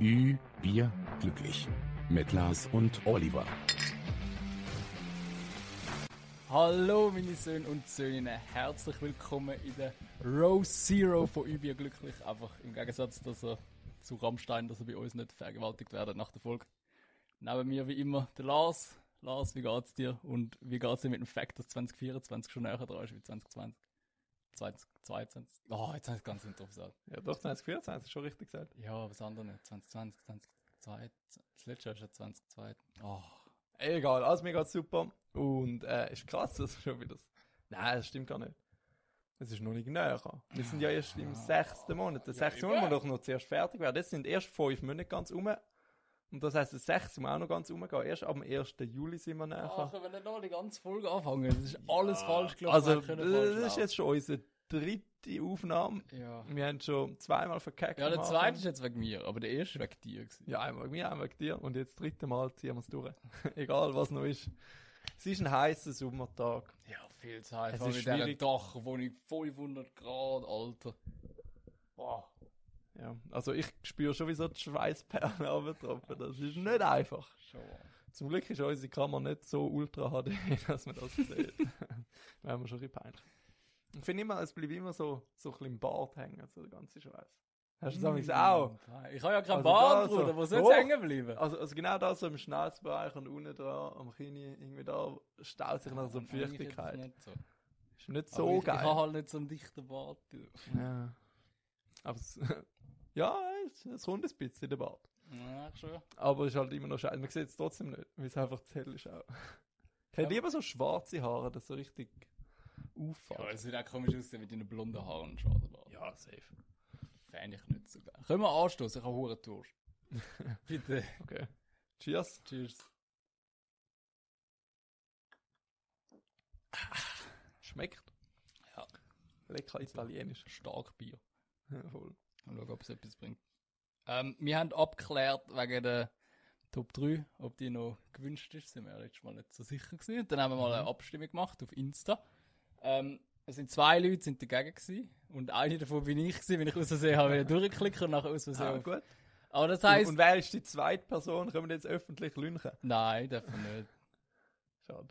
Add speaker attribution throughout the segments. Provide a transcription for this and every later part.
Speaker 1: Ü, Bier, glücklich. Mit Lars und Oliver.
Speaker 2: Hallo meine Söhne und Söhne, herzlich willkommen in der Row Zero von Übier Glücklich. Einfach im Gegensatz dass er, zu Rammstein, dass er bei uns nicht vergewaltigt werden nach der Folge. Neben mir wie immer der Lars. Lars, wie geht's dir? Und wie geht's dir mit dem Fakt, dass 2024 schon näher dran ist wie 2020? 2022? Oh, jetzt habe ich das ganze Intro gesagt.
Speaker 3: Ja, doch, 2014 hast du schon richtig gesagt.
Speaker 2: Ja, was andere nicht. 2020, 2022. Das letzte Jahr ist ja 2022. Oh.
Speaker 3: Egal, alles mir geht's super. Und äh, ist krass, dass wir schon wieder. das- Nein, das stimmt gar nicht. Es ist noch nicht näher. Wir sind ja erst im sechsten Monat. Der sechste Monat muss doch noch zuerst fertig werden. Das sind erst fünf Monate ganz um. Und das heisst, der sechste muss auch noch ganz umgehen. Erst ab dem 1. Juli sind wir
Speaker 2: Ach,
Speaker 3: näher.
Speaker 2: können wir nicht noch die ganze Folge anfangen? Das ist alles falsch gelaufen.
Speaker 3: Also,
Speaker 2: Wir können
Speaker 3: das
Speaker 2: falsch
Speaker 3: ist jetzt schon unsere dritte Aufnahme.
Speaker 2: laufen. Ja.
Speaker 3: Wir haben schon zweimal verkackt.
Speaker 2: Ja,
Speaker 3: am
Speaker 2: der
Speaker 3: Anfang.
Speaker 2: zweite ist jetzt wegen mir, aber der erste ist wegen dir. Gewesen.
Speaker 3: Ja, einmal mir, einmal dir und jetzt das dritte Mal ziehen wir es durch. Egal, was noch ist. Es ist ein heißer Sommertag.
Speaker 2: Ja, viel Zeit.
Speaker 3: Es
Speaker 2: Es ist
Speaker 3: ist
Speaker 2: mit dieser
Speaker 3: schwierig.
Speaker 2: Dachwohnung 500 Grad, Alter. Boah.
Speaker 3: Ja, also ich spüre schon, wie so die Schweißperlen runtertropfen. Das ist nicht einfach.
Speaker 2: Schon. wahr.
Speaker 3: Zum Glück ist unsere Kamera nicht so ultra HD, dass man das sieht. Wäre mir schon ein bisschen peinlich. Ich finde immer, es bleibt immer so, so ein bisschen im Bart hängen, so der ganze Schweiß. Hast du das
Speaker 2: Mm.
Speaker 3: übrigens auch?
Speaker 2: Ich habe ja keinen
Speaker 3: Also
Speaker 2: Bart,
Speaker 3: da so.
Speaker 2: Bruder. Wo soll
Speaker 3: Doch.
Speaker 2: es hängen bleiben?
Speaker 3: Also, also genau da so im Schnauzbereich und unten dran, am Kinn, irgendwie da, staut sich noch so die
Speaker 2: Eigentlich ist das
Speaker 3: Feuchtigkeit.
Speaker 2: nicht so.
Speaker 3: Ist nicht
Speaker 2: So
Speaker 3: so
Speaker 2: aber ich,
Speaker 3: geil.
Speaker 2: Ich habe halt nicht so einen dichten Bart.
Speaker 3: Ja. Aber es, ja, es, es kommt ein bisschen der Bart.
Speaker 2: Ja, schon.
Speaker 3: Aber es ist halt immer noch scheiße. Man sieht es trotzdem nicht, weil es einfach zu hell ist auch. Ich hätte
Speaker 2: Ja.
Speaker 3: lieber so schwarze Haare, dass so richtig
Speaker 2: Ja,
Speaker 3: auffällt.
Speaker 2: es wird auch komisch aussehen mit deinen blonden Haaren und schwarzen Bart. Ja.
Speaker 3: safe.
Speaker 2: Fände ich nicht so geil. Können wir anstoßen? Ich habe hure Durst. Bitte.
Speaker 3: Okay. Cheers.
Speaker 2: Cheers.
Speaker 3: Schmeckt.
Speaker 2: Ja.
Speaker 3: Lecker italienisch.
Speaker 2: Stark Bier.
Speaker 3: Jawohl.
Speaker 2: Mal schauen, ob es etwas bringt. Ähm, wir haben abgeklärt wegen der Top 3, ob die noch gewünscht ist. Sind wir ja letztes Mal nicht so sicher gewesen. Und dann haben wir mal
Speaker 3: Mhm.
Speaker 2: eine Abstimmung gemacht auf Insta. Ähm, es sind zwei Leute sind dagegen gewesen. Und eine davon bin ich gewesen, wenn ich aus Versehen habe wieder durchklicken und nachher aus Versehen.
Speaker 3: Ah,
Speaker 2: auf-
Speaker 3: gut.
Speaker 2: Aber das
Speaker 3: Und,
Speaker 2: heisst,
Speaker 3: und wer ist die zweite Person? Können wir jetzt öffentlich lünchen?
Speaker 2: nein, dürfen wir nicht.
Speaker 3: Schade.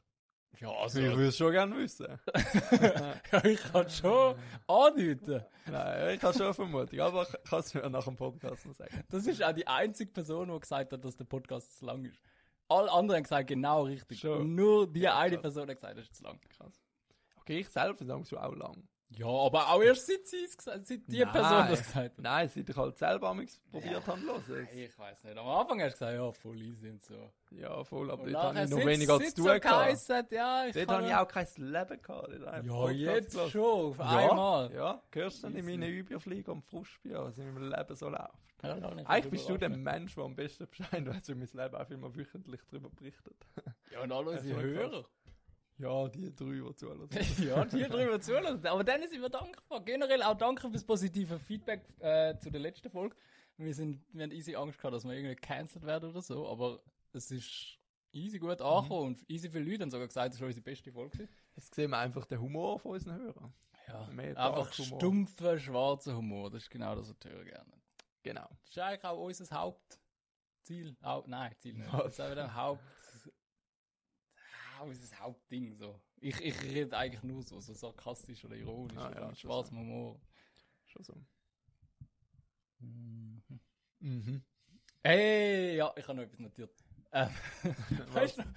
Speaker 2: Ja, also,
Speaker 3: Also, ich würde es schon gerne wissen.
Speaker 2: ja, ich kann schon andeuten.
Speaker 3: Nein, ich habe schon eine Vermutung, aber ich kann es mir nach dem Podcast noch sagen.
Speaker 2: Das ist auch die einzige Person, die gesagt hat, dass der Podcast zu lang ist. Alle anderen haben gesagt, genau richtig.
Speaker 3: Schon.
Speaker 2: Und nur die eine
Speaker 3: krass.
Speaker 2: Person hat gesagt, das ist zu lang.
Speaker 3: Krass. Okay, ich selber sage schon auch lang.
Speaker 2: Ja, aber auch erst seit sie es gesagt seit die Person das gesagt hat.
Speaker 3: Nein, seit ich halt selber amigs probiert habe, los.
Speaker 2: Ich weiß nicht. Am Anfang hast du gesagt, ja, voll easy und so.
Speaker 3: Ja, voll, aber
Speaker 2: Und
Speaker 3: dort habe ich noch
Speaker 2: sitzt-
Speaker 3: weniger zu
Speaker 2: sitzt
Speaker 3: tun
Speaker 2: so
Speaker 3: gehabt.
Speaker 2: geheißen, ja, ich
Speaker 3: Dort
Speaker 2: kann
Speaker 3: habe ich
Speaker 2: ja-
Speaker 3: auch kein Leben gehabt. dort habe ich
Speaker 2: Ja,
Speaker 3: Podcast
Speaker 2: jetzt
Speaker 3: gehört.
Speaker 2: schon, auf
Speaker 3: Ja,
Speaker 2: einmal.
Speaker 3: Ja, hörst du dann in
Speaker 2: Easy.
Speaker 3: meinen Überfliegen und Frustbier, was in meinem Leben so läuft.
Speaker 2: Ja, ja, ich
Speaker 3: Eigentlich
Speaker 2: bin
Speaker 3: bist du der
Speaker 2: überrascht.
Speaker 3: Mensch, der am besten Bescheid weiß, weil mein Leben auch immer wöchentlich darüber berichtet.
Speaker 2: Ja, und alle unsere
Speaker 3: Das war
Speaker 2: Hörer.
Speaker 3: Ja, die drei, die zulassen.
Speaker 2: ja, die drüber zulassen. Aber dann sind wir dankbar. Generell auch danke fürs positive Feedback äh, zu der letzten Folge. Wir, sind, wir haben easy Angst gehabt, dass wir irgendwie gecancelt werden oder so, aber es ist easy gut
Speaker 3: Mhm.
Speaker 2: angekommen und easy viele Leute haben sogar gesagt, das war unsere beste Folge. gewesen.
Speaker 3: Jetzt sehen wir einfach den Humor von unseren Hörern.
Speaker 2: Ja,
Speaker 3: Mehr
Speaker 2: einfach
Speaker 3: Dark-Humor.
Speaker 2: stumpfer, schwarzer Humor. Das ist genau das, was die Hörer gerne. haben.
Speaker 3: Genau.
Speaker 2: Das ist eigentlich auch unser Hauptziel. Au nein, Ziel nicht.
Speaker 3: Was?
Speaker 2: Das ist auch wieder Haupt... Ah, unser Hauptding so. Ich, ich rede eigentlich nur so, so sarkastisch oder ironisch
Speaker 3: Ah,
Speaker 2: oder
Speaker 3: ja,
Speaker 2: mit
Speaker 3: schon
Speaker 2: schwarzem Humor.
Speaker 3: Schon so. Mhm.
Speaker 2: Hey, ja, ich habe noch etwas notiert. Ähm, weißt du, noch-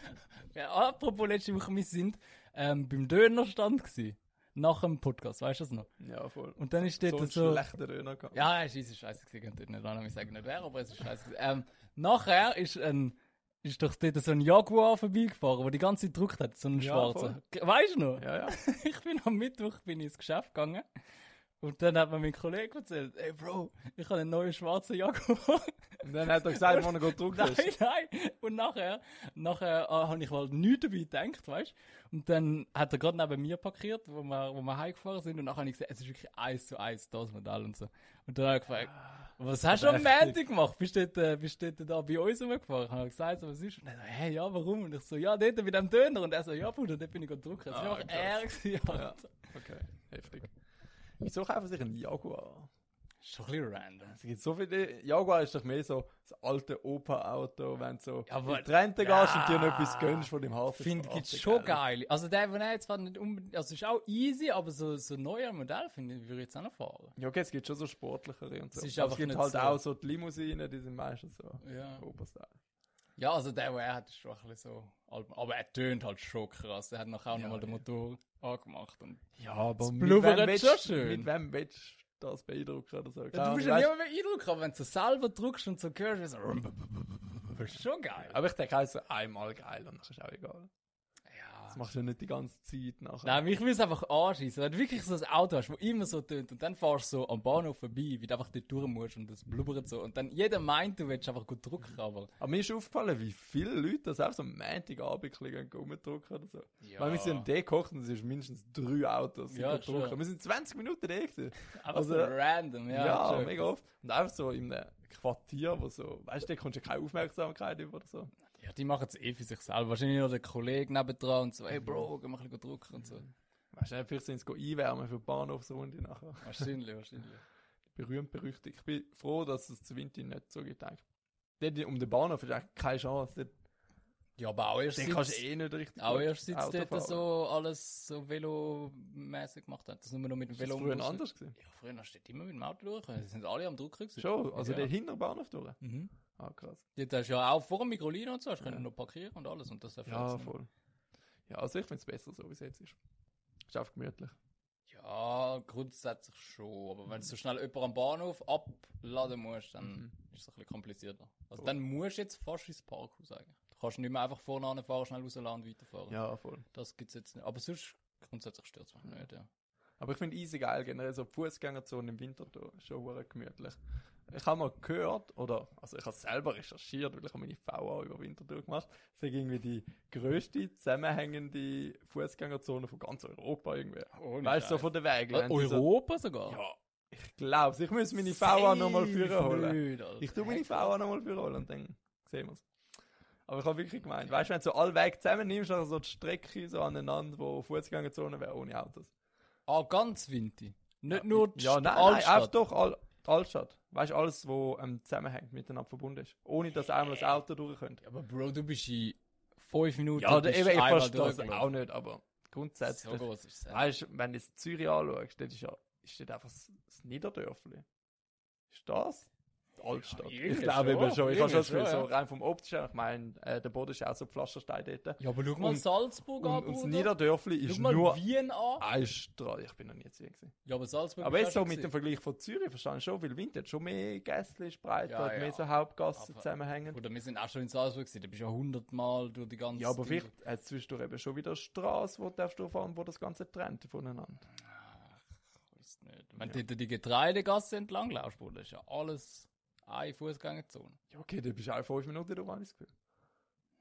Speaker 2: ja, apropos letzte Woche, wir sind ähm, beim Dönerstand gewesen, nach dem Podcast, weißt du das noch?
Speaker 3: Ja, voll.
Speaker 2: Und dann ist dort
Speaker 3: so ein
Speaker 2: so...
Speaker 3: schlechter Döner gehabt.
Speaker 2: Ja, es ist scheiße gewesen, ich könnte nicht ran, ich sage nicht wer, aber es ist scheiße gewesen. Ähm, nachher ist ein, ist doch dort so ein Jaguar vorbeigefahren, der die ganze Zeit gedruckt hat, so einen
Speaker 3: Ja,
Speaker 2: schwarzen. Weißt du noch?
Speaker 3: ja. ja.
Speaker 2: Ich bin am Mittwoch bin ich ins Geschäft gegangen und dann hat mir mein Kollege erzählt, ey Bro, ich habe einen neuen schwarzen Jaguar.
Speaker 3: Und dann hat er gesagt, wo er gut gedruckt
Speaker 2: nein,
Speaker 3: ist.
Speaker 2: nein. Und nachher, nachher äh, habe ich halt nichts dabei gedacht, weißt du. Und dann hat er gerade neben mir parkiert, wo wir, wo wir heimgefahren sind und nachher habe ich gesagt, es ist wirklich eins zu eins, das Modell und so. Und dann habe ich gefragt, was hast du am Montag
Speaker 3: Ah, verdächtig.
Speaker 2: gemacht? Bist du dort, äh, bist du dort da bei uns rumgefahren? Ich habe gesagt, so, was ist? Und er so, hey, ja, warum? Und ich so, ja, dort bei dem Döner. Und er so, ja, Bruder, dort bin ich gedruckt. Das
Speaker 3: Ah,
Speaker 2: war einfach
Speaker 3: krass.
Speaker 2: er gewesen, Alter.
Speaker 3: Ja. Okay, heftig. Wieso kaufen sich einen Jaguar?
Speaker 2: Schon ein bisschen random.
Speaker 3: Es gibt so viele. Jaguar ist doch mehr so das alte Opa-Auto, wenn du so
Speaker 2: Ja, aber-
Speaker 3: in die Rente gehst und dir noch
Speaker 2: Ja.
Speaker 3: etwas gönnst von dem Hafen.
Speaker 2: Finde ich jetzt schon geil. Also der, den ich jetzt zwar nicht unbedingt, also ist auch easy, aber so, so ein neuer Modell finde ich, würde ich jetzt auch noch fahren.
Speaker 3: Ja, okay, es gibt schon so sportlichere und so.
Speaker 2: Es ist
Speaker 3: Aber
Speaker 2: einfach
Speaker 3: es gibt
Speaker 2: nicht
Speaker 3: halt
Speaker 2: so-
Speaker 3: auch so die Limousinen, die sind meistens so
Speaker 2: Ja.
Speaker 3: Oberstyle.
Speaker 2: Ja, also der, den er hat, ist schon ein bisschen so, alt. aber er tönt halt schon krass. Er hat nachher auch
Speaker 3: Ja,
Speaker 2: nochmal den
Speaker 3: ja.
Speaker 2: Motor angemacht und
Speaker 3: Ja, aber
Speaker 2: mit
Speaker 3: mit
Speaker 2: wem
Speaker 3: wem,
Speaker 2: willst-
Speaker 3: willst,
Speaker 2: mit
Speaker 3: mit wem willst du das beeindrucken oder so?
Speaker 2: Ja, du bist ja niemand mehr Eindruck, aber wenn du so selber drückst und so hörst, ist so das ist schon geil.
Speaker 3: aber ich denke, also einmal geil und dann ist auch egal. Das
Speaker 2: Ja.
Speaker 3: machst du ja nicht die ganze Zeit nachher.
Speaker 2: Nein, mich will es einfach anschießen. Wenn du wirklich so ein Auto hast, wo immer so tönt und dann fährst du so am Bahnhof vorbei, wie du einfach dort durch musst und das blubbert so und dann jeder meint, du willst einfach gut drücken, aber
Speaker 3: Aber mir ist aufgefallen, wie viele Leute das auch so am Montagabend ein bisschen rumdrucken oder so.
Speaker 2: Ja.
Speaker 3: Weil wir sind da gekocht und es ist mindestens drei Autos. die
Speaker 2: Ja,
Speaker 3: dort
Speaker 2: schon.
Speaker 3: drucken. Wir sind 20 Minuten da gewesen.
Speaker 2: einfach
Speaker 3: Also-
Speaker 2: so random,
Speaker 3: Ja,
Speaker 2: ja. schon.
Speaker 3: mega oft. Und einfach so in einem Quartier, wo so, weißt du, da kommst du keine Aufmerksamkeit über oder so.
Speaker 2: Ja, die machen es eh für sich selber. Wahrscheinlich noch der Kollege nebendran und so, hey Bro, geh mal ein bisschen drücken und so.
Speaker 3: Weißt du, vielleicht sind sie go einwärmen für die Bahnhofsrunde nachher.
Speaker 2: Wahrscheinlich, wahrscheinlich.
Speaker 3: Berühmt, berüchtigt. Ich bin froh, dass es zu Winter nicht so geht. eigentlich. Dort um den Bahnhof ist eigentlich keine Chance. Dort,
Speaker 2: Ja, aber auch erst
Speaker 3: dort kannst du eh nicht richtig.
Speaker 2: Auch
Speaker 3: gut
Speaker 2: erst seit
Speaker 3: Auto
Speaker 2: sie dort
Speaker 3: fahren.
Speaker 2: so alles so velomäßig gemacht haben. Das nur noch mit dem
Speaker 3: Ist das
Speaker 2: Velo
Speaker 3: früher
Speaker 2: umgerüstet.
Speaker 3: anders gewesen.
Speaker 2: Ja, früher hast du dort immer mit dem Auto durch. Sie sind alle am Druck gewesen.
Speaker 3: Schon, also
Speaker 2: Ja.
Speaker 3: der Hinterbahnhof durch.
Speaker 2: Mhm.
Speaker 3: Ah, krass.
Speaker 2: Dort hast du ja auch vor dem Mikrolino und so, hast du
Speaker 3: Ja.
Speaker 2: können noch parkieren und alles. Und das darfst du
Speaker 3: Ja,
Speaker 2: jetzt nicht.
Speaker 3: voll. Ja, also ich finde es besser, so wie es jetzt ist. Ist einfach gemütlich.
Speaker 2: Ja, grundsätzlich schon. Aber wenn du so schnell jemanden am Bahnhof abladen musst, dann
Speaker 3: Mhm.
Speaker 2: ist es ein bisschen komplizierter. Also
Speaker 3: Voll.
Speaker 2: dann musst du jetzt fast ins Parkhaus eigentlich. Du kannst nicht mehr einfach vorne anfahren, schnell rausladen und weiterfahren.
Speaker 3: Ja, voll.
Speaker 2: Das gibt es jetzt nicht. Aber sonst grundsätzlich stört es mich nicht. Ja.
Speaker 3: Aber ich finde easy geil, generell so die Fußgängerzone im Winter da, ist schon hure gemütlich. Ich habe mal gehört, oder, also ich habe selber recherchiert, weil ich habe meine VA über Winterthur gemacht, es ist irgendwie die grösste zusammenhängende Fußgängerzone von ganz Europa irgendwie. weißt du, so von der Wege. wenn die So,
Speaker 2: Äh, Europa sogar?
Speaker 3: ja, ich glaube ich muss meine VA nochmal
Speaker 2: Safe
Speaker 3: führen holen.
Speaker 2: nicht, Alter.
Speaker 3: Ich tue meine VA nochmal für Roll und dann sehen wir es. Aber ich habe wirklich gemeint, weißt du, wenn du so alle Wege zusammen nimmst, also so die Strecke so aneinander, wo Fußgängerzone wäre ohne Autos.
Speaker 2: Ah, ganz Winti. Nicht nur die
Speaker 3: Ja,
Speaker 2: St-
Speaker 3: nein, nein,
Speaker 2: Altstadt.
Speaker 3: einfach doch all, die Altstadt. Weißt du, alles, was ähm, zusammenhängt, miteinander verbunden ist. Ohne dass einmal das Auto durch könnte.
Speaker 2: Ja, aber Bro, du bist in 5 Minuten.
Speaker 3: Ja, oder
Speaker 2: bist
Speaker 3: eben, ich
Speaker 2: einmal
Speaker 3: verstehe es
Speaker 2: durchgelaufen.
Speaker 3: auch nicht, aber
Speaker 2: So
Speaker 3: grundsätzlich.
Speaker 2: groß ist es. ja.
Speaker 3: weißt du, Ah, wenn du jetzt Zürich anschaust, dann ist ja ist dort einfach das, das Niederdörfli. Ist das? Die Altstadt. ich
Speaker 2: irgendwie
Speaker 3: glaube eben
Speaker 2: schon,
Speaker 3: schon. Ich habe schon das
Speaker 2: irgendwie
Speaker 3: Gefühl,
Speaker 2: schon,
Speaker 3: so rein vom Optischen. her. Ich meine, äh, der Boden ist ja auch so Pflasterstein dort.
Speaker 2: Ja, aber schau mal
Speaker 3: Und-
Speaker 2: Salzburg an,
Speaker 3: Und, und das
Speaker 2: Bruder.
Speaker 3: Niederdörfli um- ist
Speaker 2: Schau mal
Speaker 3: nur
Speaker 2: Wien an.
Speaker 3: eine Straße. Ich bin noch nie zu gewesen.
Speaker 2: Ja, aber Salzburg
Speaker 3: Aber
Speaker 2: ist
Speaker 3: jetzt
Speaker 2: auch
Speaker 3: so
Speaker 2: schon
Speaker 3: mit dem
Speaker 2: gewesen.
Speaker 3: Vergleich von Zürich verstanden schon, weil Winter hat schon mehr Gässli ist breiter,
Speaker 2: Ja,
Speaker 3: hat
Speaker 2: ja.
Speaker 3: mehr so Hauptgassen
Speaker 2: Aber-
Speaker 3: zusammenhängen.
Speaker 2: Oder wir sind auch schon in Salzburg gewesen. Da bist du ja hundertmal durch die ganze...
Speaker 3: Ja, aber
Speaker 2: Ding.
Speaker 3: vielleicht hat es zwischendurch eben schon wieder Straße, wo du darfst du fahren, wo das Ganze trennt voneinander.
Speaker 2: Weiss nicht. Wenn du dort die Getreidegasse entlang läufst, Bruder, ist ja alles eine Fußgängerzone.
Speaker 3: Ja, okay, da bist du auch fünf Minuten durch, habe ich das Gefühl.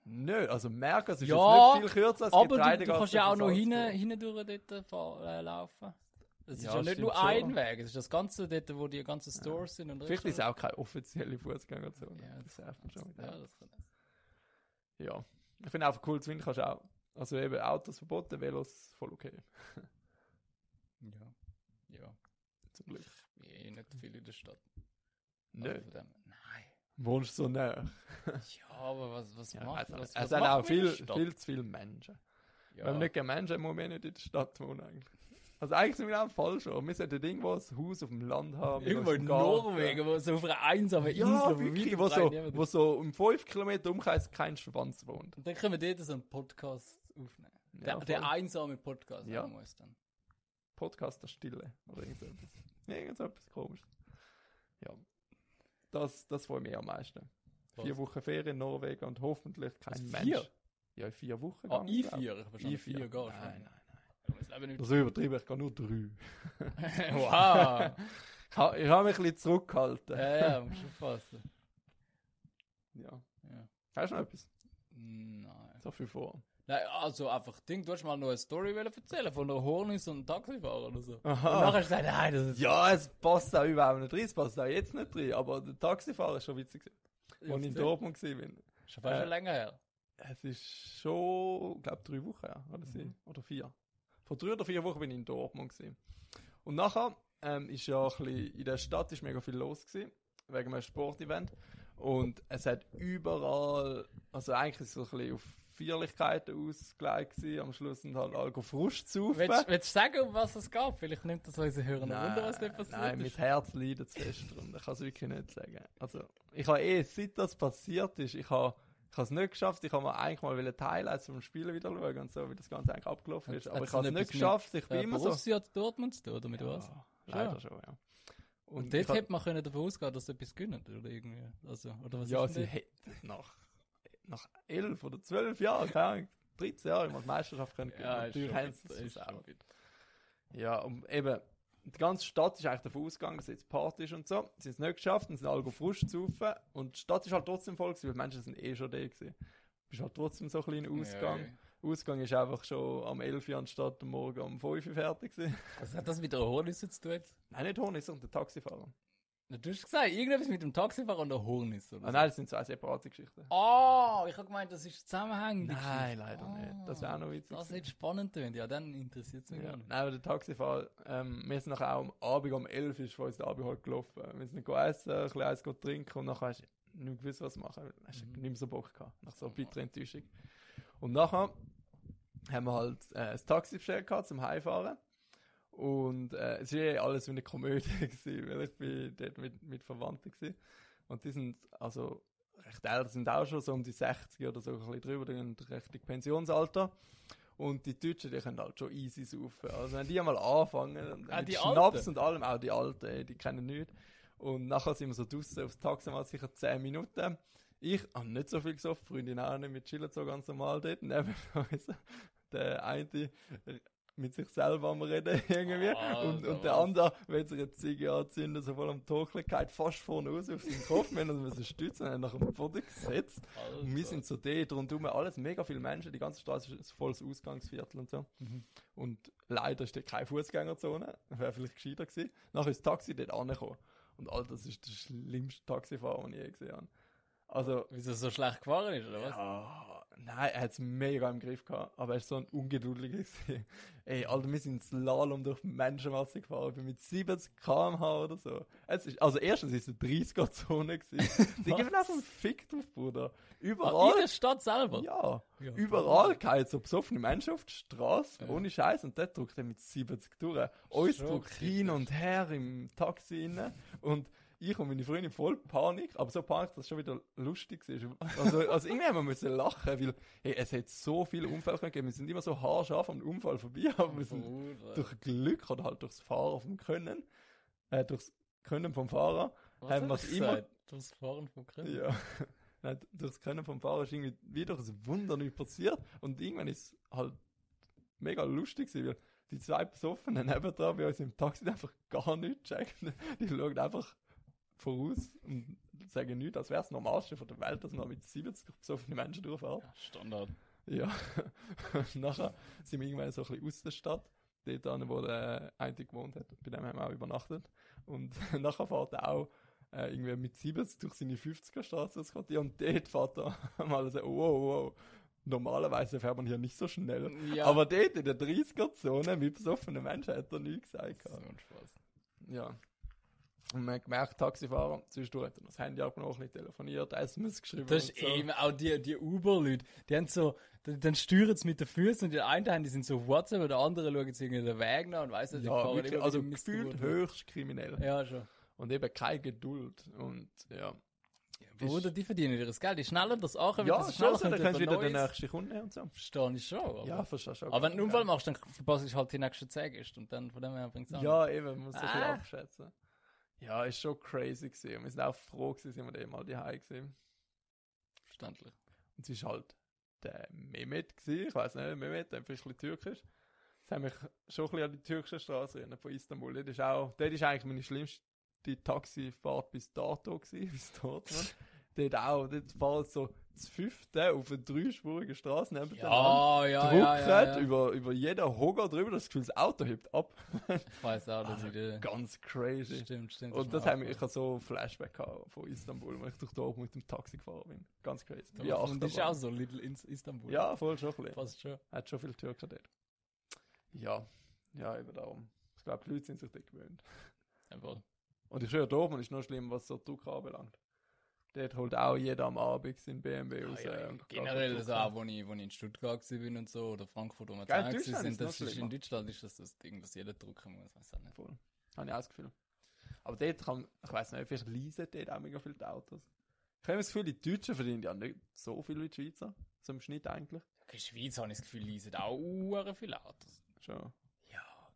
Speaker 3: Nö, also merken, es ist
Speaker 2: Ja,
Speaker 3: jetzt nicht viel kürzer als
Speaker 2: Aber du, du
Speaker 3: Getreidegasse
Speaker 2: kannst ja auch
Speaker 3: von
Speaker 2: noch hinten
Speaker 3: Salzburg.
Speaker 2: hin durch dort fahr- äh, laufen. Es ist
Speaker 3: Ja,
Speaker 2: ja nicht
Speaker 3: stimmt
Speaker 2: nur
Speaker 3: schon.
Speaker 2: ein Weg, es ist das Ganze dort, wo die ganzen Stores sind. Und
Speaker 3: Vielleicht ist es
Speaker 2: Restaurants.
Speaker 3: auch keine offizielle Fußgängerzone.
Speaker 2: Ja,
Speaker 3: das nervt mich schon. wieder.
Speaker 2: Ja, das kann sein.
Speaker 3: Ja. Ich finde einfach cool, zu Wind kannst du auch. Also eben Autos verboten, Velos voll okay.
Speaker 2: Ja. Ja,
Speaker 3: Zum Glück.
Speaker 2: ich bin eh nicht viel in der Stadt. Also
Speaker 3: Nö.
Speaker 2: von dem- Nein.
Speaker 3: Wohnst du so näher?
Speaker 2: Ja, aber was, was
Speaker 3: Ja,
Speaker 2: macht
Speaker 3: also,
Speaker 2: was,
Speaker 3: es
Speaker 2: was
Speaker 3: sind
Speaker 2: macht
Speaker 3: auch
Speaker 2: man in der
Speaker 3: viel,
Speaker 2: Stadt?
Speaker 3: viel zu viele Menschen.
Speaker 2: Ja.
Speaker 3: Wenn wir nicht gerne Menschen haben, muss man nicht in der Stadt wohnen eigentlich. Also eigentlich sind wir auch falsch. schon. Wir sollten irgendwo ein Haus auf dem Land haben.
Speaker 2: Irgendwo in
Speaker 3: Garten.
Speaker 2: Norwegen, wo so auf einer einsamen Insel,
Speaker 3: Ja, wirklich, wo so,
Speaker 2: niemand-
Speaker 3: wo so um 5 Kilometer umkreis kein Schwanz wohnt.
Speaker 2: Und dann können wir dort so einen Podcast aufnehmen.
Speaker 3: Ja,
Speaker 2: der, der
Speaker 3: voll.
Speaker 2: einsame Podcast,
Speaker 3: Ja.
Speaker 2: ja. muss dann.
Speaker 3: Podcast der Stille oder irgendetwas. irgendetwas komisches. Ja. Das, das freut mich am meisten. Vier
Speaker 2: Was?
Speaker 3: Wochen Ferien in Norwegen und hoffentlich kein
Speaker 2: Was,
Speaker 3: Mensch.
Speaker 2: Also vier?
Speaker 3: Ja, in vier Wochen.
Speaker 2: Ah,
Speaker 3: gegangen, glaub ich.
Speaker 2: i4, wahrscheinlich.
Speaker 3: I4.
Speaker 2: i4 gehst.
Speaker 3: Nein, nein.
Speaker 2: nein.
Speaker 3: Das ist übertrieben, ich gehe nur drei.
Speaker 2: wow!
Speaker 3: Ich ha- ich habe mich ein bisschen zurückgehalten.
Speaker 2: ja, ja, musst aufpassen.
Speaker 3: Ja.
Speaker 2: Ja.
Speaker 3: Hast du noch etwas?
Speaker 2: Nein.
Speaker 3: So viel vor.
Speaker 2: Nein, also einfach Ding, du hast mal noch eine Story wollen erzählen von einer Hornis und einem Taxifahrer oder so. Und nachher hast du gesagt, nein, das ist
Speaker 3: Ja, es passt auch überhaupt nicht rein, es passt auch jetzt nicht rein, aber der Taxifahrer ist schon witzig. Als ich in
Speaker 2: erzähl.
Speaker 3: Dortmund war.
Speaker 2: schon fast
Speaker 3: äh,
Speaker 2: schon länger her.
Speaker 3: Es ist schon, ich glaube, drei
Speaker 2: Mhm.
Speaker 3: Wochen her, oder, sie? oder vier. Vor drei oder vier Wochen bin ich in Dortmund. Gewesen. Und nachher ähm, ist ja ein bisschen, in der Stadt ist mega viel los gewesen, wegen einem Sportevent. Und es hat überall, also eigentlich ist es so ein bisschen auf Feierlichkeiten ausgelegt gewesen, am Schluss sind halt alle Frust zu.
Speaker 2: Willst, willst du sagen, um was es geht? Vielleicht nimmt das unsere Hörer noch Wunder, was nicht passiert
Speaker 3: Nein, mein
Speaker 2: ist.
Speaker 3: Herz leidet zu fest darunter. Ich kann es wirklich nicht sagen. Also, ich habe eh, seit das passiert ist, ich habe ich habe es nicht geschafft. Ich habe mir eigentlich mal die Highlights vom Spielen wieder schauen und so, wie das Ganze eigentlich abgelaufen ist.
Speaker 2: Hat-
Speaker 3: Aber
Speaker 2: hat's
Speaker 3: ich habe
Speaker 2: denn
Speaker 3: es nicht
Speaker 2: etwas mit,
Speaker 3: geschafft. Ich bin
Speaker 2: Äh,
Speaker 3: immer so.
Speaker 2: Borussia Dortmund zu tun, oder mit was?
Speaker 3: Ja, leider
Speaker 2: Schon.
Speaker 3: schon, ja.
Speaker 2: Und,
Speaker 3: ich
Speaker 2: dort
Speaker 3: hab-
Speaker 2: hätte man können davon ausgehen, dass sie etwas gönnen, oder irgendwie. Also, oder was
Speaker 3: Ja,
Speaker 2: ist denn
Speaker 3: sie
Speaker 2: das?
Speaker 3: hätten nach, nach elf oder zwölf Jahren, keine Ahnung, 13 Jahren immer die Meisterschaft können. gewinnen.
Speaker 2: Ja, ist schon
Speaker 3: haben
Speaker 2: gut,
Speaker 3: sie es
Speaker 2: ist schon
Speaker 3: versaut.
Speaker 2: gut.
Speaker 3: Ja, und eben, die ganze Stadt ist eigentlich davon ausgegangen, dass jetzt Party ist und so. Sie haben es nicht geschafft und sind alle Frust zu saufen. Und die Stadt ist halt trotzdem voll gewesen, weil die Menschen sind eh schon da gewesen. Du bist halt trotzdem so ein kleiner Ausgang.
Speaker 2: Ja, ja.
Speaker 3: Ausgang ist einfach schon am 11 Uhr anstatt am Morgen um 5 Uhr fertig gewesen.
Speaker 2: Was hat das mit der Hornisse zu tun? jetzt?
Speaker 3: Nein, nicht Hornis, sondern der Taxifahrer.
Speaker 2: Na, Du hast gesagt, irgendetwas mit dem Taxifahrer und der Hornisse, oder?
Speaker 3: Ah, nein, das sind zwei separate Geschichten.
Speaker 2: so. Ah, ich habe gemeint, das ist zusammenhängend. Oh.
Speaker 3: Nein, leider nicht. Das wäre auch noch witzig.
Speaker 2: Ah, Das
Speaker 3: gewesen.
Speaker 2: hätte spannend tönt, ja, dann interessiert es mich gar
Speaker 3: Ja. Nein,
Speaker 2: nicht.
Speaker 3: aber der Taxifahrer, ähm, wir sind nachher auch am Abend um 11 Uhr ist von uns der Abend halt gelaufen. Wir sind go essen, ein bisschen Eis go trinken und nachher hast du nicht mehr gewusst, was machen. Hast du nicht mehr so Bock gehabt, nach so einer bitteren Enttäuschung. Und nachher haben wir halt äh, ein Taxi bestellt gehabt zum Heimfahren. Und äh, es war eh alles wie eine Komödie, gewesen, weil ich bin dort mit, mit Verwandten war. Und die sind, also recht älter sind auch schon, so um die 60 oder so ein bisschen drüber, die haben richtig Pensionsalter. Und die Deutschen, die können halt schon easy saufen. Also wenn die einmal anfangen, und
Speaker 2: Ah,
Speaker 3: mit
Speaker 2: die
Speaker 3: Schnaps
Speaker 2: Alten?
Speaker 3: und allem, auch die Alten, ey, die kennen nichts. Und nachher sind wir so draußen aufs Taxi, mal sicher 10 Minuten. Ich habe nicht so viel gesoffen, Freundin auch nicht, wir chillen so ganz normal dort, neben uns. Der eine mit sich selber am Reden irgendwie
Speaker 2: Ah, Alter,
Speaker 3: und, und der
Speaker 2: was?
Speaker 3: andere, wenn sich eine Ziege anzünden, so voll am Torkeln, geht fast vorne raus auf seinen Kopf, wir haben uns müssen stützen, haben nach dem Boden gesetzt und wir
Speaker 2: Alter.
Speaker 3: sind so dort rundherum, alles mega viele Menschen, die ganze Straße ist ein volles Ausgangsviertel und so.
Speaker 2: Mhm.
Speaker 3: Und leider ist dort keine Fußgängerzone, wäre vielleicht gescheiter gewesen. Nachher ist das Taxi dort angekommen und Alter, das ist der schlimmste Taxifahrer, den ich je gesehen habe. Also,
Speaker 2: Wieso er so schlecht gefahren ist, oder was?
Speaker 3: Ah, nein, er hat es mega im Griff gehabt, aber er ist so ein ungeduldiger. gewesen. Ey, Alter, wir sind Slalom durch die Menschenmasse gefahren, ich bin mit 70 km/h oder so. Es ist, also, erstens ist es eine 30er-Zone. gewesen. Die geben einfach einen Fick drauf, Bruder.
Speaker 2: Ah, In
Speaker 3: Überall.
Speaker 2: der Stadt selber?
Speaker 3: Ja,
Speaker 2: Ja,
Speaker 3: überall geht so besoffene Menschen auf die Straße, ohne Scheiß, und der drückt dann mit 70 durch. Uns
Speaker 2: Schon
Speaker 3: drückt hin und her im Taxi rein und ich und meine Freundin voll Panik, aber so Panik, dass es schon wieder lustig ist. Also, also irgendwie haben wir müssen lachen, weil hey, es hat so viele Unfälle gegeben. Wir sind immer so haarscharf am Unfall vorbei, aber wir sind
Speaker 2: Bruder.
Speaker 3: durch Glück oder halt durchs Fahren vom Können, äh, durchs Können vom Fahrer,
Speaker 2: Was
Speaker 3: haben
Speaker 2: hab ich
Speaker 3: wir's immer-
Speaker 2: gesagt? Das Fahren von Krim.
Speaker 3: ja. Nein, d- durch das Können vom Fahrer ist irgendwie wie durch ein Wunder nicht passiert. Und irgendwann ist es halt mega lustig gewesen, weil die zwei Besoffenen nebendran bei uns im Taxi einfach gar nichts checken. Die schauen einfach voraus und sagen nichts, als wäre es das Normalste von der Welt, dass man mit 70 besoffenen Menschen durchfährt.
Speaker 2: Standard.
Speaker 3: Ja. Und nachher sind wir irgendwann so ein bisschen aus der Stadt, dort an, wo der eine gewohnt hat. Bei dem haben wir auch übernachtet. Und nachher fährt er auch äh, irgendwie mit 70 durch seine 50er-Straße ins Quartier und dort fährt er mal so, wow, wow. Normalerweise fährt man hier nicht so schnell.
Speaker 2: Ja.
Speaker 3: Aber dort in der 30er-Zone mit besoffenen Menschen hat er nichts gesagt.
Speaker 2: So ein Spaß.
Speaker 3: Ja. Und man hat gemerkt, Taxifahrer, zwischendurch hat er noch das Handy abgenommen, ein bisschen telefoniert, SMS geschrieben.
Speaker 2: Das ist eh
Speaker 3: und so.
Speaker 2: eben auch die, die Uber-Leute. Die haben so, dann, dann steuern sie mit den Füßen und die einen haben, die sind so auf WhatsApp und der andere schauen sie irgendwie den Weg nach und weiss nicht, die
Speaker 3: Ja, wirklich, also
Speaker 2: mit dem Mist
Speaker 3: gefühlt
Speaker 2: durch.
Speaker 3: höchst kriminell.
Speaker 2: Ja, schon.
Speaker 3: Und eben keine Geduld. Und ja.
Speaker 2: Bruder, die verdienen ihr Geld. Die schneller das ankommen,
Speaker 3: ja,
Speaker 2: desto
Speaker 3: schon,
Speaker 2: schneller
Speaker 3: so, dann kannst du wieder den
Speaker 2: Neues-
Speaker 3: nächsten Kunden nehmen ne, und so.
Speaker 2: Verstehe ich schon. Aber,
Speaker 3: Ja, verstehst du. auch.
Speaker 2: aber wenn du einen Unfall machst, dann verpasst du halt die nächsten Zeigest und dann von dem her bringt es
Speaker 3: Ja, eben, man muss das ein bisschen
Speaker 2: Ah.
Speaker 3: abschätzen. Ja, ist schon crazy gewesen. Und wir sind auch froh gewesen, sind wir dann mal daheim gewesen.
Speaker 2: Verständlich.
Speaker 3: Und es war halt der Mehmet gewesen. Ich weiß nicht, Mehmet, der vielleicht ein bisschen türkisch. Das haben mich schon ein bisschen an die türkische Straße erinnert von Istanbul. Das ist auch, das ist eigentlich meine schlimmste Taxifahrt bis dato gewesen, bis dort. Dort auch, dort fahren sie so das fünfte auf eine dreispurige Straße neben
Speaker 2: Ja, ja, ja.
Speaker 3: Druck
Speaker 2: ja, ja,
Speaker 3: hat über, über jeden Hocker drüber, das Gefühl, das Auto hebt ab.
Speaker 2: Ich weiß auch,
Speaker 3: Ah,
Speaker 2: dass ich die-
Speaker 3: Ganz crazy.
Speaker 2: Stimmt, stimmt. ist
Speaker 3: Und
Speaker 2: mir
Speaker 3: das haben
Speaker 2: aufgefallen.
Speaker 3: ich habe so Flashback gehabt von Istanbul, weil ich durch Dortmund mit dem Taxi gefahren bin. Ganz crazy. Wie
Speaker 2: Ja, und ist
Speaker 3: Achterbahn.
Speaker 2: auch so Little Ins- Istanbul.
Speaker 3: Ja, voll schon ein bisschen.
Speaker 2: Passt schon.
Speaker 3: Hat schon viele Türken dort. Ja, ja, eben darum. Ich glaube, die Leute sind sich dort gewöhnt.
Speaker 2: dem Fall.
Speaker 3: Und ich höre, Dortmund ist noch schlimm, was so Druck anbelangt. Dort holt auch jeder am Abend sein BMW raus. äh, und
Speaker 2: Ah, Generell,
Speaker 3: geht
Speaker 2: also
Speaker 3: auf
Speaker 2: auch, wo ich, wo ich in Stuttgart gewesen bin und so, oder Frankfurt, wo wir
Speaker 3: Gell,
Speaker 2: zusammen gewesen
Speaker 3: Deutschland ist
Speaker 2: sind,
Speaker 3: noch
Speaker 2: das ist
Speaker 3: schlimmer.
Speaker 2: in Deutschland ist das das Ding, dass jeder drucken muss, weiß auch
Speaker 3: Druck.
Speaker 2: nicht.
Speaker 3: Voll. Habe ich auch das Gefühl. Aber dort kann, ich weiß nicht, vielleicht leisen dort auch mega viele die Autos. Ich habe das Gefühl, die Deutschen verdienen ja nicht so viel wie die Schweizer. So im Schnitt eigentlich.
Speaker 2: Okay, Schweiz habe ich das Gefühl, leisen auch uhren viele Autos.
Speaker 3: Schon.
Speaker 2: Ja.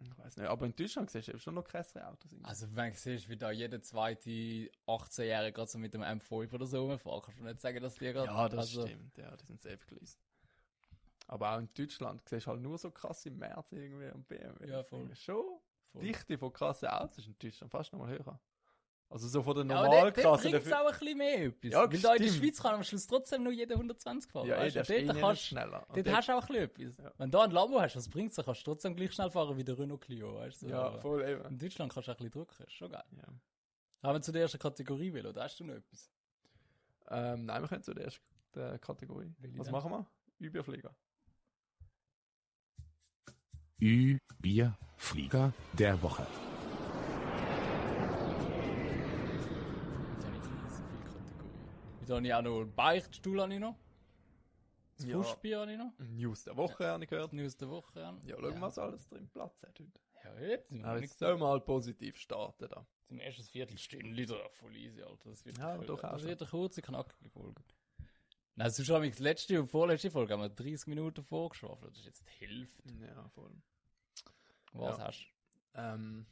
Speaker 3: Ich weiß nicht. Aber in Deutschland siehst du eben schon noch krassere Autos. irgendwie.
Speaker 2: Also, wenn du siehst, wie da jeder zweite 18-Jährige gerade so mit dem M5 oder so rumfährt, kannst du nicht sagen, dass die gerade.
Speaker 3: Ja, das
Speaker 2: also,
Speaker 3: stimmt. Ja, die sind safe gelesen. Aber auch in Deutschland siehst du halt nur so krass im März irgendwie am BMW.
Speaker 2: Ja,
Speaker 3: Das
Speaker 2: voll.
Speaker 3: finde ich Schon.
Speaker 2: voll.
Speaker 3: Dichte von krassen Autos ist in Deutschland fast nochmal höher. Also so von der
Speaker 2: Ja, aber dort, dort
Speaker 3: Normalklasse.
Speaker 2: bringt es
Speaker 3: dafür-
Speaker 2: auch ein bisschen mehr etwas.
Speaker 3: Ja,
Speaker 2: Weil da in der
Speaker 3: stimmt.
Speaker 2: Schweiz kann am Schluss trotzdem nur jeder 120 fahren.
Speaker 3: Ja, ey,
Speaker 2: weißt du?
Speaker 3: der ist
Speaker 2: Und
Speaker 3: eh
Speaker 2: dort
Speaker 3: nicht
Speaker 2: kannst,
Speaker 3: schneller. Und
Speaker 2: dort
Speaker 3: dort-
Speaker 2: hast du auch ein bisschen etwas.
Speaker 3: Ja.
Speaker 2: Wenn du da ein Labo hast, was bringt es dir? Kannst du trotzdem gleich schnell fahren wie der Renault Clio, weißt du?
Speaker 3: ja,
Speaker 2: Aber
Speaker 3: voll eben.
Speaker 2: In Deutschland kannst du auch ein bisschen drücken, ist schon geil.
Speaker 3: Ja.
Speaker 2: Haben wir zu der ersten Kategorie will, oder hast du noch etwas?
Speaker 3: Ähm, nein, wir können zu der ersten der Kategorie.
Speaker 2: Welche
Speaker 3: Was
Speaker 2: denn?
Speaker 3: machen wir? Überflieger.
Speaker 1: Ü, Bier, Flieger der Woche.
Speaker 2: Jetzt habe ich nicht so viele Kategorien. Jetzt habe ich auch noch einen Beichtstuhl, habe ich noch. Das
Speaker 3: Ja.
Speaker 2: Fußbier habe ich noch.
Speaker 3: News der Woche habe ich gehört.
Speaker 2: Das News der Woche habe ich
Speaker 3: Ja, schauen wir mal, was alles drin Platz hat heute.
Speaker 2: noch. Ja, jetzt sind wir
Speaker 3: Aber
Speaker 2: nicht-
Speaker 3: jetzt sollen wir halt positiv starten da.
Speaker 2: Zum ersten Viertelstündchen da voll easy, Alter. Das wird,
Speaker 3: Ja, aber doch auch
Speaker 2: das
Speaker 3: schon.
Speaker 2: wird eine kurze, knackige Folge. Nein, sonst haben wir die letzte und vorletzte Folge haben wir 30 Minuten vorgeschwafelt. Das ist jetzt die Hälfte.
Speaker 3: Ja, voll.
Speaker 2: Was
Speaker 3: Ja.
Speaker 2: hast
Speaker 3: Ähm,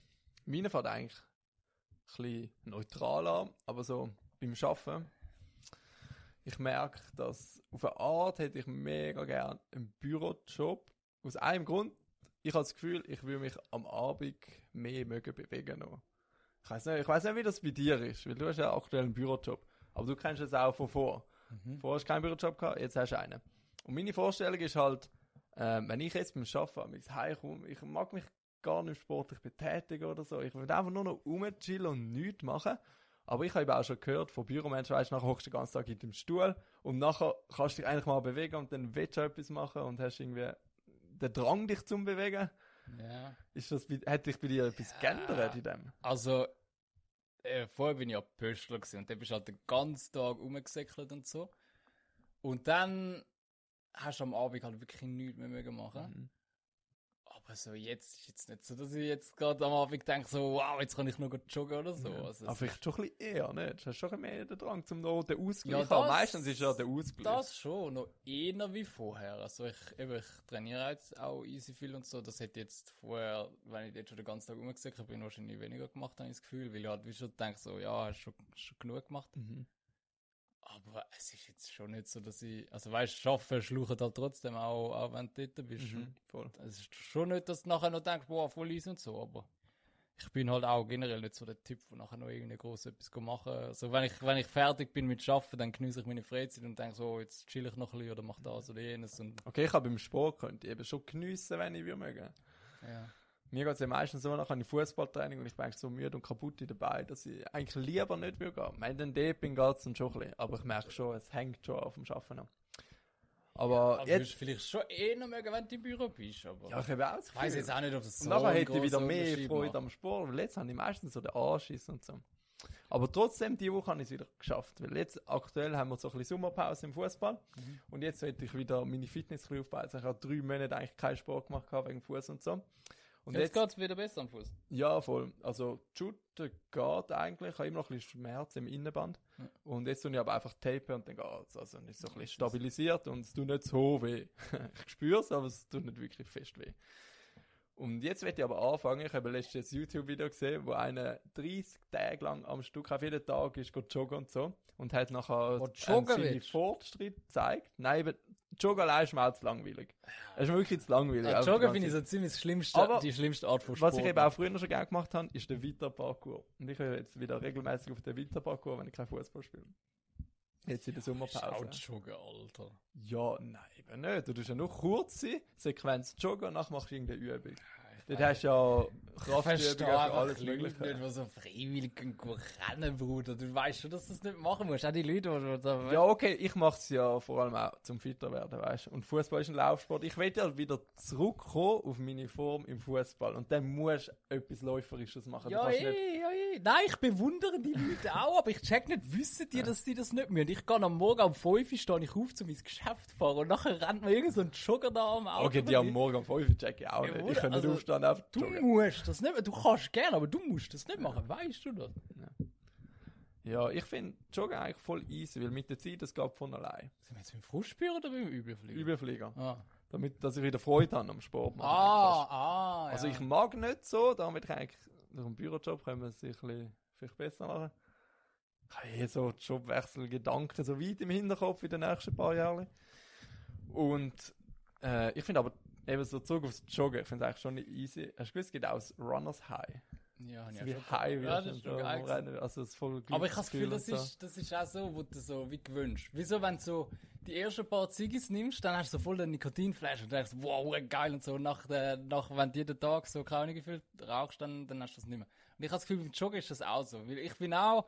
Speaker 3: meine fährt eigentlich ein bisschen neutral an, aber so beim Arbeiten. Ich merke, dass auf eine Art hätte ich mega gern einen Bürojob. Aus einem Grund, ich habe das Gefühl, ich würde mich am Abend mehr mögen bewegen noch. Ich weiß nicht, ich weiß nicht, wie das bei dir ist, weil du hast ja aktuell einen Bürojob. Aber du kennst es auch von vor.
Speaker 2: Mhm.
Speaker 3: Vorher hast du keinen Bürojob gehabt, jetzt hast du einen. Und meine Vorstellung ist halt, ähm, wenn ich jetzt beim Arbeiten mit heimkomme, ich mag mich gar nicht sportlich betätigen oder so. Ich will einfach nur noch rumchillen und nichts machen. Aber ich habe eben auch schon gehört von Büromenschen, weißt du, nachher hockst du den ganzen Tag in dem Stuhl und nachher kannst du dich eigentlich mal bewegen und dann willst du etwas machen und hast irgendwie den Drang, dich zu bewegen.
Speaker 2: du? Ja.
Speaker 3: Ist das, bei- hat sich bei dir etwas
Speaker 2: Ja.
Speaker 3: geändert in dem?
Speaker 2: Also, äh, vorher bin ich ja Pöstler gewesen und dann bist du halt den ganzen Tag rumgesäckelt und so. Und dann hast du am Abend halt wirklich nichts mehr mögen machen.
Speaker 3: Mhm.
Speaker 2: Aber so jetzt ist jetzt nicht so, dass ich jetzt gerade am Abend denke, so, wow, jetzt kann ich noch gut joggen oder so.
Speaker 3: Ja.
Speaker 2: Also,
Speaker 3: Aber
Speaker 2: es
Speaker 3: vielleicht schon ein bisschen eher, nicht? Du hast schon ein bisschen mehr den Drang, zum noch den Ausgleich
Speaker 2: Ja,
Speaker 3: zu haben.
Speaker 2: das-
Speaker 3: Meistens ist ja der Ausgleich.
Speaker 2: Das schon, noch eher wie vorher. Also ich, eben, ich trainiere jetzt auch easy viel und so. Das hätte jetzt vorher, wenn ich jetzt schon den ganzen Tag rumgesäckelt bin, wahrscheinlich weniger gemacht, habe ich das Gefühl. Weil ich halt wie schon denke, so, ja, hast schon, schon genug gemacht.
Speaker 3: Mhm.
Speaker 2: Aber es ist jetzt schon nicht so, dass ich, also weißt du, Arbeiten schluchert halt trotzdem auch, auch wenn du dort bist.
Speaker 3: Mhm. Voll.
Speaker 2: Es ist schon nicht, dass du nachher noch denkst, boah, voll easy und so, aber ich bin halt auch generell nicht so der Typ, der nachher noch irgendwie groß etwas machen kann. Also wenn ich, wenn ich fertig bin mit Arbeiten, dann genieße ich meine Freizeit und denke so, oh, jetzt chill ich noch ein bisschen oder mach das oder jenes und
Speaker 3: Okay, ich habe beim Sport könnte ich eben schon geniessen, wenn ich will mögen.
Speaker 2: ja.
Speaker 3: Mir geht es ja meistens so nach einem Fußballtraining und ich bin eigentlich so müde und kaputt in den Beinen, dass ich eigentlich lieber nicht will gehen. Wenn dann dort bin, geht es dann schon ein bisschen. Aber ich merke schon, es hängt schon auf dem Schaffen an. Aber
Speaker 2: Also würdest
Speaker 3: jetzt,
Speaker 2: du vielleicht schon eh noch mögen, wenn du im Büro bist, aber
Speaker 3: ja, ich habe auch das
Speaker 2: ich weiß
Speaker 3: Gefühl.
Speaker 2: jetzt auch nicht, ob das so
Speaker 3: Und nachher
Speaker 2: einen
Speaker 3: hätte ich wieder
Speaker 2: grossen
Speaker 3: mehr
Speaker 2: Unterschied
Speaker 3: Freude
Speaker 2: macht.
Speaker 3: am Sport, weil jetzt habe ich meistens so den Anschiss und so. Aber trotzdem, diese Woche habe ich es wieder geschafft, weil jetzt aktuell haben wir so ein bisschen Sommerpause im Fußball
Speaker 2: Mhm.
Speaker 3: und jetzt sollte ich wieder meine Fitness ein bisschen aufbauen. Also ich habe drei Monate eigentlich keinen Sport gemacht gehabt wegen Fuß und so. Und
Speaker 2: Jetzt geht es wieder besser am Fuß.
Speaker 3: ja, voll. Also, die Schulter geht eigentlich. Ich habe immer noch ein bisschen Schmerz im Innenband.
Speaker 2: Ja.
Speaker 3: Und jetzt tue ich aber einfach tapen und dann geht's. Also, nicht so ein bisschen stabilisiert und es tut nicht so weh. ich spüre es, aber es tut nicht wirklich fest weh. Und jetzt werde ich aber anfangen. Ich habe letztes YouTube-Video gesehen, wo einer 30 Tage lang am Stück, auf jeden Tag ist, geht joggen und so. Und hat nachher
Speaker 2: Wo
Speaker 3: ähm,
Speaker 2: joggen
Speaker 3: seine
Speaker 2: willst?
Speaker 3: Fortschritte gezeigt. Nein, eben, joggen allein ist mir auch zu langweilig. Es ist mir wirklich zu langweilig.
Speaker 2: Ja,
Speaker 3: Also,
Speaker 2: Joggen
Speaker 3: die
Speaker 2: finde ich
Speaker 3: ganze-
Speaker 2: so ziemlich das schlimmste,
Speaker 3: Aber
Speaker 2: die schlimmste Art von Sport.
Speaker 3: was ich eben auch früher schon gerne gemacht habe, ist der Winterparcours. Und ich höre jetzt wieder regelmäßig auf den Winterparcours, wenn ich kein Fußball spiele. Jetzt in der
Speaker 2: Schaut
Speaker 3: Sommerpause.
Speaker 2: Joggen, Alter.
Speaker 3: Ja, nein, eben nicht. Du tust ja nur kurze Sequenz joggen und danach machst du irgendeine Übung.
Speaker 2: Ja,
Speaker 3: Dort hast du ja
Speaker 2: Ich
Speaker 3: Kraftübungen
Speaker 2: verstehe
Speaker 3: für
Speaker 2: einfach
Speaker 3: alles
Speaker 2: die Leute nicht,
Speaker 3: Mögliche.
Speaker 2: die so freiwillig gehen rennen, Bruder. Du weißt schon, dass du das nicht machen musst. Auch die Leute, die- die da...
Speaker 3: Ja, okay, ich mache es ja vor allem auch zum fitter werden, weißt du. Und Fußball ist ein Laufsport. Ich will ja wieder zurückkommen auf meine Form im Fußball. Und dann musst du etwas Läuferisches machen. du
Speaker 2: Ja,
Speaker 3: kannst nicht.
Speaker 2: eh, ja, eh. Nein, ich bewundere die Leute auch, aber ich check nicht, wissen die, dass sie das nicht müssen. Ich gehe am Morgen um 5 Uhr stehe ich auf, zu meinem Geschäft zu fahren und nachher rennt mir irgend so ein Jogger da am Auto.
Speaker 3: Okay, die am Morgen um 5 Uhr check ich auch
Speaker 2: Ja,
Speaker 3: nicht. Ich
Speaker 2: Bruder,
Speaker 3: kann nicht
Speaker 2: also,
Speaker 3: aufstehen, einfach
Speaker 2: Du
Speaker 3: joggen.
Speaker 2: musst das nicht machen. Du kannst gerne, aber du musst das nicht machen, weißt du das?
Speaker 3: Ja, ich finde Joggen eigentlich voll easy, weil mit der Zeit, das geht von allein.
Speaker 2: Sind wir jetzt beim Frustbier oder beim Übelfliegen?
Speaker 3: Überflieger.
Speaker 2: Ah,
Speaker 3: Damit, dass ich wieder Freude habe am Sport machen.
Speaker 2: ah, ah
Speaker 3: Also
Speaker 2: ja.
Speaker 3: ich mag nicht so, damit kann ich nach dem Bürojob können wir es sich ein bisschen vielleicht besser machen. Ich habe eh so Jobwechselgedanken so weit im Hinterkopf in den nächsten paar Jahren. Und äh, ich finde aber eben so Zug aufs Joggen, ich finde es eigentlich schon nicht easy. Hast du gewusst, es gibt auch das Runners High.
Speaker 2: Ja, hab ich
Speaker 3: Also
Speaker 2: auch
Speaker 3: wie
Speaker 2: schon
Speaker 3: high
Speaker 2: gehört. Ja, das
Speaker 3: wirst und
Speaker 2: ist schon
Speaker 3: so
Speaker 2: geil.
Speaker 3: am
Speaker 2: gewesen.
Speaker 3: Rennen, Also das voll
Speaker 2: Aber ich habe das Gefühl,
Speaker 3: Glücksgefühl
Speaker 2: das
Speaker 3: und so.
Speaker 2: ist, das ist auch so, wo du so wie gewünscht. Wieso, wenn du so die ersten paar Ziggis nimmst, dann hast du so voll den Nikotinflash und denkst, wow, hure geil und so. Und Nach, der, nach, wenn du jeden Tag so keine Ahnung gefühlt rauchst, dann, dann hast du das nicht mehr. Und ich habe das Gefühl, beim Joggen ist das auch so. Weil ich bin auch,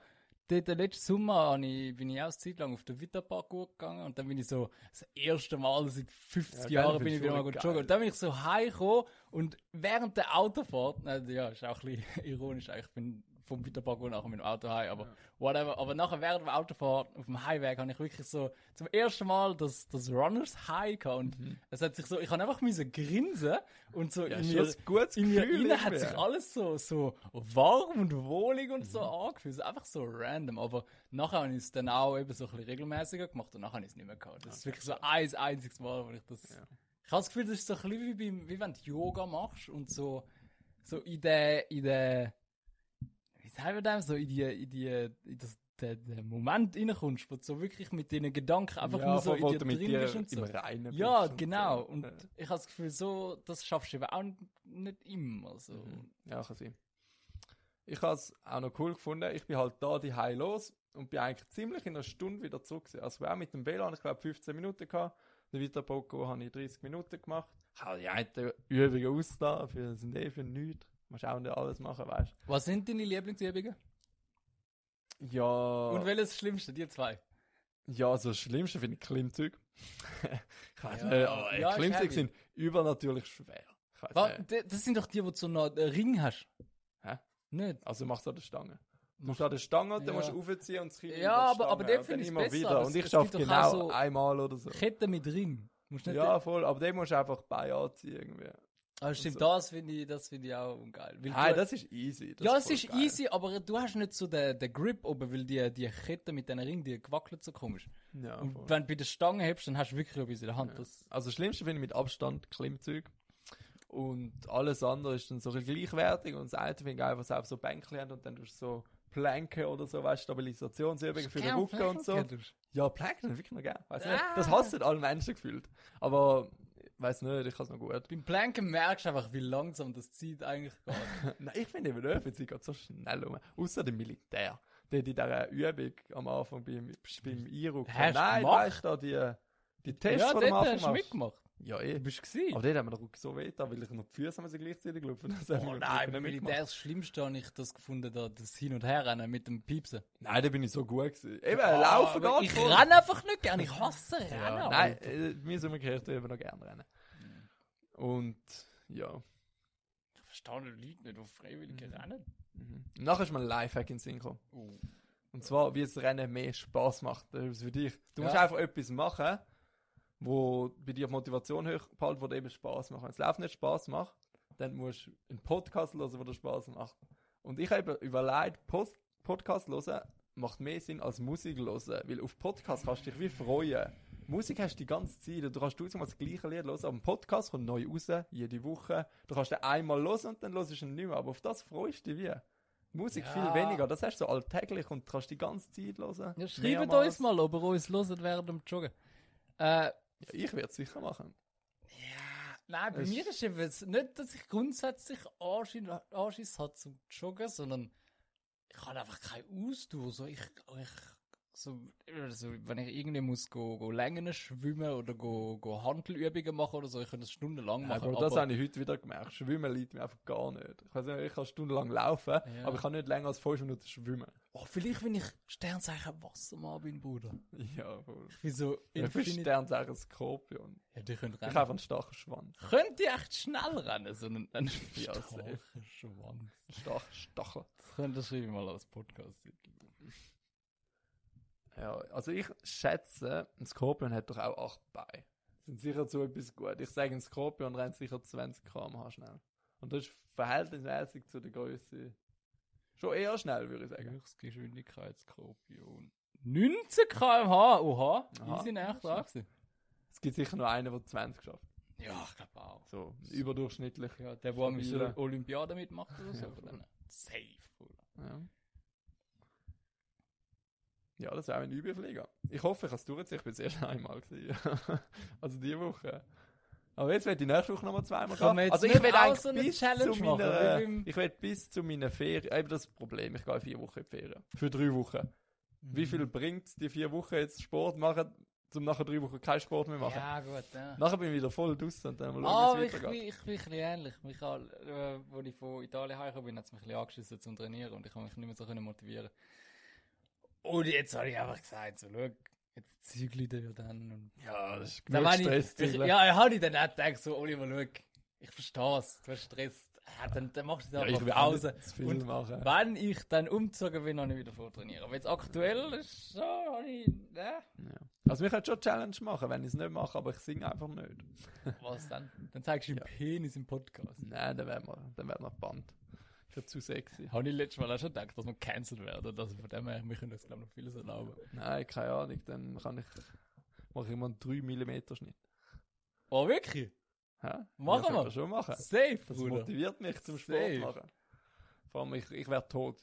Speaker 2: den, den letzten Sommer hab ich, bin ich auch eine Zeit lang auf den Vitapark gegangen und dann bin ich so, das erste Mal seit 50
Speaker 3: Ja, geil,
Speaker 2: Jahren bin
Speaker 3: find's
Speaker 2: ich wieder mal
Speaker 3: hure
Speaker 2: gut
Speaker 3: geil.
Speaker 2: joggen. Und dann bin ich so heimgekommen und während der Autofahrt, na, ja, ist auch ein bisschen ironisch, eigentlich, ich bin vom Vitapark nachher mit dem Auto heim, aber whatever. Aber nachher während der Autofahrt auf dem Highway habe ich wirklich so zum ersten Mal das, das Runners High gehabt und es hat sich so, ich habe einfach müssen grinsen und so
Speaker 3: Mhm. ja,
Speaker 2: in
Speaker 3: ist schon
Speaker 2: mir,
Speaker 3: ein gutes
Speaker 2: in mir
Speaker 3: Gefühl.
Speaker 2: innen hat
Speaker 3: irgendwie.
Speaker 2: sich alles so, so warm und wohlig und
Speaker 3: Mhm.
Speaker 2: so angefühlt. Einfach so random. Aber nachher habe ich es dann auch eben so ein bisschen regelmäßiger gemacht und nachher habe ich es nicht mehr gehabt. Das ist wirklich so ein einziges Mal, wo ich das. Ich habe das Gefühl, das ist so ein bisschen wie, beim, wie wenn du Yoga machst und so, so in der, in der, wie sagen wir dem, so in die, in die, in das, den, den Moment reinkommst, wo du so wirklich mit deinen Gedanken einfach
Speaker 3: ja,
Speaker 2: nur so
Speaker 3: wo
Speaker 2: in dir
Speaker 3: du mit
Speaker 2: drin
Speaker 3: dir
Speaker 2: bist und so.
Speaker 3: im Reinen
Speaker 2: Ja,
Speaker 3: bist und so.
Speaker 2: genau. Und
Speaker 3: Ja.
Speaker 2: ich habe das Gefühl, so, das schaffst du eben auch nicht immer. So.
Speaker 3: Ja, kann sein. Ich habe es auch noch cool gefunden. Ich bin halt da die High los und bin eigentlich ziemlich in einer Stunde wieder zurück. gewesen. Also auch mit dem Velo habe ich glaube 15 Minuten gehabt. Den weiteren Poco habe ich 30 Minuten gemacht. Ich habe die eine Übung ausgetan, für das sind eh für nichts. Man muss auch nicht alles machen, weißt
Speaker 2: Was sind deine Lieblingsübungen?
Speaker 3: du. Ja.
Speaker 2: Und welches ist das Schlimmste? Die zwei?
Speaker 3: Ja, also das Schlimmste finde ich Klimmzüge. ich weiß
Speaker 2: Ja.
Speaker 3: nicht, aber äh,
Speaker 2: Ja, ist
Speaker 3: Klimmzüge
Speaker 2: heavy.
Speaker 3: sind übernatürlich schwer. Ich weiß
Speaker 2: Wa-
Speaker 3: nicht.
Speaker 2: d- Das sind doch die, wo du so einen äh, Ring hast.
Speaker 3: Hä?
Speaker 2: Nicht?
Speaker 3: Also machst du an der Stange. Du musst an der Stange, dann
Speaker 2: Ja.
Speaker 3: musst du aufziehen und das
Speaker 2: Ja,
Speaker 3: Kind über die
Speaker 2: aber- aber
Speaker 3: Stange
Speaker 2: den
Speaker 3: und
Speaker 2: finde
Speaker 3: dann
Speaker 2: ich
Speaker 3: immer
Speaker 2: besser,
Speaker 3: wieder.
Speaker 2: aber
Speaker 3: und
Speaker 2: es-
Speaker 3: ich
Speaker 2: es
Speaker 3: schaffe
Speaker 2: gibt doch
Speaker 3: genau
Speaker 2: auch so-
Speaker 3: einmal oder so.
Speaker 2: Kette mit Ring. Musst nicht
Speaker 3: Ja, voll, aber den musst du einfach bei anziehen irgendwie.
Speaker 2: Ah, stimmt,
Speaker 3: so.
Speaker 2: das finde ich, das finde ich auch ungeil. Weil
Speaker 3: Nein,
Speaker 2: du-
Speaker 3: das ist easy. Das
Speaker 2: ja,
Speaker 3: voll
Speaker 2: es ist
Speaker 3: geil.
Speaker 2: easy, aber du hast nicht so den, den Grip oben, weil die, die Kette mit diesen Ring, die gewackelt so komisch.
Speaker 3: Ja,
Speaker 2: Und
Speaker 3: Ah, voll.
Speaker 2: wenn du bei der Stange hebst, dann hast du wirklich etwas in der Hand. Das,
Speaker 3: Also das Schlimmste finde ich mit Abstand Klimmzüge. Und alles andere ist dann so ein bisschen gleichwertig. Und das eine finde ich einfach, dass auf so Bänkchen haben und dann tust du so Planken oder so, weißt du, Stabilisationsübungen für den Rücken und so. Ja, Planken habe ich wirklich noch gern. Weiss nicht,
Speaker 2: Ah.
Speaker 3: das hassen alle Menschen gefühlt. Aber, weiß nicht, ich kann es noch gut.
Speaker 2: Beim Planken merkst du einfach, wie langsam das Zeit eigentlich geht.
Speaker 3: Nein, ich finde eben nicht, weil sie geht so schnell um. Außer dem Militär. Der hat in dieser Übung am Anfang beim, beim Einrücken.
Speaker 2: Hast du
Speaker 3: Nein,
Speaker 2: gemacht?
Speaker 3: weißt du, da die, die Tests
Speaker 2: ja,
Speaker 3: von am
Speaker 2: dort
Speaker 3: Anfang
Speaker 2: hast du
Speaker 3: machst.
Speaker 2: mitgemacht.
Speaker 3: Ja, eh.
Speaker 2: Du bist gesehen.
Speaker 3: Aber dort haben wir den Rücken so weh, getan, weil ich noch die Füße haben wir sie gleichzeitig gelaufen. Das haben wir
Speaker 2: Oh
Speaker 3: natürlich
Speaker 2: nein,
Speaker 3: nicht
Speaker 2: beim
Speaker 3: mitgemacht.
Speaker 2: Militär das Schlimmste habe ich das gefunden, da, das Hin- und Herrennen mit dem Piepsen.
Speaker 3: Nein, da bin ich so gut gewesen. Eben,
Speaker 2: Ah,
Speaker 3: laufen
Speaker 2: aber
Speaker 3: geht
Speaker 2: Ich
Speaker 3: voll.
Speaker 2: renne einfach nicht gerne, ich hasse Rennen.
Speaker 3: Ja,
Speaker 2: aber-
Speaker 3: nein, äh, wir sind umgekehrt, da eben noch gerne rennen. Und, ja.
Speaker 2: Ich verstehe die Leute nicht, die freiwillig rennen.
Speaker 3: Mhm. Und Nachher ist mir ein Lifehack in den Sinn gekommen.
Speaker 2: Oh.
Speaker 3: Und zwar, wie es Rennen mehr Spaß macht. Das ist für dich. Du musst
Speaker 2: Ja.
Speaker 3: einfach etwas machen, wo bei dir die Motivation hoch behält, wo dir eben Spaß macht. Wenn es Laufen nicht Spaß macht, dann musst du einen Podcast hören, wo dir Spaß macht. Und ich habe überlegt, Post Podcast hören macht mehr Sinn als Musik hören, weil auf Podcast kannst du dich wie freuen. Musik hast du die ganze Zeit, und du kannst tausendmal das gleiche Lied hören, aber ein Podcast kommt neu raus, jede Woche. Du kannst den einmal hören und dann hörst du ihn nicht mehr, aber auf das freust du dich wie. Musik
Speaker 2: Ja.
Speaker 3: viel weniger, das hast du so alltäglich und kannst die ganze Zeit hören.
Speaker 2: Ja, schreibt
Speaker 3: Mehrmals.
Speaker 2: uns mal, ob ihr uns hört während dem Joggen. Äh,
Speaker 3: Ja, ich werde es sicher machen.
Speaker 2: Nein, bei
Speaker 3: Es-
Speaker 2: mir ist eben jetzt nicht, dass ich grundsätzlich Anschiss, Anschiss habe zum Joggen, sondern ich habe einfach keine Ausdauer. So ich, ich So, also, wenn ich irgendwie muss go, go Längen schwimmen oder go, go Handelübungen machen oder so, ich könnte das stundenlang
Speaker 3: Nein,
Speaker 2: machen.
Speaker 3: Bro, das habe ich heute wieder gemerkt. Schwimmen liegt mir einfach gar nicht. Ich, weiss nicht, ich kann stundenlang laufen,
Speaker 2: Ja.
Speaker 3: aber ich kann nicht länger als 5 Minuten schwimmen.
Speaker 2: oh, vielleicht, wenn ich Sternzeichen Wassermann bin, Bruder.
Speaker 3: Ja, voll.
Speaker 2: Ich bin so
Speaker 3: Ich bin
Speaker 2: Infinite-
Speaker 3: Sternzeichen Skorpion.
Speaker 2: Ja, die können
Speaker 3: Ich
Speaker 2: rennen.
Speaker 3: habe einen starken Schwanz.
Speaker 2: Könnt ihr echt schnell rennen, so einen, einen
Speaker 3: Ja,
Speaker 2: starken
Speaker 3: safe.
Speaker 2: Schwanz.
Speaker 3: Starken Stachel.
Speaker 2: Das könnt ihr schreiben mal als Podcast-Titel.
Speaker 3: Ja, also ich schätze, ein Skorpion hat doch auch 8 Beine. Sind sicher zu etwas gut. Ich sage, ein Skorpion rennt sicher 20 km/h schnell. Und das ist verhältnismäßig zu der Größe. Schon eher schnell, würde ich sagen.
Speaker 2: Höchstgeschwindigkeitsskorpion. 19 km/h, oha,
Speaker 3: Aha.
Speaker 2: easy Nacht da gewesen.
Speaker 3: Es gibt sicher noch einen, der 20 schafft.
Speaker 2: Ja, ich glaube auch.
Speaker 3: So, überdurchschnittlich.
Speaker 2: Ja, der, der mit
Speaker 3: Stabile.
Speaker 2: der Olympiade mitmacht oder so.
Speaker 3: Ja,
Speaker 2: von
Speaker 3: voll.
Speaker 2: denen. Safe, Bruder.
Speaker 3: Ja. Ja, das wäre auch ein Überflieger. Ich hoffe, ich kann es durchziehen. Ich bin das erste einmal gewesen. also diese Woche. Aber jetzt werde ich nächste Woche nochmal zweimal
Speaker 2: Kann man jetzt
Speaker 3: Also ich
Speaker 2: nicht
Speaker 3: will
Speaker 2: auch
Speaker 3: eigentlich
Speaker 2: so eine
Speaker 3: bis
Speaker 2: Challenge
Speaker 3: zu
Speaker 2: machen,
Speaker 3: meiner,
Speaker 2: wie beim-
Speaker 3: ich will bis zu meiner Ferien, eben das ist das Problem, ich gehe vier Wochen in die Ferien. Für drei Wochen.
Speaker 2: Mhm.
Speaker 3: Wie viel bringt die vier Wochen jetzt Sport machen, um nachher drei Wochen keinen Sport mehr machen?
Speaker 2: Ja, gut, ja.
Speaker 3: Nachher bin ich wieder voll draussen und dann mal
Speaker 2: Ah,
Speaker 3: schauen,
Speaker 2: aber
Speaker 3: wie es
Speaker 2: ich, bin,
Speaker 3: weitergeht.
Speaker 2: ich bin ein bisschen ähnlich. Mich all, äh, als ich von Italien heimgekommen bin, hat es mich ein bisschen angeschissen zum Trainieren und ich habe mich nicht mehr so können motivieren. Und jetzt habe ich einfach gesagt, so, schau, jetzt zügle ich dir dann. Und
Speaker 3: Ja, das ist
Speaker 2: dann
Speaker 3: genug
Speaker 2: meine
Speaker 3: Stress.
Speaker 2: ich, ich,
Speaker 3: Zügeln.
Speaker 2: ja, ich habe dann auch gedacht, so, Oliver, schau, ich verstehe es, du hast Stress. Ah, dann, dann machst du
Speaker 3: Ja,
Speaker 2: jetzt
Speaker 3: ich
Speaker 2: einfach
Speaker 3: will auch
Speaker 2: Pause.
Speaker 3: nicht zu viel
Speaker 2: Und
Speaker 3: machen.
Speaker 2: wenn ich dann umgezogen bin, habe ich wieder vortrainieren. Aber jetzt aktuell ist so, habe ich, ne?
Speaker 3: Also wir können schon Challenge machen, wenn ich es nicht mache, aber ich singe einfach nicht.
Speaker 2: Was dann? Dann zeigst du den Penis im Podcast.
Speaker 3: Nein, dann werden wir, dann werden wir gebannt. Für zu sexy.
Speaker 2: Habe ich letztes Mal auch schon gedacht, dass wir gecancelt werden. Also von dem her, wir können das glaube ich noch vieles erlauben.
Speaker 3: Nein, keine Ahnung, dann kann ich, mache ich immer einen 3 mm Schnitt.
Speaker 2: Oh, wirklich?
Speaker 3: Hä?
Speaker 2: Machen
Speaker 3: Ja, können
Speaker 2: wir.
Speaker 3: wir schon machen.
Speaker 2: Safe,
Speaker 3: Das
Speaker 2: Bruder.
Speaker 3: motiviert mich zum
Speaker 2: Safe.
Speaker 3: Sport machen. Vor allem, ich, ich wäre tot.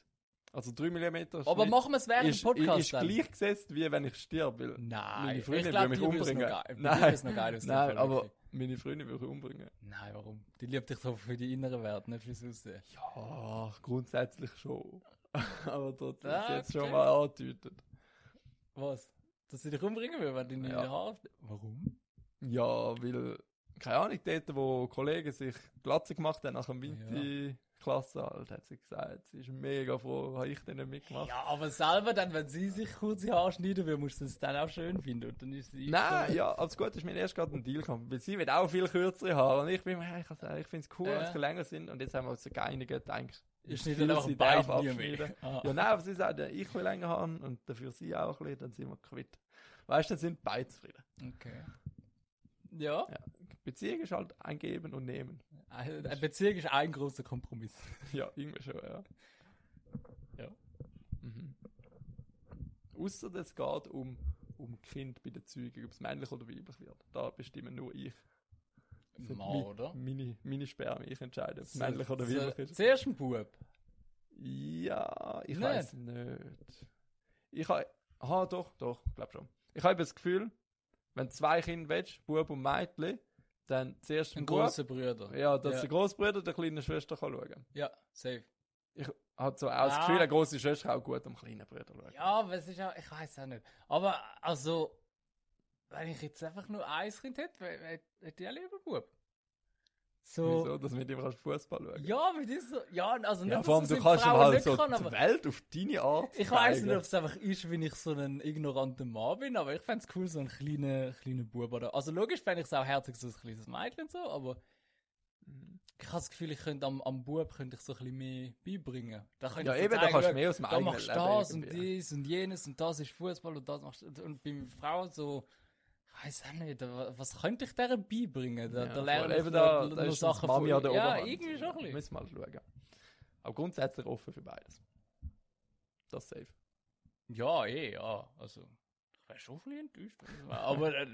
Speaker 3: Also 3 mm Schnitt
Speaker 2: Aber machen wir es während
Speaker 3: ist,
Speaker 2: dem Podcast
Speaker 3: ist
Speaker 2: dann?
Speaker 3: gleich gesetzt, wie wenn ich sterbe. Weil
Speaker 2: Nein,
Speaker 3: meine Freunde
Speaker 2: ich glaube,
Speaker 3: würden mich
Speaker 2: die würden es noch
Speaker 3: umbringen.
Speaker 2: geil- die
Speaker 3: Nein.
Speaker 2: würden es noch geil aussehen,
Speaker 3: Nein,
Speaker 2: voll
Speaker 3: aber
Speaker 2: wirklich.
Speaker 3: meine Freunde würden ich umbringen.
Speaker 2: Nein, warum? Die liebt dich doch für die innere Werte, nicht fürs Aussehen.
Speaker 3: Ja, grundsätzlich schon. aber trotzdem ist
Speaker 2: Ah,
Speaker 3: jetzt schon
Speaker 2: okay.
Speaker 3: mal angedeutet.
Speaker 2: Was? Dass sie dich umbringen will, wenn du in
Speaker 3: Ja.
Speaker 2: deine Haare... Warum?
Speaker 3: Ja, weil, keine Ahnung, dort, wo Kollegen sich Glatze gemacht haben nach dem Winti-Klasse, halt, hat sie gesagt, sie ist mega froh, habe ich denn nicht mitgemacht.
Speaker 2: Ja, aber selber dann, wenn sie sich kurze Haare schneiden will, musst du es dann auch schön finden. Und dann ist sie...
Speaker 3: Nein, ja, als gut ist mir erst gerade ein Deal gekommen, weil sie will auch viel kürzere Haare und ich bin, hey, ich, kann- ich finde es cool,
Speaker 2: Ja.
Speaker 3: dass sie länger sind und jetzt haben wir uns geeinigt, eigentlich.
Speaker 2: Ich
Speaker 3: viel
Speaker 2: schneide dann einfach
Speaker 3: sie darf
Speaker 2: beide nie mehr.
Speaker 3: abschneiden.
Speaker 2: Ah.
Speaker 3: Ja, nein, aber sie sagt, ja, ich will länger haben und dafür sie auch ein bisschen, dann sind wir quitt. Weißt du, dann sind beide zufrieden.
Speaker 2: Okay. Ja,
Speaker 3: Beziehung ist halt ein Geben und Nehmen.
Speaker 2: eine Beziehung ist Äh, ein großer Kompromiss.
Speaker 3: Ja, irgendwie schon, ja.
Speaker 2: Ja.
Speaker 3: Mhm. Außer es geht um, um Kind bei der Zeugung, ob es männlich oder weiblich wird. Da bestimme nur ich. Das sind
Speaker 2: Mal,
Speaker 3: mi-
Speaker 2: oder?
Speaker 3: Meine, meine Sperme, ich entscheide, ob es
Speaker 2: So-
Speaker 3: männlich oder
Speaker 2: so-
Speaker 3: weiblich ist.
Speaker 2: Zuerst ein Bub.
Speaker 3: Ja, ich
Speaker 2: Nicht?
Speaker 3: weiß nicht. Ich habe. Aha, doch, doch, ich glaube schon. Ich habe das Gefühl, wenn du zwei Kinder willst, Bub und Mädchen, dann zuerst
Speaker 2: Ein
Speaker 3: ein Bub.
Speaker 2: großer Bruder.
Speaker 3: Ja, dass
Speaker 2: Ja.
Speaker 3: der Großbruder der kleinen Schwester kann schauen kann.
Speaker 2: Ja, safe.
Speaker 3: Ich habe so auch
Speaker 2: Ja.
Speaker 3: das Gefühl, eine große Schwester kann auch gut am kleinen Bruder schauen.
Speaker 2: Ah. Ja, aber es ist auch, ich weiß auch nicht. Aber, also, wenn ich jetzt einfach nur ein Kind hätte, wär- wär- hätte ich auch lieber einen Bub. So.
Speaker 3: Wieso? Dass du mit ihm kannst Fußball schauen
Speaker 2: Ja, mit dieser, ja, also nicht,
Speaker 3: Ja,
Speaker 2: dass
Speaker 3: vor allem,
Speaker 2: es
Speaker 3: du
Speaker 2: mit
Speaker 3: kannst ihm
Speaker 2: Frauen
Speaker 3: halt
Speaker 2: nicht
Speaker 3: so
Speaker 2: kann,
Speaker 3: die
Speaker 2: aber
Speaker 3: Welt auf deine Art
Speaker 2: ich weiß nicht,
Speaker 3: zeigen.
Speaker 2: ob es einfach ist, wenn ich so ein ignoranter Mann bin, aber ich fände es cool, so einen kleinen, kleinen Bub. Oder, also logisch fände ich es auch herzig, so ein kleines Mädchen und so, aber ich habe das Gefühl, ich könnte am, am Bub könnte ich so ein bisschen mehr beibringen. Da könnte
Speaker 3: Ja,
Speaker 2: ich so
Speaker 3: eben, da
Speaker 2: zeigen,
Speaker 3: kannst du
Speaker 2: schau,
Speaker 3: mehr aus dem
Speaker 2: Da
Speaker 3: eigenen
Speaker 2: machst du
Speaker 3: Leben
Speaker 2: das und
Speaker 3: irgendwie.
Speaker 2: dies und jenes und das ist Fußball und das machst du. Und, und bei Frauen so, ich weiß auch nicht, wa- was könnte ich deren beibringen? Da,
Speaker 3: Ja,
Speaker 2: da
Speaker 3: voll.
Speaker 2: lernen halt
Speaker 3: Eben
Speaker 2: wir
Speaker 3: da,
Speaker 2: noch-
Speaker 3: da
Speaker 2: noch
Speaker 3: ist Sachen Mami an der
Speaker 2: Ja,
Speaker 3: Oberhand.
Speaker 2: irgendwie schon ein bisschen.
Speaker 3: Müssen wir mal schauen. Aber grundsätzlich offen für beides. Das ist safe.
Speaker 2: Ja, eh, ja. Also, ich wäre schon ein bisschen enttäuscht. wenn ich- Aber, äh,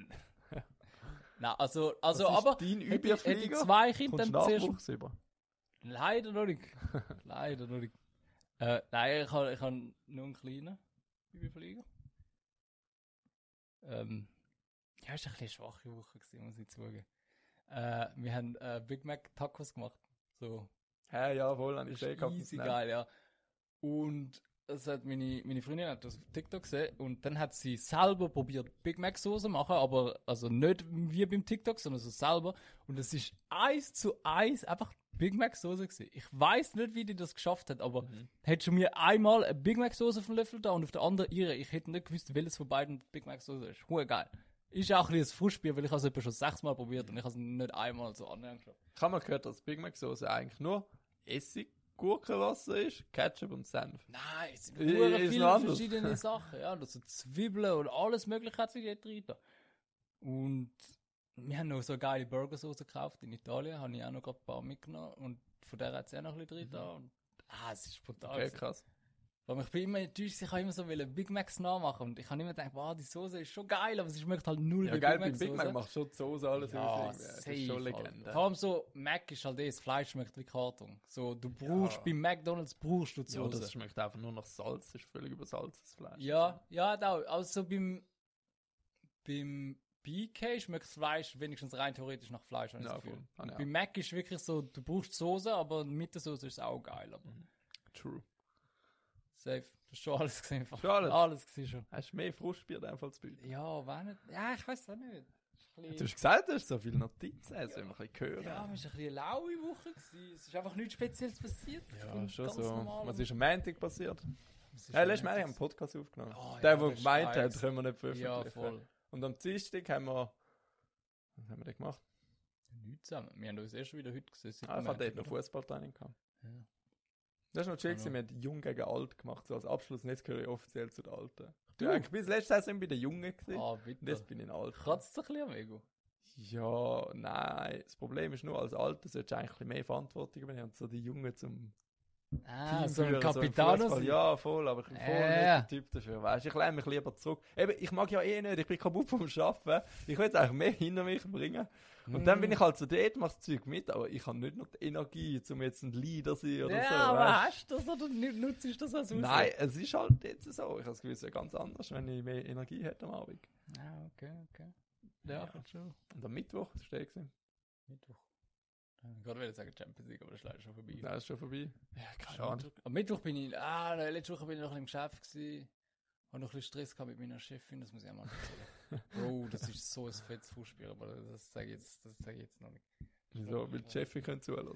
Speaker 2: Nein, also, also
Speaker 3: Was ist
Speaker 2: aber,
Speaker 3: dein
Speaker 2: hätte ich- hätte ich
Speaker 3: Überflieger?
Speaker 2: zwei Kinder dann
Speaker 3: Kommst du
Speaker 2: zuerst
Speaker 3: Nachwuchs über?
Speaker 2: Leider noch nicht. Leider noch nicht. Äh, nein, ich habe ich hab nur einen kleinen Überflieger. Ähm, ja, es war eine bisschen schwache Woche, gewesen, muss ich zugeben. Äh, wir haben äh, Big Mac Tacos gemacht. So,
Speaker 3: Hä, ja, voll, habe ich
Speaker 2: das
Speaker 3: gesehen.
Speaker 2: ist eh
Speaker 3: gehabt.
Speaker 2: easy
Speaker 3: Nein.
Speaker 2: geil, ja. Und das hat meine, meine Freundin hat das auf TikTok gesehen und dann hat sie selber probiert Big Mac Soße machen, aber also nicht wie beim TikTok, sondern so selber und es ist eins zu eins einfach Big Mac Soße gewesen. Ich weiß nicht, wie die das geschafft hat, aber
Speaker 3: Mhm.
Speaker 2: hättest du mir einmal eine Big Mac Soße auf den Löffel da und auf der anderen ihre, ich hätte nicht gewusst, welches von beiden Big Mac Soße ist. Hure geil. Ist auch ein bisschen ein Frustspiel, weil ich habe es etwa schon sechsmal probiert und ich habe es nicht einmal so annähernd geschafft.
Speaker 3: Ich habe mal gehört, dass Big Mac Soße eigentlich nur Essig, Gurkenwasser ist, Ketchup und Senf.
Speaker 2: Nein, es sind
Speaker 3: Äh,
Speaker 2: hure
Speaker 3: ist
Speaker 2: viele
Speaker 3: noch anders.
Speaker 2: verschiedene Sachen. Ja, das sind Zwiebeln und alles Mögliche hat sich dort rein. Und wir haben noch so geile Burgersoße gekauft in Italien, habe ich auch noch gerade ein paar mitgenommen. Und von der hat es auch noch ein bisschen drin. Und, ah, es ist brutal.
Speaker 3: Mhm. Okay,
Speaker 2: gewesen.
Speaker 3: krass.
Speaker 2: Weil ich bin immer enttäuscht, ich habe immer so wollen Big Macs nachmachen. Und ich habe immer gedacht, wow, die Soße ist schon geil, aber sie schmeckt halt null
Speaker 3: Ja,
Speaker 2: wie
Speaker 3: geil,
Speaker 2: Big
Speaker 3: beim
Speaker 2: Mac
Speaker 3: Big Mac
Speaker 2: Soße.
Speaker 3: macht schon die Soße alles
Speaker 2: Ja,
Speaker 3: irgendwie. Das ist
Speaker 2: safe,
Speaker 3: schon
Speaker 2: Alter.
Speaker 3: Legende.
Speaker 2: Vor allem so, Mac ist halt das, Fleisch schmeckt wie Karton. So, du brauchst, bei McDonalds brauchst du die
Speaker 3: Ja,
Speaker 2: Soße.
Speaker 3: das schmeckt einfach nur nach Salz, das ist völlig übersalztes Fleisch.
Speaker 2: Ja, ja, da. Also beim, beim BK schmeckt das Fleisch wenigstens rein theoretisch nach Fleisch. habe ich
Speaker 3: Ja,
Speaker 2: das Gefühl.
Speaker 3: voll. Ah, ja.
Speaker 2: Bei Mac ist wirklich so, du brauchst Soße, aber mit der Soße ist es auch geil. Aber
Speaker 3: Mhm. True.
Speaker 2: safe, das ist schon alles gesehen.
Speaker 3: Schon alles?
Speaker 2: Alles gesehen schon.
Speaker 3: Hast du mehr Frustbier einfach als Bild?
Speaker 2: Ja, wenn nicht. Ja, ich weiß auch nicht. Ist ein bisschen-
Speaker 3: Du hast gesagt, du hast so viele Notizen, also ja. ein bisschen hören.
Speaker 2: Ja, es war eine bisschen laue Woche. Gewesen. Es ist einfach nichts Spezielles passiert. Ich
Speaker 3: Ja,
Speaker 2: bin
Speaker 3: schon
Speaker 2: ganz
Speaker 3: so.
Speaker 2: normal.
Speaker 3: Was ist am Montag passiert?
Speaker 2: Es ist
Speaker 3: Ja, letztes
Speaker 2: ja
Speaker 3: Mal haben wir einen
Speaker 2: nichts.
Speaker 3: Podcast aufgenommen.
Speaker 2: Oh,
Speaker 3: der,
Speaker 2: ja,
Speaker 3: der
Speaker 2: das ist
Speaker 3: gemeint hat,
Speaker 2: scheiße.
Speaker 3: können wir nicht
Speaker 2: Ja,
Speaker 3: veröffentlichen.
Speaker 2: voll.
Speaker 3: Und am Dienstag haben wir... Was haben wir denn gemacht?
Speaker 2: Nichts zusammen. Wir haben uns erst wieder heute gesehen. seit
Speaker 3: Ah, ich
Speaker 2: dem
Speaker 3: hatte dort
Speaker 2: Montag,
Speaker 3: noch Fußballtraining gehabt.
Speaker 2: Ja.
Speaker 3: Das ist noch chill
Speaker 2: Hallo.
Speaker 3: gewesen, wir haben Jung gegen Alt gemacht, so als Abschluss. Und jetzt gehöre ich offiziell zu den Alten. Du?
Speaker 2: Du?
Speaker 3: eigentlich bis letzte Saison bei den Jungen gewesen.
Speaker 2: Ah,
Speaker 3: Und jetzt
Speaker 2: bitte.
Speaker 3: bin ich ein Alt.
Speaker 2: Kratzt es ein bisschen am Ego.
Speaker 3: Ja, nein. Das Problem ist nur, als Alter solltest du eigentlich ein bisschen mehr Verantwortung übernehmen und so die Jungen zum
Speaker 2: Ah, so
Speaker 3: Teamführer,
Speaker 2: ein
Speaker 3: im
Speaker 2: Capitano
Speaker 3: Fußball.
Speaker 2: sein.
Speaker 3: Ja, voll, aber ich bin voll
Speaker 2: Ja.
Speaker 3: nicht der Typ dafür. Weißt? du. Ich lehne mich lieber zurück. Eben, ich mag ja eh nicht, ich bin kaputt vom Arbeiten. Ich will jetzt eigentlich mehr hinter mich bringen. Und dann
Speaker 2: Mm.
Speaker 3: bin ich halt so dort, mache das Zeug mit, aber ich habe nicht noch die Energie, um jetzt ein Leader zu sein oder
Speaker 2: ja,
Speaker 3: so.
Speaker 2: aber
Speaker 3: weißt?
Speaker 2: hast du das oder nicht- nutzt du das als Ausrede?
Speaker 3: Nein, es ist halt jetzt so. Ich habe das Gefühl, es wäre ganz anders, wenn ich mehr Energie hätte am Abend.
Speaker 2: Ah, okay, okay.
Speaker 3: Ja.
Speaker 2: Ja, kommt schon.
Speaker 3: Und am Mittwoch, das war der. gewesen.
Speaker 2: Mittwoch. Ich wollte gerade sagen Champions League, aber das ist leider schon vorbei.
Speaker 3: Nein, ist schon vorbei.
Speaker 2: Ja, keine
Speaker 3: Schade.
Speaker 2: Ahnung. Am Mittwoch bin ich, ah, nein, letzte Woche bin ich noch ein bisschen im Geschäft gewesen. Habe noch ein bisschen Stress gehabt mit meiner Chefin, das muss ich auch mal erzählen. Bro, das ist so ein fettes Fußspiel, aber das sage ich jetzt, das sage ich jetzt noch nicht.
Speaker 3: Wieso? Weil die Chefin können zuhören.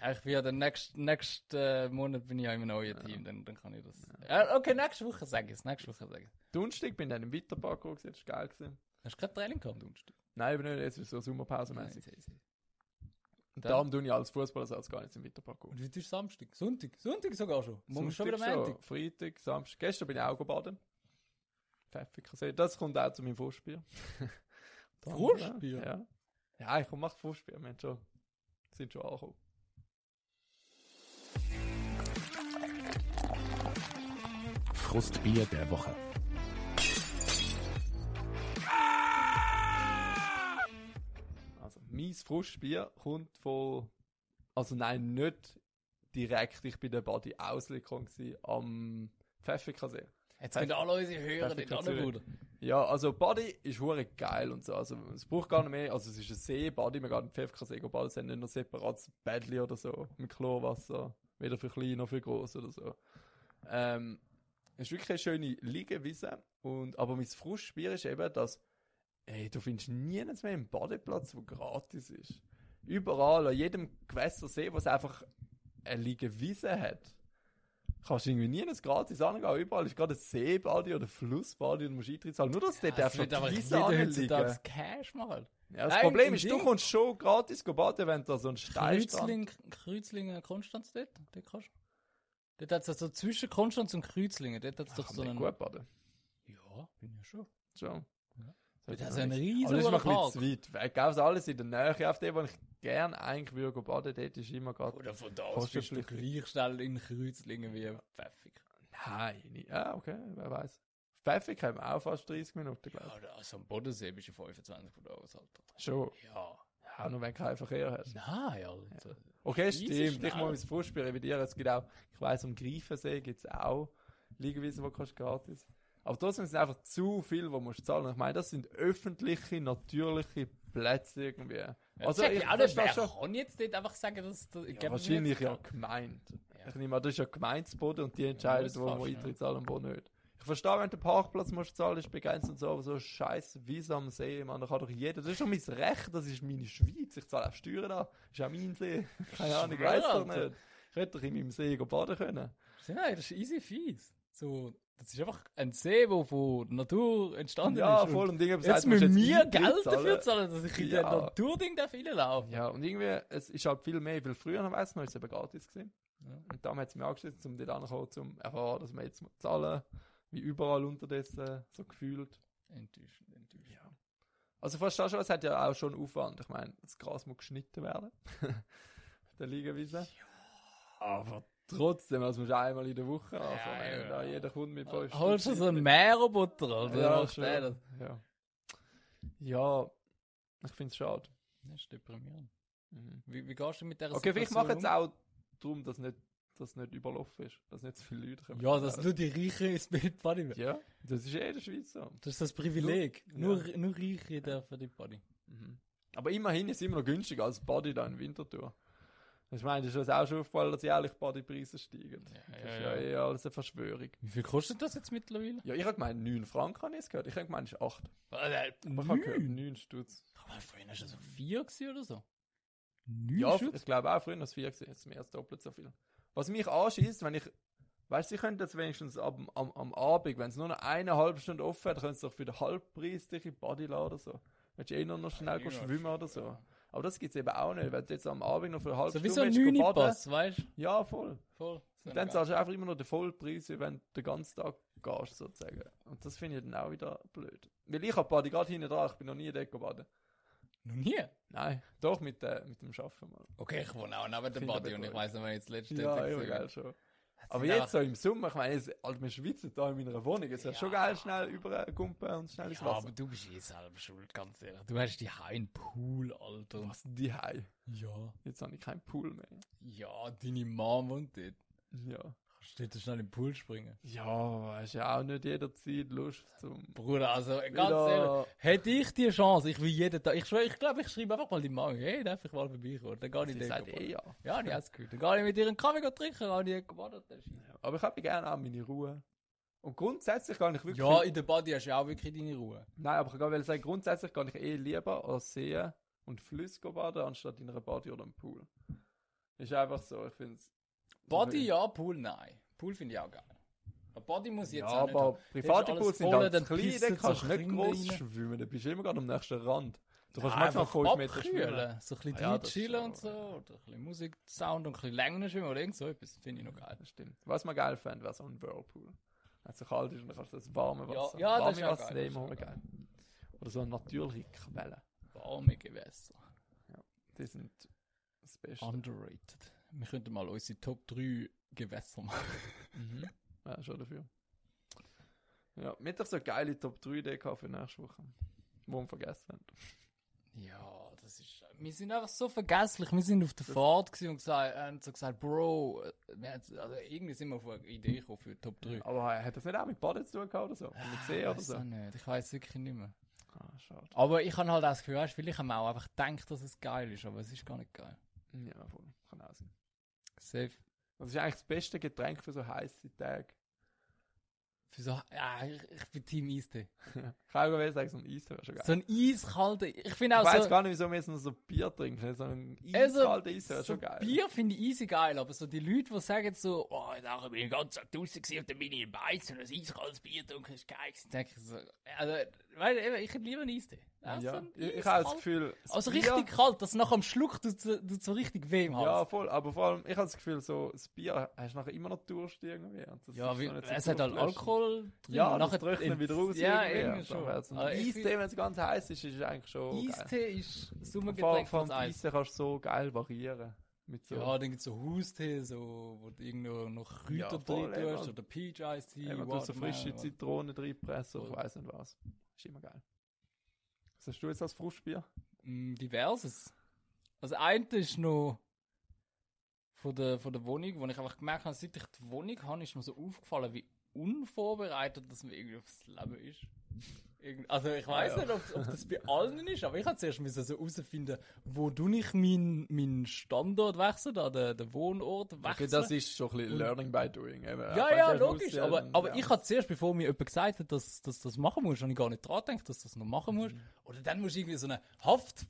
Speaker 2: Ja, ich bin ja dann nächsten nächsten äh, Monat bin ich ja im neuen Team, dann, dann kann ich das. Ja, okay, nächste Woche sage ich es, nächste Woche sage ich es.
Speaker 3: Donnerstag bin ich dann im Winterpark gewesen, das war geil. Gewesen.
Speaker 2: Hast du kein Training gehabt am Donnerstag?
Speaker 3: Nein, eben nicht, jetzt ist es so Sommerpausenmäßig.
Speaker 2: Nein, nein, nein.
Speaker 3: Und darum tue ich als Fußballer gar nicht im Winterpark. gehen.
Speaker 2: Und heute ist Samstag. Sonntag. Sonntag sogar schon. Morgen ist schon wieder
Speaker 3: Sonntag
Speaker 2: Montag.
Speaker 3: Freitag, Samstag. Gestern bin ich auch baden. Pfeffigersee. Das kommt auch zu meinem Vorspiel. Dann,
Speaker 2: Vorspiel?
Speaker 3: Ja. Ja, ich mache Vorspiel. Wir haben schon, sind schon angekommen.
Speaker 1: Frustbier der Woche.
Speaker 3: Also, mein Frustbier kommt von. Also, nein, nicht direkt. Ich bin der Body Auslenkung am Pfeffigersee.
Speaker 2: Jetzt können alle unsere Hörer
Speaker 3: Perfekt,
Speaker 2: den anderen
Speaker 3: natürlich.
Speaker 2: Bruder.
Speaker 3: Ja, also Body ist hure geil und so. Also es braucht gar nicht mehr. Also es ist ein See, Body, man geht in den PFK See gehen baden, es hat nicht noch ein separates Bädli oder so mit Chlorwasser. Weder für klein noch für groß oder so. Ähm, es ist wirklich eine schöne Liegewiese. Und, aber mein Frustspiel ist eben, dass ey, du findest nirgends mehr einen Badeplatz, der gratis ist. Überall, an jedem Gewässersee, wo es einfach eine Liegewiese hat kannst du irgendwie nie ins gratis angehen. Überall ist gerade ein Seebadi oder ein Flussbadi und du musst Eintritt zahlen. Nur, dass du dort
Speaker 2: Das
Speaker 3: einfach
Speaker 2: wird aber
Speaker 3: die
Speaker 2: Also jeder
Speaker 3: Wiese anliegen.
Speaker 2: heutzutage Cash machen.
Speaker 3: Ja, das
Speaker 2: Nein,
Speaker 3: Problem
Speaker 2: im
Speaker 3: ist, du
Speaker 2: Ding.
Speaker 3: kommst schon gratis baden, wenn du an so einen Stein
Speaker 2: Kreuzlingen, Kreuzlingen, äh, Konstanz dort? Dort kannst du. Dort hat es so zwischen Konstanz und Kreuzlingen. Dort hat es doch
Speaker 3: Kann
Speaker 2: so
Speaker 3: man nicht
Speaker 2: einen.
Speaker 3: gut baden.
Speaker 2: Ja, bin ja schon.
Speaker 3: Schon.
Speaker 2: Das
Speaker 3: ist
Speaker 2: ist ein
Speaker 3: Aber das ist
Speaker 2: riesiger
Speaker 3: noch ein
Speaker 2: Park.
Speaker 3: bisschen zu weit weg. Also alles in der Nähe. Auf dem, wo ich gerne eigentlich würde gehen baden, dort ist immer gerade...
Speaker 2: Oder von da aus
Speaker 3: Kostet
Speaker 2: bist du gleich schnell in Kreuzlingen wie Pfeffig.
Speaker 3: Nein, nicht. Ja, okay, wer weiß. Pfeffig haben wir auch fast 30 Minuten, glaube ich.
Speaker 2: Oder also am Bodensee bist du 25 von da aus, Alter.
Speaker 3: Schon.
Speaker 2: Ja.
Speaker 3: Ja, nur wenn du keinen Verkehr hast.
Speaker 2: Nein, Alter.
Speaker 3: Okay,
Speaker 2: Easy
Speaker 3: stimmt. Ich
Speaker 2: schnell.
Speaker 3: muss mein Frustspiel revidieren. Es gibt auch, ich weiss, am Greifensee gibt es auch Liegewiesen, die kannst du gratis. Aber trotzdem sind einfach zu viel, die musst du zahlen. Ich meine, das sind öffentliche, natürliche Plätze irgendwie.
Speaker 2: Also, ich, ich auch nicht,
Speaker 3: verstehe
Speaker 2: wer
Speaker 3: schon.
Speaker 2: kann jetzt nicht einfach sagen, dass... dass
Speaker 3: Ja, wahrscheinlich ja gemeint. Ich nehme an, das ist ja Gemeinsboden und die entscheiden,
Speaker 2: muss
Speaker 3: wo
Speaker 2: fast,
Speaker 3: man
Speaker 2: ja.
Speaker 3: Eintritt zahlen und wo nicht. Ich verstehe, wenn der Parkplatz musst zahlen, ist begeistert und so, aber so scheiß Wiese am See, man, da kann doch jeder. Das ist schon mein Recht, das ist meine Schweiz. Ich zahle auch Steuern an. Ist auch mein See. Keine Ahnung, ich
Speaker 2: Schwör,
Speaker 3: weiß doch
Speaker 2: Alter.
Speaker 3: nicht. Ich hätte doch in meinem See go baden können.
Speaker 2: Nein, das ist easy fies. So, das ist einfach ein See, der von der Natur entstanden
Speaker 3: Ja,
Speaker 2: Ah, ist.
Speaker 3: voll und irgendwie
Speaker 2: Und jetzt müssen wir Geld dafür zahlen, dass ich in
Speaker 3: Ja.
Speaker 2: den Naturding darf reinlaufen
Speaker 3: Ja, und irgendwie, es ist halt viel mehr, weil früher, ich weiss noch, ist es eben gratis gewesen.
Speaker 2: Ja.
Speaker 3: Und darum hat es mir angeschlossen, um dort anzukommen, um zu erfahren, dass man jetzt muss zahlen wie überall unterdessen, so gefühlt.
Speaker 2: darf. Enttäuschend, enttäuschend.
Speaker 3: Ja. Also fast schon, es hat ja auch schon Aufwand. Ich meine, das Gras muss geschnitten werden. Auf der Liegewiese. Aber trotzdem, das musst du einmal in der Woche anfangen.
Speaker 2: ja.
Speaker 3: Da jeder Kunde mit fünf
Speaker 2: Holst du
Speaker 3: Stück
Speaker 2: so einen
Speaker 3: Schiebli.
Speaker 2: Meerroboter? Alter,
Speaker 3: Ja,
Speaker 2: dann machst du
Speaker 3: schon.
Speaker 2: den. das?
Speaker 3: Ja. ja, ich finde es schade.
Speaker 2: Das ist deprimierend. Wie, wie gehst du mit dieser
Speaker 3: Okay, vielleicht
Speaker 2: Situation
Speaker 3: machen es
Speaker 2: um?
Speaker 3: auch darum, dass nicht, dass nicht überlaufen ist. Dass nicht zu viele Leute kommen.
Speaker 2: um? Ja, dass nur die Reichen ins Bild Party werden.
Speaker 3: Ja, das ist eh in der Schweiz so.
Speaker 2: Das ist das Privileg.
Speaker 3: Nur-
Speaker 2: Nur, nur Reiche dürfen die Party.
Speaker 3: Mhm. Aber immerhin ist es immer noch günstiger als Body da in Winterthur. Ich meine, das ist uns auch schon aufgefallen, dass jährlich Bodypreise steigen.
Speaker 2: Ja,
Speaker 3: das
Speaker 2: ja,
Speaker 3: ist
Speaker 2: ja.
Speaker 3: ja, eh alles eine Verschwörung.
Speaker 2: Wie viel kostet das jetzt mittlerweile?
Speaker 3: Ja, ich habe gemeint 9 Franken, habe ich es gehört. Ich habe gemeint, es ist 8. Aber ich habe Äh, gehört,
Speaker 2: Neun?
Speaker 3: 9 Stutz.
Speaker 2: Aber vorhin war das so vier gewesen oder so. Neun
Speaker 3: Hm. Ja,
Speaker 2: Stutz?
Speaker 3: ich glaube auch früher noch 4 gewesen, jetzt mehr als doppelt so viel. Was mich anschießt, wenn ich, weißt du, sie könnten jetzt wenigstens am, am, am Abend, wenn es nur noch eine halbe Stunde offen hat, können sie doch für den Halbpreis dich in die Body laden oder so. Willst du eh nur noch schnell
Speaker 2: Ja,
Speaker 3: schwimmen oder so. Aber das gibt es eben auch nicht, wenn du jetzt am Abend noch für eine halbe
Speaker 2: So wie
Speaker 3: Stunde
Speaker 2: so ein
Speaker 3: willst, gehen baden.
Speaker 2: Nüni-Pass, weißt du?
Speaker 3: Ja, voll.
Speaker 2: Voll.
Speaker 3: Und dann zahlst du einfach immer noch den Vollpreis, wie wenn du den ganzen Tag gehst, sozusagen. Und das finde ich dann auch wieder blöd. Weil ich habe Body gerade hinten dran, ich bin noch nie dort baden.
Speaker 2: Noch nie?
Speaker 3: Nein, doch mit, äh, mit dem Schaffen mal.
Speaker 2: Okay, ich wohne auch neben der
Speaker 3: Finde
Speaker 2: Party
Speaker 3: aber
Speaker 2: und ich
Speaker 3: gut.
Speaker 2: weiß nicht, wenn ich jetzt letzte
Speaker 3: Ja,
Speaker 2: gesehen
Speaker 3: ja,
Speaker 2: habe.
Speaker 3: geil schon. Aber
Speaker 2: sind
Speaker 3: jetzt so im Sommer, ich meine, jetzt, Alter, wir schwitzen da in meiner Wohnung, es wäre schon
Speaker 2: Ja.
Speaker 3: geil, schnell über äh, Gumpen und schnell ins
Speaker 2: Ja,
Speaker 3: Wasser.
Speaker 2: aber du bist eh selber schuld, ganz ehrlich. Du hast die einen Pool, Alter.
Speaker 3: Was denn die Hai?
Speaker 2: Ja.
Speaker 3: Jetzt habe ich keinen Pool mehr.
Speaker 2: Ja, deine Mom wohnt dort.
Speaker 3: Ja.
Speaker 2: Kannst du dort schnell im Pool springen?
Speaker 3: Ja, weißt du, auch nicht jederzeit Lust zum.
Speaker 2: Bruder, also ganz ehrlich.
Speaker 3: Wieder-
Speaker 2: Hätte ich die Chance, ich will jeden Tag. Ich schwöre, ich glaube, ich schreibe einfach mal die Mom, hey, darf ich mal vorbeikommen? Dann gehe ich
Speaker 3: Sie
Speaker 2: dort
Speaker 3: sagt
Speaker 2: baden.
Speaker 3: eh ja.
Speaker 2: Ja, hab ich hab's gehört. Dann gehe ich mit ihren Kaffee trinken, dann gehe ich gebadet. dann ist-
Speaker 3: Ja, Aber ich habe gerne auch meine Ruhe. Und grundsätzlich kann ich wirklich.
Speaker 2: Ja, in der Body hast du ja auch wirklich deine Ruhe.
Speaker 3: nein, aber ich will sagen, grundsätzlich kann ich eh lieber als Seen und Flüsse gehen baden, anstatt in einer Body oder im Pool. Ist einfach so, ich finde es.
Speaker 2: Body ja, Pool nein. Pool finde ich auch geil. Aber Body muss ich
Speaker 3: Ja,
Speaker 2: jetzt auch nicht haben.
Speaker 3: aber private
Speaker 2: alles
Speaker 3: Pools sind
Speaker 2: voll,
Speaker 3: halt
Speaker 2: dann
Speaker 3: zu klein,
Speaker 2: pissen
Speaker 3: da kannst
Speaker 2: so
Speaker 3: du nicht
Speaker 2: Kinder
Speaker 3: groß
Speaker 2: rein.
Speaker 3: schwimmen, dann bist du immer gerade am nächsten Rand. Du kannst
Speaker 2: Nein,
Speaker 3: manchmal
Speaker 2: einfach
Speaker 3: 5 Meter schwimmen.
Speaker 2: abkühlen. So ein bisschen
Speaker 3: Ah ja,
Speaker 2: drin
Speaker 3: das ist
Speaker 2: chillen
Speaker 3: schon-
Speaker 2: und so. Oder ein bisschen Musik, Sound und ein bisschen Längen schwimmen oder irgend so etwas. Finde ich noch geil.
Speaker 3: Das stimmt. Was man geil fände, wäre so ein Whirlpool. Wenn es so kalt ist und dann kannst du das warme
Speaker 2: Ja,
Speaker 3: Wasser.
Speaker 2: ja, das
Speaker 3: warme
Speaker 2: ist auch
Speaker 3: Wasser
Speaker 2: geil,
Speaker 3: nehmen,
Speaker 2: das ist auch
Speaker 3: geil. Oder so eine natürliche Quelle.
Speaker 2: Warme Gewässer.
Speaker 3: Die sind das Beste.
Speaker 2: Ah. Underrated. Wir könnten mal unsere Top 3 Gewässer machen.
Speaker 3: Mhm. Ja, schon dafür. Ja, wir haben doch so geile Top 3 Idee gehabt für nächste Woche. Wo wir vergessen haben.
Speaker 2: Ja, das ist. Wir sind einfach so vergesslich. Wir sind auf der Fahrt gewesen und gesagt, haben so gesagt, Bro, äh, wir haben, also irgendwie sind wir auf eine Idee gekommen für die Top 3.
Speaker 3: Aber hat das nicht auch mit Baden zu tun gehabt oder so? Und mit See
Speaker 2: ich
Speaker 3: oder
Speaker 2: weiß
Speaker 3: so?
Speaker 2: auch nicht. Ich weiß wirklich nicht mehr.
Speaker 3: Ah, schade.
Speaker 2: Aber ich habe halt auch das Gefühl, weißt, vielleicht haben wir auch einfach gedacht, dass es geil ist, aber es ist gar nicht geil.
Speaker 3: Ja, voll. Kann auch sein.
Speaker 2: Safe.
Speaker 3: Das ist eigentlich das beste Getränk für so heiße Tage.
Speaker 2: Für so, ja, ich, ich bin Team Eistee.
Speaker 3: Ich kann auch gewesen sagen, so ein Eis wäre schon geil.
Speaker 2: So ein eiskalter, ich
Speaker 3: ich
Speaker 2: finde auch
Speaker 3: weiß
Speaker 2: so,
Speaker 3: gar nicht, wieso wir jetzt noch so Bier trinken. So ein
Speaker 2: Also,
Speaker 3: eiskaltes Eis wäre
Speaker 2: so
Speaker 3: schon geil.
Speaker 2: Bier finde ich easy geil, aber so die Leute, die sagen so, oh, ich dachte, ich bin den ganzen Tag draußen gewesen und dann bin ich im Beiz und ein eiskaltes Bier getrunken, ist geil gewesen. Denke ich so, also, weißt du, eben, ich hätte lieber einen Eistee. Auch so
Speaker 3: Ja,
Speaker 2: ein
Speaker 3: ich, ich habe das
Speaker 2: eiskalt-
Speaker 3: Gefühl. das
Speaker 2: Also
Speaker 3: Bier-
Speaker 2: richtig kalt, dass nach am Schluck du, du, du so richtig halt. weh im
Speaker 3: Ja,
Speaker 2: Hals.
Speaker 3: voll. Aber vor allem, ich habe das Gefühl, so das Bier hast du nachher immer noch Durst irgendwie. Und das
Speaker 2: Ja,
Speaker 3: ist
Speaker 2: wie,
Speaker 3: noch nicht so
Speaker 2: es hat halt
Speaker 3: durchlöschend.
Speaker 2: Alkohol drin.
Speaker 3: Ja,
Speaker 2: und
Speaker 3: nachher drückt
Speaker 2: ent-
Speaker 3: er wieder raus.
Speaker 2: Ja,
Speaker 3: irgendwie.
Speaker 2: irgendwie
Speaker 3: Und dann
Speaker 2: schon.
Speaker 3: wär's ein
Speaker 2: Aber ich
Speaker 3: Eistee, wenn es ganz heiß ist, ist eigentlich schon
Speaker 2: find,
Speaker 3: geil.
Speaker 2: Eistee ist
Speaker 3: Und Vor allem
Speaker 2: Sommergetränk
Speaker 3: vom
Speaker 2: von Eis.
Speaker 3: Eistee kannst du so geil variieren. Mit so
Speaker 2: Ja, dann gibt es so Haustee, so, wo du irgendwo noch
Speaker 3: Ja,
Speaker 2: Kräuter
Speaker 3: voll,
Speaker 2: drin
Speaker 3: eben.
Speaker 2: tust, oder Peach Ice Tea,
Speaker 3: Eben, du so
Speaker 2: Watermelon,
Speaker 3: frische
Speaker 2: oder-
Speaker 3: Zitronen reinpressen, ich
Speaker 2: äh, Voll.
Speaker 3: weiß nicht was. Ist immer geil. Was hast du jetzt als Frustbier?
Speaker 2: Mm, diverses. Also eine ist noch von der, von der Wohnung, wo ich einfach gemerkt habe, seit ich die Wohnung habe, ist mir so aufgefallen, wie unvorbereitet das mir irgendwie aufs Leben ist. Irgend- Also ich weiß
Speaker 3: Ah, Ja.
Speaker 2: nicht, ob, ob das bei allen ist, aber ich habe zuerst müssen so herausfinden, wo du ich meinen meinen Standort wechseln, da den, den Wohnort wechseln.
Speaker 3: Okay, das ist schon ein bisschen Learning by Doing. Eben,
Speaker 2: ja,
Speaker 3: Wenn
Speaker 2: ja,
Speaker 3: du
Speaker 2: logisch.
Speaker 3: ausziehst,
Speaker 2: Aber,
Speaker 3: dann-
Speaker 2: aber
Speaker 3: ja.
Speaker 2: ich habe zuerst, bevor mir jemand gesagt hat, dass dass du das machen musst, habe ich gar nicht dran gedacht, dass du das noch machen musst.
Speaker 3: Mhm.
Speaker 2: Oder dann musst du irgendwie so eine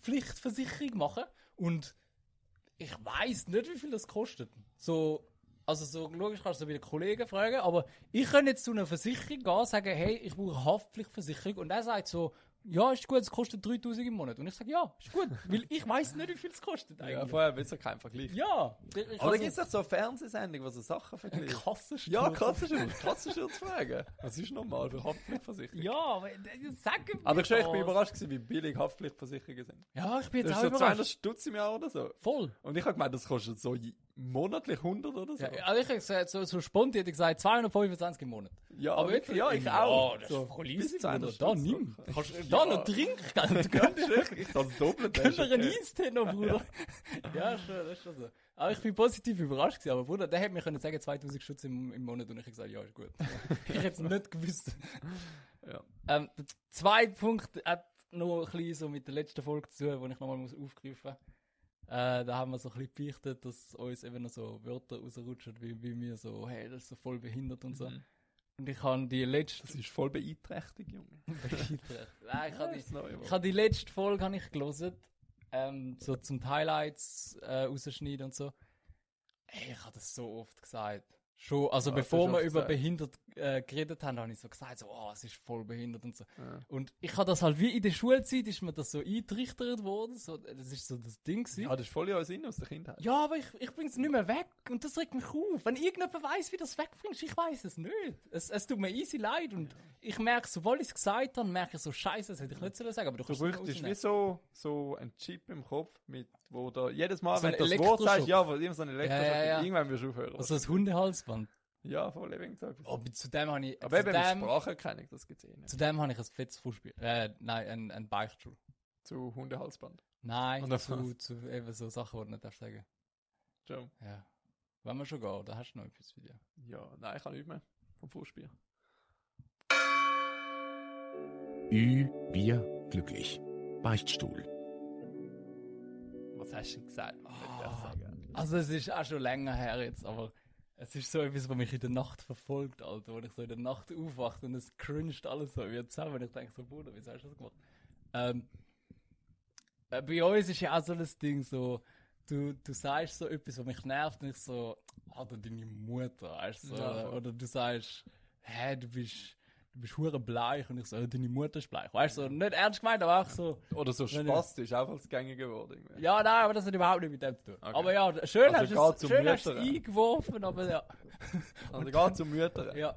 Speaker 2: Haftpflichtversicherung machen und ich weiß nicht, wie viel das kostet. So, also so logisch kannst du bei den Kollegen fragen, aber ich kann jetzt zu einer Versicherung gehen, sagen, hey, ich brauche Haftpflichtversicherung und er sagt so, ja, ist gut, es kostet 3000 im Monat. Und ich sage, ja, ist gut, weil ich weiß nicht, wie viel es kostet
Speaker 3: Ja,
Speaker 2: eigentlich.
Speaker 3: vorher willst du keinen Vergleich.
Speaker 2: Ja, ich- ich
Speaker 3: Oder
Speaker 2: kann
Speaker 3: gibt es doch so eine Fernsehsendung, die so Sachen vergleicht?
Speaker 2: Kassensturz.
Speaker 3: Ja, Kassenschutz. Kassenschutzfragen. Was ist normal für Haftpflichtversicherung?
Speaker 2: Ja, aber äh, sag mir
Speaker 3: Aber ich, schwöre, ich bin
Speaker 2: das.
Speaker 3: überrascht, gewesen, wie billig Haftpflichtversicherungen sind.
Speaker 2: Ja, ich bin jetzt
Speaker 3: Das ist
Speaker 2: auch
Speaker 3: so
Speaker 2: überrascht.
Speaker 3: 200 Stutz im Jahr oder so.
Speaker 2: Voll.
Speaker 3: Und ich habe gemeint, das kostet so je- monatlich 100 oder so.
Speaker 2: Ja, also ich hätte gesagt, so, so spontan hätte ich gesagt, 225 im Monat.
Speaker 3: Ja, aber wirklich, ja, ich
Speaker 2: Im
Speaker 3: auch.
Speaker 2: Jahr, das ist voll
Speaker 3: bis
Speaker 2: easy,
Speaker 3: zu
Speaker 2: Bruder.
Speaker 3: 100
Speaker 2: Da,
Speaker 3: Stutz.
Speaker 2: nimm. Kannst,
Speaker 3: Ja.
Speaker 2: Da noch Trinkgeld.
Speaker 3: Ja,
Speaker 2: Gönn
Speaker 3: das ist wirklich, ich das doppelt.
Speaker 2: gönn dir einen Eistee noch, Bruder. Ja, schon, das ist schon so. Aber ich bin positiv überrascht gewesen. Aber Bruder, der hätte mir können sagen, 2000 Schutz im, im Monat. Und ich hätte gesagt, ja, ist gut. ich hätte es nicht gewusst.
Speaker 3: Ja.
Speaker 2: Ähm, der zweite Punkt hat noch ein bisschen so mit der letzten Folge zu tun, die ich nochmal muss aufgreifen äh, Da haben wir so ein bisschen beichtet, dass uns eben noch so Wörter rausrutschen, wie, wie wir so, hey, das ist so voll behindert und so.
Speaker 3: Mhm.
Speaker 2: Und ich habe die letzte.
Speaker 3: Das ist voll beeinträchtigt, Junge.
Speaker 2: Nein, ich habe die,
Speaker 3: das neue Wort.
Speaker 2: ich habe die letzte Folge habe ich gelesen, ähm, so zum Highlights äh, rausschneiden und so. Ey, ich habe das so oft gesagt. Schon, also
Speaker 3: Ja, das
Speaker 2: bevor
Speaker 3: hast du
Speaker 2: wir
Speaker 3: oft
Speaker 2: über
Speaker 3: gesagt.
Speaker 2: behindert äh, geredet haben, habe ich so gesagt, so, oh, es ist voll behindert und so.
Speaker 3: Ja.
Speaker 2: Und ich habe das halt wie in der Schulzeit, ist mir das so eintrichtert worden, so, das ist so das Ding gewesen.
Speaker 3: Ja, das ist voll ja Sinn aus der Kindheit.
Speaker 2: Ja, aber ich, ich bring's nicht mehr weg und das regt mich auf. Wenn irgendjemand weiß, wie das wegbringst, ich weiß es nicht. Es, es tut mir easy leid und ich merke, sobald ich es gesagt habe, merke ich so, scheiße, das hätte ich nicht sollen sagen, aber du
Speaker 3: Du
Speaker 2: kannst es nicht
Speaker 3: bräuchtest wie
Speaker 2: rausnehmen.
Speaker 3: so, so ein Chip im Kopf, mit, wo da jedes Mal,
Speaker 2: So
Speaker 3: wenn
Speaker 2: ein
Speaker 3: du das Wort sagst,
Speaker 2: Elektroschock.
Speaker 3: ja, wo immer so ein Elektroschock,
Speaker 2: Ja, ja, ja.
Speaker 3: irgendwann wirst du aufhören.
Speaker 2: Also das Hundehalsband.
Speaker 3: ja, voll eben so Oh, etwas.
Speaker 2: Oh, Aber zu dem habe ich,
Speaker 3: Aber
Speaker 2: zu
Speaker 3: eben mit
Speaker 2: dem,
Speaker 3: Spracherkennung, das gibt es eh nicht.
Speaker 2: zu dem habe ich ein fettes Fußspiel. Äh, nein, ein, ein Beichtstuhl.
Speaker 3: Zu Hundehalsband.
Speaker 2: Nein,
Speaker 3: Oder
Speaker 2: zu,
Speaker 3: was?
Speaker 2: zu eben so Sachen, die du nicht darfst sagen.
Speaker 3: Ciao.
Speaker 2: Ja. Wenn wir schon gehen, da hast du noch etwas für dich.
Speaker 3: Ja, nein, ich kann nicht mehr. Vom Vorspiel.
Speaker 1: Ü, Bier, glücklich. Beichtstuhl.
Speaker 3: Was hast du denn gesagt? Ich
Speaker 2: Ah.
Speaker 3: darf sagen.
Speaker 2: Also es ist auch schon länger her jetzt, aber es ist so etwas, was mich in der Nacht verfolgt, Alter. Wenn ich so in der Nacht aufwache und es cringet alles so wieder zusammen. Und ich denke so, Bruder, wieso hast du das gemacht? Ähm, äh, bei uns ist ja auch so das Ding so, du, du sagst so etwas, was mich nervt und ich so, Alter, deine Mutter, weißt du? So,
Speaker 3: Ja,
Speaker 2: oder,
Speaker 3: voll.
Speaker 2: oder du sagst, hä, du bist... Du bist hure bleich und ich so, äh, deine Mutter ist bleich. Weißt du, so, nicht ernst gemeint, aber auch so.
Speaker 3: Oder so
Speaker 2: Wenn
Speaker 3: spastisch, auch als gängiger geworden. irgendwie.
Speaker 2: Ja, nein, aber das hat überhaupt nicht mit dem zu tun.
Speaker 3: Okay.
Speaker 2: Aber ja, schön
Speaker 3: Also geht
Speaker 2: hast du
Speaker 3: zum
Speaker 2: es schön hast du es
Speaker 3: Mütteren.
Speaker 2: eingeworfen, aber ja.
Speaker 3: Also gar zu Müttern.
Speaker 2: ja.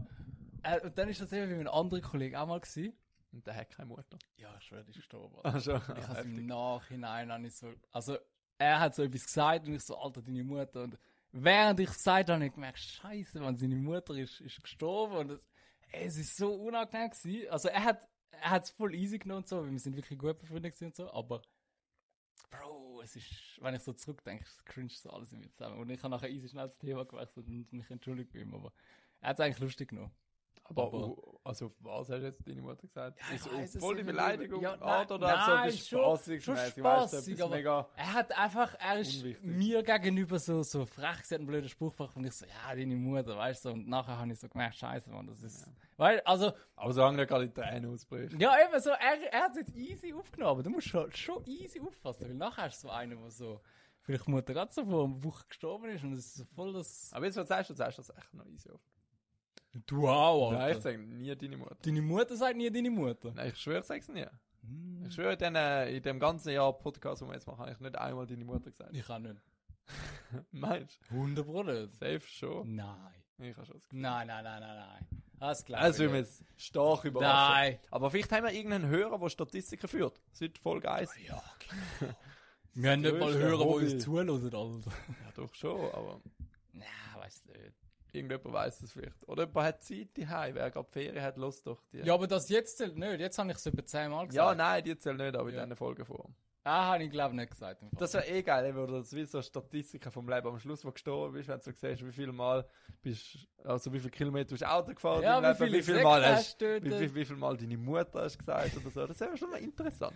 Speaker 2: Äh, und dann ist das eben wie mein anderer Kollege auch mal gewesen.
Speaker 3: Und der hat keine Mutter.
Speaker 2: Ja, ich schwöre, die ist gestorben.
Speaker 3: Also,
Speaker 2: ich habe im Nachhinein habe ich so, also er hat so etwas gesagt und ich so, Alter, deine Mutter. Und während ich es gesagt habe, habe ich gemerkt, Scheiße, man, seine Mutter ist, ist gestorben und es, ey, es ist so unangenehm gewesen. Also er hat, er hat es voll easy genommen und so, weil wir sind wirklich gut befreundet gewesen und so, aber Bro, es ist, wenn ich so zurückdenke, es cringe so alles in mir zusammen. Und ich habe nachher easy schnell das Thema gewechselt und mich entschuldigt bei ihm, aber er hat es eigentlich lustig genommen.
Speaker 3: aber,
Speaker 2: aber-
Speaker 3: u- also, was hast du jetzt deine Mutter gesagt?
Speaker 2: Ja, ich
Speaker 3: Ist um
Speaker 2: weiss es
Speaker 3: voll die
Speaker 2: nicht mehr.
Speaker 3: Beleidigung,
Speaker 2: Ja,
Speaker 3: Art
Speaker 2: nein,
Speaker 3: oder so,
Speaker 2: nein,
Speaker 3: das ist
Speaker 2: schon-
Speaker 3: spaßig,
Speaker 2: schon
Speaker 3: mäßig, weißt du,
Speaker 2: spaßig,
Speaker 3: etwas
Speaker 2: aber-
Speaker 3: mega.
Speaker 2: Er hat einfach, er ist
Speaker 3: Unwichtig.
Speaker 2: mir gegenüber so, so frech, sie hat einen blöden Spruch gemacht und ich so, ja, deine Mutter, weißt du, und nachher habe ich so gemerkt, scheiße, Mann, das ist, weil, also,
Speaker 3: Aber solange nicht gerade die Tränen ausbricht.
Speaker 2: ja, eben so, er, er hat es jetzt easy aufgenommen, aber du musst schon, schon easy aufpassen, weil nachher hast du so einen, der so, vielleicht die Mutter gerade so vor einer Woche gestorben ist und es ist so voll das,
Speaker 3: Aber jetzt, was sagst du, sagst du das echt noch easy auf.
Speaker 2: du auch,
Speaker 3: Nein, ich
Speaker 2: Alter.
Speaker 3: sage nie deine Mutter.
Speaker 2: Deine Mutter sagt nie deine Mutter.
Speaker 3: Nein, ich schwöre, ich sag's nie.
Speaker 2: Hm.
Speaker 3: Ich schwöre, in, äh, in dem ganzen Jahr Podcast, den wir jetzt machen, habe ich nicht einmal deine Mutter gesagt.
Speaker 2: Ich kann nicht.
Speaker 3: Meinst du?
Speaker 2: 100 Bruder.
Speaker 3: Safe schon.
Speaker 2: Nein.
Speaker 3: Ich habe schon das Gefühl.
Speaker 2: Nein, nein, nein, nein, nein. Das glaube ich
Speaker 3: Also, wir
Speaker 2: nicht.
Speaker 3: jetzt stark überraschen.
Speaker 2: Nein.
Speaker 3: Aber vielleicht haben wir irgendeinen Hörer, der Statistiken führt. Seit Folge 1.
Speaker 2: Ja, genau. Wir haben nicht mal
Speaker 3: grösste
Speaker 2: Hörer,
Speaker 3: Hobby.
Speaker 2: die uns zuhören, Alter.
Speaker 3: Ja, doch schon, aber
Speaker 2: Nein, weiss nicht.
Speaker 3: irgendjemand weiß das vielleicht. Oder jemand hat Zeit daheim. Wer gerade Ferien hat, los doch die.
Speaker 2: Ja, aber das jetzt zählt nicht. Jetzt habe ich es über 10 Mal gesagt.
Speaker 3: Ja, nein, die zählen nicht, aber in
Speaker 2: Ja.
Speaker 3: diesen Folgen vor.
Speaker 2: Ah, habe ich glaube nicht gesagt. im Fall.
Speaker 3: Das wäre eh geil, eben, oder das ist wie so Statistiken vom Leben am Schluss, wo du gestorben bist, wenn du so siehst, wie viel Mal bist, also wie viel Kilometer bist du Auto gefahren
Speaker 2: Ja,
Speaker 3: im
Speaker 2: wie
Speaker 3: Leben,
Speaker 2: viele
Speaker 3: wie viel
Speaker 2: Insekten
Speaker 3: Mal
Speaker 2: hast
Speaker 3: hast,
Speaker 2: du
Speaker 3: wie,
Speaker 2: getötet?
Speaker 3: wie, wie viel Mal deine Mutter hast gesagt oder so. Das wäre schon mal interessant.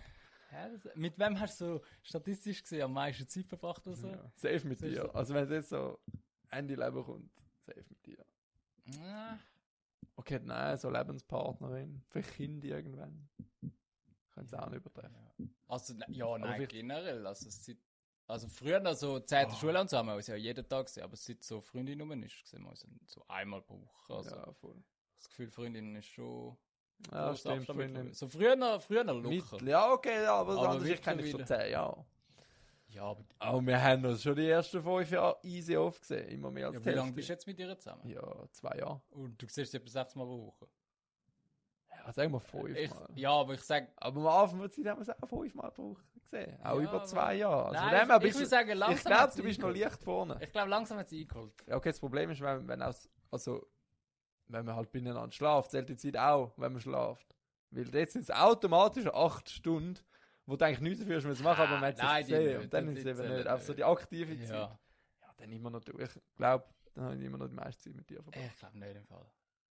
Speaker 2: Hä, das- mit wem hast du so statistisch gesehen am meisten Zeit verbracht oder so?
Speaker 3: Ja. Safe mit
Speaker 2: Das ist so-
Speaker 3: dir. Also wenn es jetzt so Ende Leben kommt, safe mit dir.
Speaker 2: Ja.
Speaker 3: Okay, nein, so Lebenspartnerin, für Kind irgendwann. Könnte es auch nicht übertreffen.
Speaker 2: Also, ne- ja, nein,
Speaker 3: vielleicht- Ah.
Speaker 2: generell. Also, seit, also früher, also 10. Schule und so, haben wir uns ja jeden Tag gesehen, aber seit so Freundin rum ist, sehen wir uns so einmal pro Woche. Also,
Speaker 3: ja, voll.
Speaker 2: das Gefühl, Freundin ist schon.
Speaker 3: Ja,
Speaker 2: großer
Speaker 3: stimmt,
Speaker 2: Abstand mittlerweile.
Speaker 3: Freundin.
Speaker 2: So früher, früher locker.
Speaker 3: Mit, ja, okay, ja, aber, das
Speaker 2: Aber
Speaker 3: andere, ich kenne dich schon
Speaker 2: mittlerweile.
Speaker 3: 10 Jahre.
Speaker 2: Ja, aber
Speaker 3: Oh, wir haben uns schon die ersten fünf Jahre easy aufgesehen. Immer mehr als
Speaker 2: ja,
Speaker 3: die
Speaker 2: wie lange
Speaker 3: Hälfte.
Speaker 2: bist du jetzt mit ihr zusammen?
Speaker 3: Ja, zwei Jahre.
Speaker 2: Und du siehst sie etwa sechsmal pro Woche.
Speaker 3: Ja, sagen wir fünfmal.
Speaker 2: Ich, ja, aber ich sage.
Speaker 3: Aber am Anfang der Zeit haben wir es auch fünfmal pro Woche gesehen. Auch
Speaker 2: Ja,
Speaker 3: über
Speaker 2: aber-
Speaker 3: zwei Jahre. Also
Speaker 2: Nein,
Speaker 3: von dem
Speaker 2: ich-
Speaker 3: her
Speaker 2: ich
Speaker 3: bist
Speaker 2: will
Speaker 3: du-
Speaker 2: sagen, langsam
Speaker 3: Ich glaube,
Speaker 2: hat's
Speaker 3: du bist noch
Speaker 2: eingeholt.
Speaker 3: leicht vorne.
Speaker 2: Ich glaube, langsam hat sie eingeholt.
Speaker 3: Ja, okay, das Problem ist, wenn, wenn, aus, also, wenn man halt beieinander schlaft, zählt die Zeit auch, wenn man schlaft. Weil jetzt sind es automatisch acht Stunden, wo du eigentlich nichts dafür hast, müssen machen, aber man hat es
Speaker 2: Nein,
Speaker 3: nicht
Speaker 2: die
Speaker 3: gesehen.
Speaker 2: nicht,
Speaker 3: Und dann
Speaker 2: die-
Speaker 3: ist es
Speaker 2: die
Speaker 3: eben
Speaker 2: zählen
Speaker 3: nicht. Einfach so
Speaker 2: nicht.
Speaker 3: die aktive Zeit. Ja,
Speaker 2: Ja,
Speaker 3: dann immer noch durch. Ich glaube, dann habe ich immer noch die meiste Zeit mit dir verbracht.
Speaker 2: ich glaube nicht im Fall.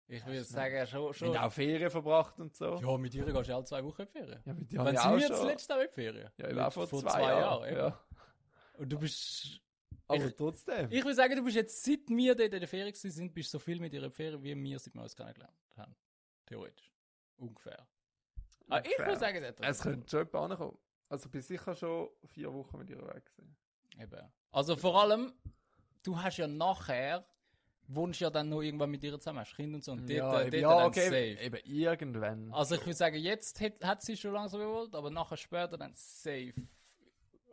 Speaker 2: Ich würde sagen, schon.
Speaker 3: Wir
Speaker 2: schon
Speaker 3: haben auch Ferien verbracht und so.
Speaker 2: ja, mit ihr gehst du alle zwei Wochen in die Ferien.
Speaker 3: Ja, mit dir
Speaker 2: Wenn sie
Speaker 3: habe ich
Speaker 2: jetzt
Speaker 3: auch
Speaker 2: das
Speaker 3: schon.
Speaker 2: letzte Mal in die Ferien.
Speaker 3: Ja,
Speaker 2: Mit-
Speaker 3: ich war vor,
Speaker 2: vor
Speaker 3: zwei, Jahren.
Speaker 2: Jahren. eben.
Speaker 3: ja.
Speaker 2: Und du bist.
Speaker 3: Aber
Speaker 2: Ich-
Speaker 3: trotzdem.
Speaker 2: Ich würde sagen, du bist jetzt, seit wir dort in der Ferien gewesen sind, bist du so viel mit ihrer Ferien, wie wir, seit wir uns kennengelernt haben. Theoretisch. Ungefähr. Ah, ich
Speaker 3: Ungefähr.
Speaker 2: würde sagen, es hat
Speaker 3: es könnte schon jemand ankommen. Also, ich bin sicher schon vier Wochen mit dir weg. gewesen.
Speaker 2: Eben. Also vor allem, du hast ja nachher, wohnst ja dann noch irgendwann mit ihr zusammen, hast Kinder und so, und dort,
Speaker 3: eben-
Speaker 2: dort dann safe.
Speaker 3: Eben irgendwann.
Speaker 2: Also ich würde sagen, jetzt hat, hat sie schon langsam gewollt, aber nachher später dann safe.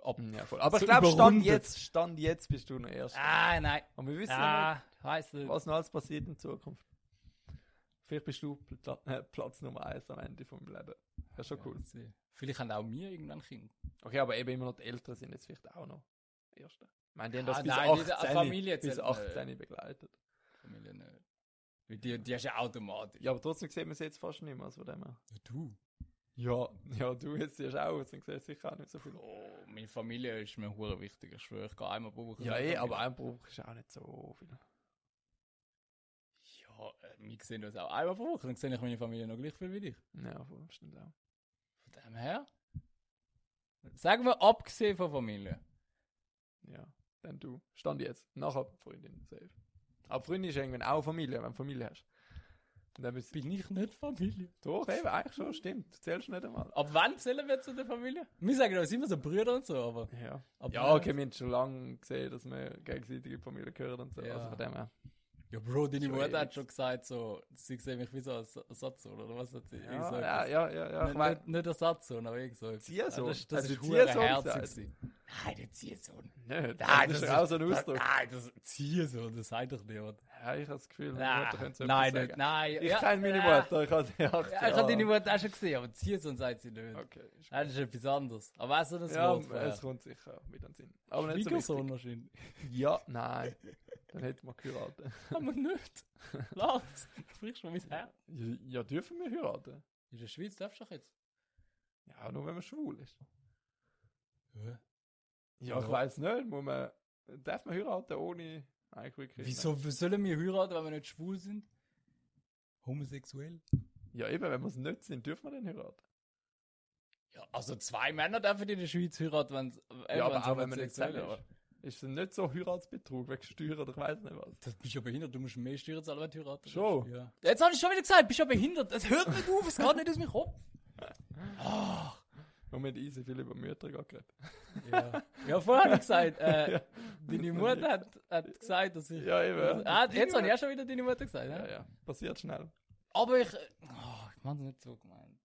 Speaker 2: Ab.
Speaker 3: Hm, Ja, voll. Aber
Speaker 2: So
Speaker 3: ich glaube, Stand
Speaker 2: überrundet.
Speaker 3: jetzt, Stand jetzt bist du noch erst.
Speaker 2: Ah, nein.
Speaker 3: Und wir wissen ja
Speaker 2: Ah, weiss
Speaker 3: nicht,
Speaker 2: nicht.
Speaker 3: was noch alles passiert in Zukunft. Vielleicht bist du Pla äh, Platz Nummer eins am Ende vom Leben. Ja, schon cool.
Speaker 2: Vielleicht haben auch wir irgendwann Kinder.
Speaker 3: Okay, aber eben immer noch die Älteren sind jetzt vielleicht auch noch die Ersten. Ich meine, die haben das
Speaker 2: Ah,
Speaker 3: bis,
Speaker 2: nein, die-
Speaker 3: 18,
Speaker 2: die Familie
Speaker 3: bis
Speaker 2: zählt äh. nicht.
Speaker 3: 18 begleitet.
Speaker 2: Familie nicht. Weil die, die hast ja automatisch.
Speaker 3: Ja, aber trotzdem sieht man sie jetzt fast nicht mehr. Also von dem her.
Speaker 2: Du?
Speaker 3: Ja, ja, du jetzt siehst auch aus, dann siehst du sicher auch nicht so viel.
Speaker 2: Oh, meine Familie ist mir hure wichtig, ich schwöre, ich gehe einmal pro Woche.
Speaker 3: Ja,
Speaker 2: zur
Speaker 3: eh,
Speaker 2: Familie.
Speaker 3: aber ein Bruch ist auch nicht so viel.
Speaker 2: Ja, äh, wir sehen uns auch einmal pro Woche, dann sehe ich meine Familie noch gleich viel wie dich.
Speaker 3: Ja, voll, stimmt auch.
Speaker 2: Von dem her. Sagen wir, abgesehen von Familie.
Speaker 3: Ja, dann du. Stand jetzt. Nachher Freundin, safe. Aber Freundin ist irgendwann auch Familie, wenn du Familie hast. Und dann bist du
Speaker 2: Bin ich nicht Familie?
Speaker 3: doch, eben, eigentlich schon, stimmt. Du zählst nicht einmal.
Speaker 2: Ab wann zählen wir zu der Familie? Wir sagen uns immer so Brüder und so, aber.
Speaker 3: Ja.
Speaker 2: Ab
Speaker 3: Ja,
Speaker 2: wann-
Speaker 3: okay, wir haben schon lange gesehen, dass wir gegenseitig in die Familie gehören und so.
Speaker 2: Ja.
Speaker 3: Also von dem her.
Speaker 2: Ja, Bro, deine
Speaker 3: Schon
Speaker 2: Mutter hat
Speaker 3: ewig.
Speaker 2: schon gesagt, so, sie sehen mich wie so als Ersatzsohn, oder was hat sie?
Speaker 3: Ja, ja, ja, ja, ja. Ich
Speaker 2: nicht,
Speaker 3: mein,
Speaker 2: nicht, nicht Ersatzsohn, aber irgend so. etwas.
Speaker 3: Ziehsohn?
Speaker 2: Das, das
Speaker 3: Hat sie
Speaker 2: ist hure
Speaker 3: Ziehsohn
Speaker 2: herzig.
Speaker 3: gesagt?
Speaker 2: gewesen. Nein, der Ziehsohn.
Speaker 3: nicht. das ist auch so ein Ausdruck.
Speaker 2: Nein, das Ziehsohn, das sagt doch niemand.
Speaker 3: Ja, ich habe das Gefühl, meine
Speaker 2: Nein,
Speaker 3: Mutter könnte so
Speaker 2: nein,
Speaker 3: etwas
Speaker 2: nicht,
Speaker 3: sagen.
Speaker 2: nein.
Speaker 3: Ich
Speaker 2: ja,
Speaker 3: kenne meine
Speaker 2: ja.
Speaker 3: Mutter, ich habe sie 18
Speaker 2: Ja, ich habe deine
Speaker 3: Jahre.
Speaker 2: Mutter auch schon gesehen, aber Ziehsohn sagt sie nicht.
Speaker 3: Okay. ist
Speaker 2: Das ist etwas anderes. Aber auch so ein
Speaker 3: gut. Ja,
Speaker 2: Wort. vorher.
Speaker 3: es kommt sicher wieder in den Sinn. Aber nicht so
Speaker 2: Schwiegersohn
Speaker 3: wichtig.
Speaker 2: äh, wahrscheinlich.
Speaker 3: Ja, nein. Dann hätten wir geheiratet.
Speaker 2: Aber nicht. Lars, du sprichst mir mein Herz.
Speaker 3: Ja, ja, dürfen wir heiraten?
Speaker 2: In der Schweiz darfst du doch jetzt.
Speaker 3: Ja, nur wenn man schwul ist. Ja,
Speaker 2: Ja.
Speaker 3: ich weiß nicht, muss man, darf man heiraten ohne Einquickeln?
Speaker 2: Wieso sollen wir heiraten, wenn wir nicht schwul sind? Homosexuell?
Speaker 3: Ja, eben, wenn wir es nicht sind, dürfen wir dann heiraten.
Speaker 2: Ja, also zwei Männer dürfen in der Schweiz heiraten, wenn äh, wenn's
Speaker 3: ja, aber auch also wenn man nicht
Speaker 2: homosexuell
Speaker 3: zusammen ist. Ist es nicht so Heiratsbetrug wegen Steuern oder ich weiß nicht was?
Speaker 2: Das bist ja behindert, du musst mehr Steuern zahlen, wenn du heiratest.
Speaker 3: Schon?
Speaker 2: Ja. Jetzt habe ich schon wieder gesagt, bist ja behindert. Es hört nicht auf, es geht nicht aus meinem Kopf.
Speaker 3: Und wir haben easy viel über Mütter gerade geredet.
Speaker 2: Ja, ja vorher habe ich gesagt, äh,
Speaker 3: Ja.
Speaker 2: deine Mutter hat, hat gesagt, dass ich...
Speaker 3: Ja, eben.
Speaker 2: Ah, jetzt habe ich auch schon wieder deine Mutter gesagt, ja?
Speaker 3: Also, Ja, ja, passiert schnell.
Speaker 2: Aber ich... Oh, ich meine es nicht so gemeint.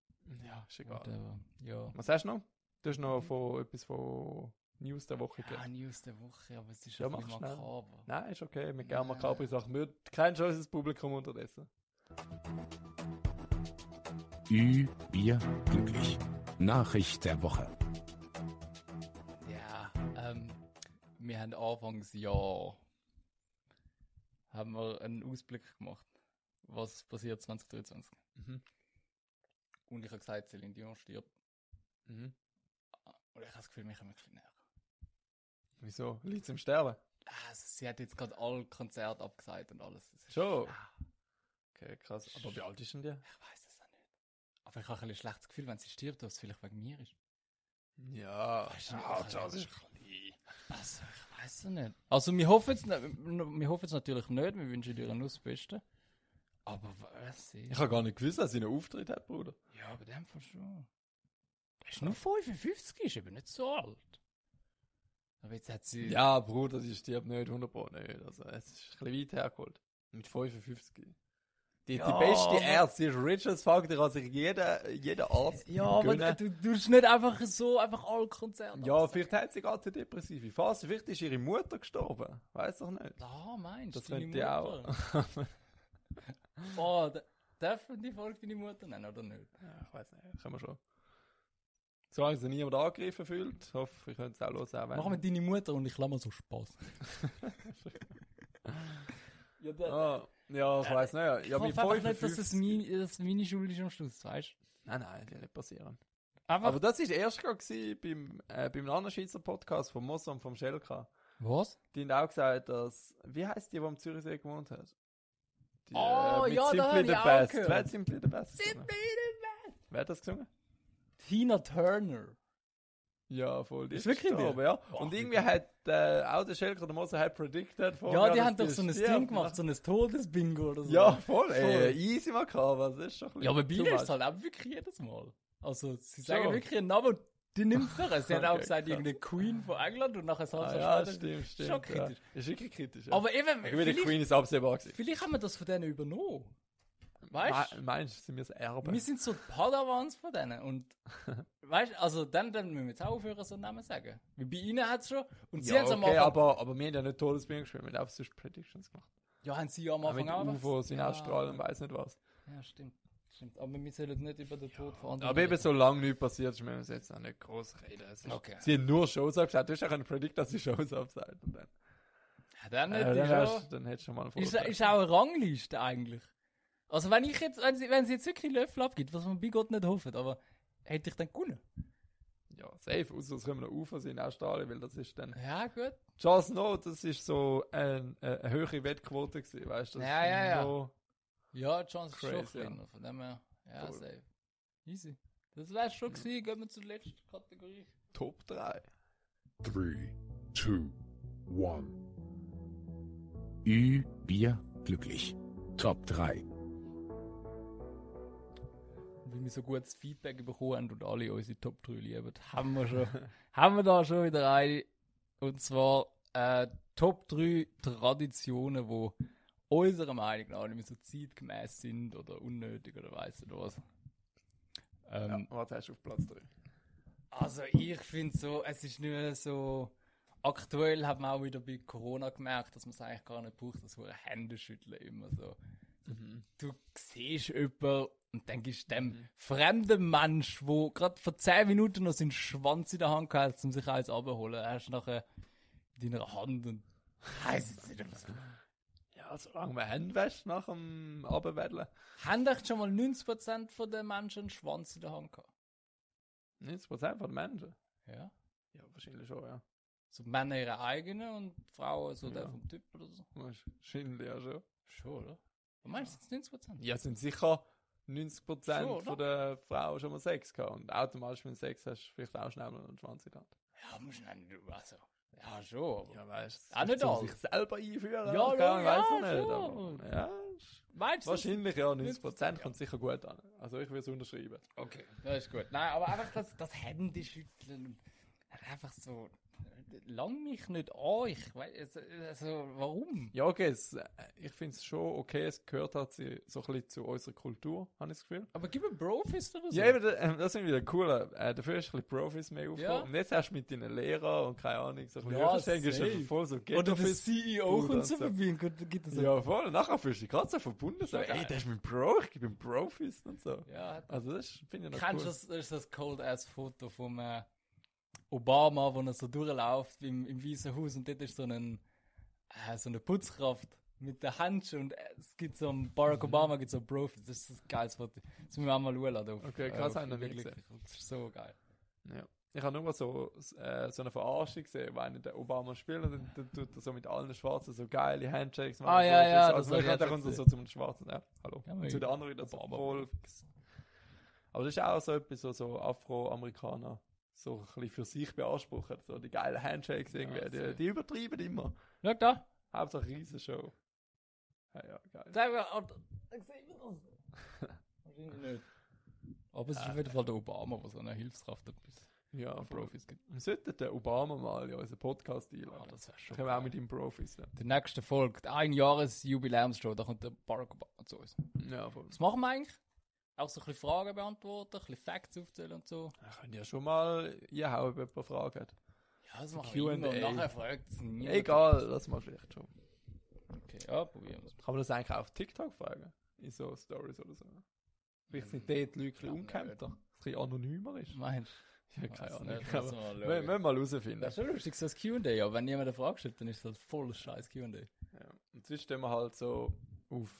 Speaker 3: Ja, ist egal. Hm.
Speaker 2: Whatever. Ja.
Speaker 3: äh, Was hast du noch? Du hast noch von, etwas von News der Woche
Speaker 2: Ah,
Speaker 3: gegeben.
Speaker 2: News der Woche, aber es ist
Speaker 3: Ja,
Speaker 2: ein
Speaker 3: mach
Speaker 2: bisschen
Speaker 3: schnell.
Speaker 2: makaber.
Speaker 3: Nein, ist okay, wir gehen mal kaputt Sachen. Wir kennen schon unser Publikum unterdessen.
Speaker 1: Ü, Bier, glücklich. Nachricht der Woche.
Speaker 2: Ja, ähm, wir haben Anfangsjahr haben wir einen Ausblick gemacht, was passiert 2023.
Speaker 3: Mhm.
Speaker 2: Und ich habe gesagt, Celine Dion stirbt.
Speaker 3: Mhm.
Speaker 2: Und ich habe das Gefühl, wir kommen ein bisschen näher.
Speaker 3: Wieso? Leute zum Sterben?
Speaker 2: Also, sie hat jetzt gerade alle Konzerte abgesagt und alles. Das ist-
Speaker 3: Schon?
Speaker 2: Ah,
Speaker 3: Okay, krass. Aber wie alt ist denn die?
Speaker 2: Ich weiß es auch nicht. Aber ich habe ein bisschen schlechtes Gefühl, wenn sie stirbt, dass es vielleicht wegen mir ist.
Speaker 3: Ja,
Speaker 2: Weißt du,
Speaker 3: ja
Speaker 2: ich-
Speaker 3: das ist klein.
Speaker 2: Also, ich weiß es nicht. Also, wir hoffen es, na- wir hoffen es natürlich nicht, wir wünschen dir nur das Beste. Aber was ist?
Speaker 3: Ich habe gar nicht gewusst, dass sie einen Auftritt hat, Bruder.
Speaker 2: Ja, bei dem Fall schon. Er ist nur 55, ist eben nicht so alt. Aber jetzt hat sie.
Speaker 3: Ja, Bruder, sie stirbt nicht, 100 Pro nicht. Also, es ist ein bisschen weit hergeholt. Mit 55. Die,
Speaker 2: Ja,
Speaker 3: die beste
Speaker 2: aber-
Speaker 3: Ärzte, die ist rich as fuck, die kann sich jeder, jeder Arzt
Speaker 2: Ja, aber
Speaker 3: gönnen.
Speaker 2: du du tust nicht einfach so einfach alle Konzerte.
Speaker 3: Ja, vielleicht hat sie gerade eine depressive Phase, vielleicht ist ihre Mutter gestorben. Weiß doch nicht.
Speaker 2: Da meinst du?
Speaker 3: Das könnte ja auch.
Speaker 2: Oh, da, darf man die Folge deine Mutter nennen oder nicht?
Speaker 3: Ja, ich weiß nicht, können wir schon. Solange sich niemand angegriffen fühlt, hoffe ich, könnt es auch los auch
Speaker 2: Machen wir deine Mutter und ich lasse mal so Spaß. ja, da,
Speaker 3: ah, Ja, ich weiß nicht.
Speaker 2: ich
Speaker 3: Ja, mit
Speaker 2: hoffe einfach nicht, dass es
Speaker 3: 55
Speaker 2: meine, dass meine Schuld ist am Schluss, weißt du?
Speaker 3: Nein, nein, das wird nicht passieren.
Speaker 2: Einfach.
Speaker 3: Aber das war erst gerade gewesen beim, äh, beim anderen Schweizer Podcast von Mosso und vom Schelka.
Speaker 2: was?
Speaker 3: Die haben auch gesagt, dass. Wie heißt die, die am Zürichsee gewohnt hat? Die, äh,
Speaker 2: Oh, ja, da hab ich auch
Speaker 3: Best.
Speaker 2: gehört.
Speaker 3: Wer hat Simply the Best? gesungen? Wer hat das gesungen?
Speaker 2: Tina Turner.
Speaker 3: Ja, voll. Die
Speaker 2: Ist wirklich
Speaker 3: gestorben,
Speaker 2: die?
Speaker 3: ja.
Speaker 2: Boah,
Speaker 3: Und irgendwie hat äh, auch der Schelker der Moser hat predicted vor
Speaker 2: Ja,
Speaker 3: mir,
Speaker 2: die
Speaker 3: dass
Speaker 2: haben doch so ein
Speaker 3: stirbt.
Speaker 2: Ding gemacht, so ein Todesbingo oder so.
Speaker 3: Ja, voll,
Speaker 2: Voll.
Speaker 3: ey. Easy makaber, das ist schon ein bisschen
Speaker 2: Ja, aber bei
Speaker 3: too
Speaker 2: ihr ist
Speaker 3: much.
Speaker 2: es halt auch wirklich jedes Mal. Also, sie sagen
Speaker 3: Schon.
Speaker 2: wirklich einen Namen und die nimmt es nachher. Sie hat auch
Speaker 3: Okay,
Speaker 2: gesagt,
Speaker 3: krass.
Speaker 2: irgendeine Queen von England und nachher sagt
Speaker 3: Ah,
Speaker 2: sie
Speaker 3: ja,
Speaker 2: später-
Speaker 3: stimmt, stimmt.
Speaker 2: Schon
Speaker 3: ja.
Speaker 2: kritisch.
Speaker 3: Ist wirklich kritisch. Ja.
Speaker 2: Aber eben,
Speaker 3: ich bin die
Speaker 2: vielleicht,
Speaker 3: Queen ist absehbar gewesen.
Speaker 2: vielleicht haben wir das von denen übernommen. Weißt
Speaker 3: Me- Meinst du, sind wir das Erbe?
Speaker 2: Wir sind so die Padawans von denen. Und weißt also dann, dann müssen wir jetzt auch aufhören, so einen Namen sagen. Weil bei ihnen hat es schon. Und sie
Speaker 3: ja,
Speaker 2: haben es am
Speaker 3: okay,
Speaker 2: Anfang.
Speaker 3: aber, aber wir haben ja nicht Todesbühne gespielt, wir haben einfach sonst Predictions gemacht.
Speaker 2: ja, haben sie ja am
Speaker 3: Auch mit
Speaker 2: Anfang auch. einfach-
Speaker 3: UFOs in
Speaker 2: ja,
Speaker 3: Australien, weiß nicht was.
Speaker 2: Ja, stimmt. stimmt. Aber wir sollen nicht über den Tod von anderen
Speaker 3: Aber eben
Speaker 2: reden.
Speaker 3: so lange nichts passiert, ist, müssen wir uns jetzt auch nicht groß reden. Es ist-
Speaker 2: Okay.
Speaker 3: Sie haben nur Shows abgesagt. Du hast ja können predict, dass sie Shows absagt. Und dann,
Speaker 2: Ja, dann
Speaker 3: äh,
Speaker 2: nicht.
Speaker 3: dann,
Speaker 2: ist auch-
Speaker 3: hast, dann hättest du schon mal einen
Speaker 2: Ist,
Speaker 3: Vorteil.
Speaker 2: ist auch eine Rangliste eigentlich. Also wenn ich jetzt, wenn sie, wenn sie jetzt wirklich Löffel abgibt, was man bei Gott nicht hofft, aber hätte ich dann gewonnen.
Speaker 3: Ja, safe. Außer es kommen noch UFOs in Australien, weil das ist dann.
Speaker 2: Ja, gut.
Speaker 3: Just No, das ist so ein, äh, eine höhere Wettquote gewesen, weißt du? das
Speaker 2: Ja,
Speaker 3: ist
Speaker 2: ja, ja.
Speaker 3: noch-
Speaker 2: Ja, die Chance ist schon
Speaker 3: Crazy, ja.
Speaker 2: kleiner, von dem her. Ja,
Speaker 3: Voll.
Speaker 2: safe. Easy. Das wär's schon gewesen, gehen wir zur letzten Kategorie.
Speaker 3: Top 3.
Speaker 1: 3, 2, 1. Ü, Bier, glücklich. Top 3.
Speaker 2: Weil wir so gutes Feedback bekommen haben und alle unsere Top 3 lieben, haben wir schon, haben wir da schon wieder eine. Und zwar äh, Top 3 Traditionen, wo unserer Meinung nach nicht mehr so zeitgemäß sind oder unnötig oder weiss nicht was. Ähm,
Speaker 3: Was hast du auf Platz 3?
Speaker 2: Also ich finde so, es ist nicht mehr so. Aktuell hat man auch wieder bei Corona gemerkt, dass man es eigentlich gar nicht braucht, das hure Händeschütteln immer so. Du siehst jemanden und dann gibst du dem fremden Mensch, wo gerade vor 10 Minuten noch seinen Schwanz in der Hand gehabt hat, um sich eins abzuholen, hast du nachher in deiner Hand und heisst jetzt nicht was.
Speaker 3: Ja, solange man Hände wäscht nach dem Abendwedeln.
Speaker 2: Haben echt schon mal 90% von den Menschen einen Schwanz in der Hand gehabt?
Speaker 3: 90% von den Menschen.
Speaker 2: Ja.
Speaker 3: Ja, wahrscheinlich schon, ja.
Speaker 2: So die Männer ihre eigenen und die Frauen so der
Speaker 3: Ja.
Speaker 2: vom Typ oder so.
Speaker 3: Wahrscheinlich ja schon.
Speaker 2: Schon, oder? Du meinst jetzt 90%?
Speaker 3: Ja, sind sicher 90%
Speaker 2: Schon, oder?
Speaker 3: von der Frauen schon mal Sex gehabt. Und automatisch, wenn du Sex hast, hast du vielleicht auch schnell mal einen Schwanz in der Hand.
Speaker 2: Ja, musst du nicht, also. Ja, schon. Aber
Speaker 3: weißt
Speaker 2: du, Auch nicht
Speaker 3: um
Speaker 2: alle.
Speaker 3: sich selber einführen.
Speaker 2: Ja, ja,
Speaker 3: kann, weiss
Speaker 2: ja,
Speaker 3: ich nicht,
Speaker 2: schon.
Speaker 3: aber- Ja, ist-
Speaker 2: Meinst du?
Speaker 3: Wahrscheinlich ja, 90
Speaker 2: 90%,
Speaker 3: Prozent kommt sicher gut an. Also ich würde es unterschreiben.
Speaker 2: das- Okay, das ist gut. Nein, aber einfach das, das Handy schütteln und einfach so. Lang mich nicht an, ich weiß, also warum?
Speaker 3: Ja, okay, es, äh, ich finde es schon okay, es gehört halt sie- so ein bisschen zu unserer Kultur, habe ich das Gefühl.
Speaker 2: Aber gib mir Brofist oder so.
Speaker 3: Ja, eben, äh, das sind wieder coole. Äh, dafür ist ein bisschen Profis mehr aufgekommen.
Speaker 2: Ja.
Speaker 3: Und jetzt hast du mit deinen Lehrern und keine Ahnung, so ein bisschen
Speaker 2: Ja,
Speaker 3: Höherstellung, ist
Speaker 2: safe.
Speaker 3: einfach voll so
Speaker 2: oder der
Speaker 3: Ghetto-Fist.
Speaker 2: CEO
Speaker 3: Bruder
Speaker 2: kommt so
Speaker 3: und so.
Speaker 2: vorbei und gibt- gibt es so.
Speaker 3: also. Ja, voll. Nachher fühlst du dich gerade so verbunden. So,
Speaker 2: Schon geil.
Speaker 3: ey, der ist mein Bro, ich bin Profis und so.
Speaker 2: Ja, hat-
Speaker 3: Also das ist- finde ich noch
Speaker 2: Kennst du
Speaker 3: cool.
Speaker 2: das, das, ist das Cold-Ass-Foto von äh, Obama, wo er so durchläuft im, im Weißen Haus und dort ist so, ein, äh, so eine Putzkraft mit den Handschuhen und äh, es gibt so einen Barack
Speaker 3: Mhm.
Speaker 2: Obama, gibt so einen Profi. Das ist das geiles Foto. Das müssen wir auch mal schauen. Auf,
Speaker 3: Okay, krass,
Speaker 2: auf
Speaker 3: hab ich noch nie
Speaker 2: Überblick. Das ist so geil.
Speaker 3: Ja. Ich habe nur mal so, äh, so eine Verarschung gesehen, wo einer der Obama spielt und dann, dann tut er so mit allen Schwarzen so geile Handshakes
Speaker 2: Ah, ja, ja, das
Speaker 3: Also
Speaker 2: hab
Speaker 3: ich
Speaker 2: ich
Speaker 3: hätte
Speaker 2: auch
Speaker 3: kommt er
Speaker 2: schon
Speaker 3: so zum Schwarzen. Ja, hallo.
Speaker 2: Ja,
Speaker 3: und zu den anderen wieder so
Speaker 2: Obama.
Speaker 3: voll fix. Aber das ist auch so etwas, so, so Afroamerikaner so ein bisschen für sich beanspruchen. So die geilen Handshakes irgendwie.
Speaker 2: sehr.
Speaker 3: die, die übertreiben immer.
Speaker 2: Schau da.
Speaker 3: Hauptsache Riesenshow. Ja, ja, geil.
Speaker 2: Sag mal, ob- dann sehen wir das. Wahrscheinlich nicht. Aber es
Speaker 3: Äh.
Speaker 2: ist auf jeden Fall der Obama, der so eine Hilfskraft hat.
Speaker 3: Ja, Profis.
Speaker 2: Profis gibt.
Speaker 3: Wir sollten den Obama mal in unseren Podcast einladen.
Speaker 2: Ah, das wäre schon.
Speaker 3: Können wir auch mit ihm Profis. Ja,
Speaker 2: Der nächste Folge, die Einjahresjubiläumsshow, da kommt der Barack Obama zu uns.
Speaker 3: ja voll.
Speaker 2: Was machen wir eigentlich? Auch so ein bisschen Fragen beantworten, ein bisschen Facts aufzählen und so.
Speaker 3: Wir können ja schon mal einhauen, wenn jemand fragt.
Speaker 2: Ja, das machen
Speaker 3: wir
Speaker 2: wir
Speaker 3: immer.
Speaker 2: immer. Nachher fragt es niemand.
Speaker 3: Egal, das mal vielleicht schon.
Speaker 2: Okay, ja, probieren wir es.
Speaker 3: Kann man das eigentlich auch auf TikTok fragen? In so Stories oder so? Vielleicht
Speaker 2: Ähm,
Speaker 3: sind dort die Leute ein bisschen
Speaker 2: glaub
Speaker 3: ungekämmter, ein bisschen anonymer ist.
Speaker 2: Meinst
Speaker 3: Ja,
Speaker 2: Weiß
Speaker 3: keine Ahnung.
Speaker 2: also nicht,
Speaker 3: aber
Speaker 2: müssen wir mal
Speaker 3: wir
Speaker 2: schauen.
Speaker 3: wir müssen mal
Speaker 2: du? Das
Speaker 3: herausfinden.
Speaker 2: ist schon lustig, so das Q&A, aber wenn jemand eine Frage stellt, dann ist das voll scheiß Q&A.
Speaker 3: Ja. Und sonst stehen wir halt so auf,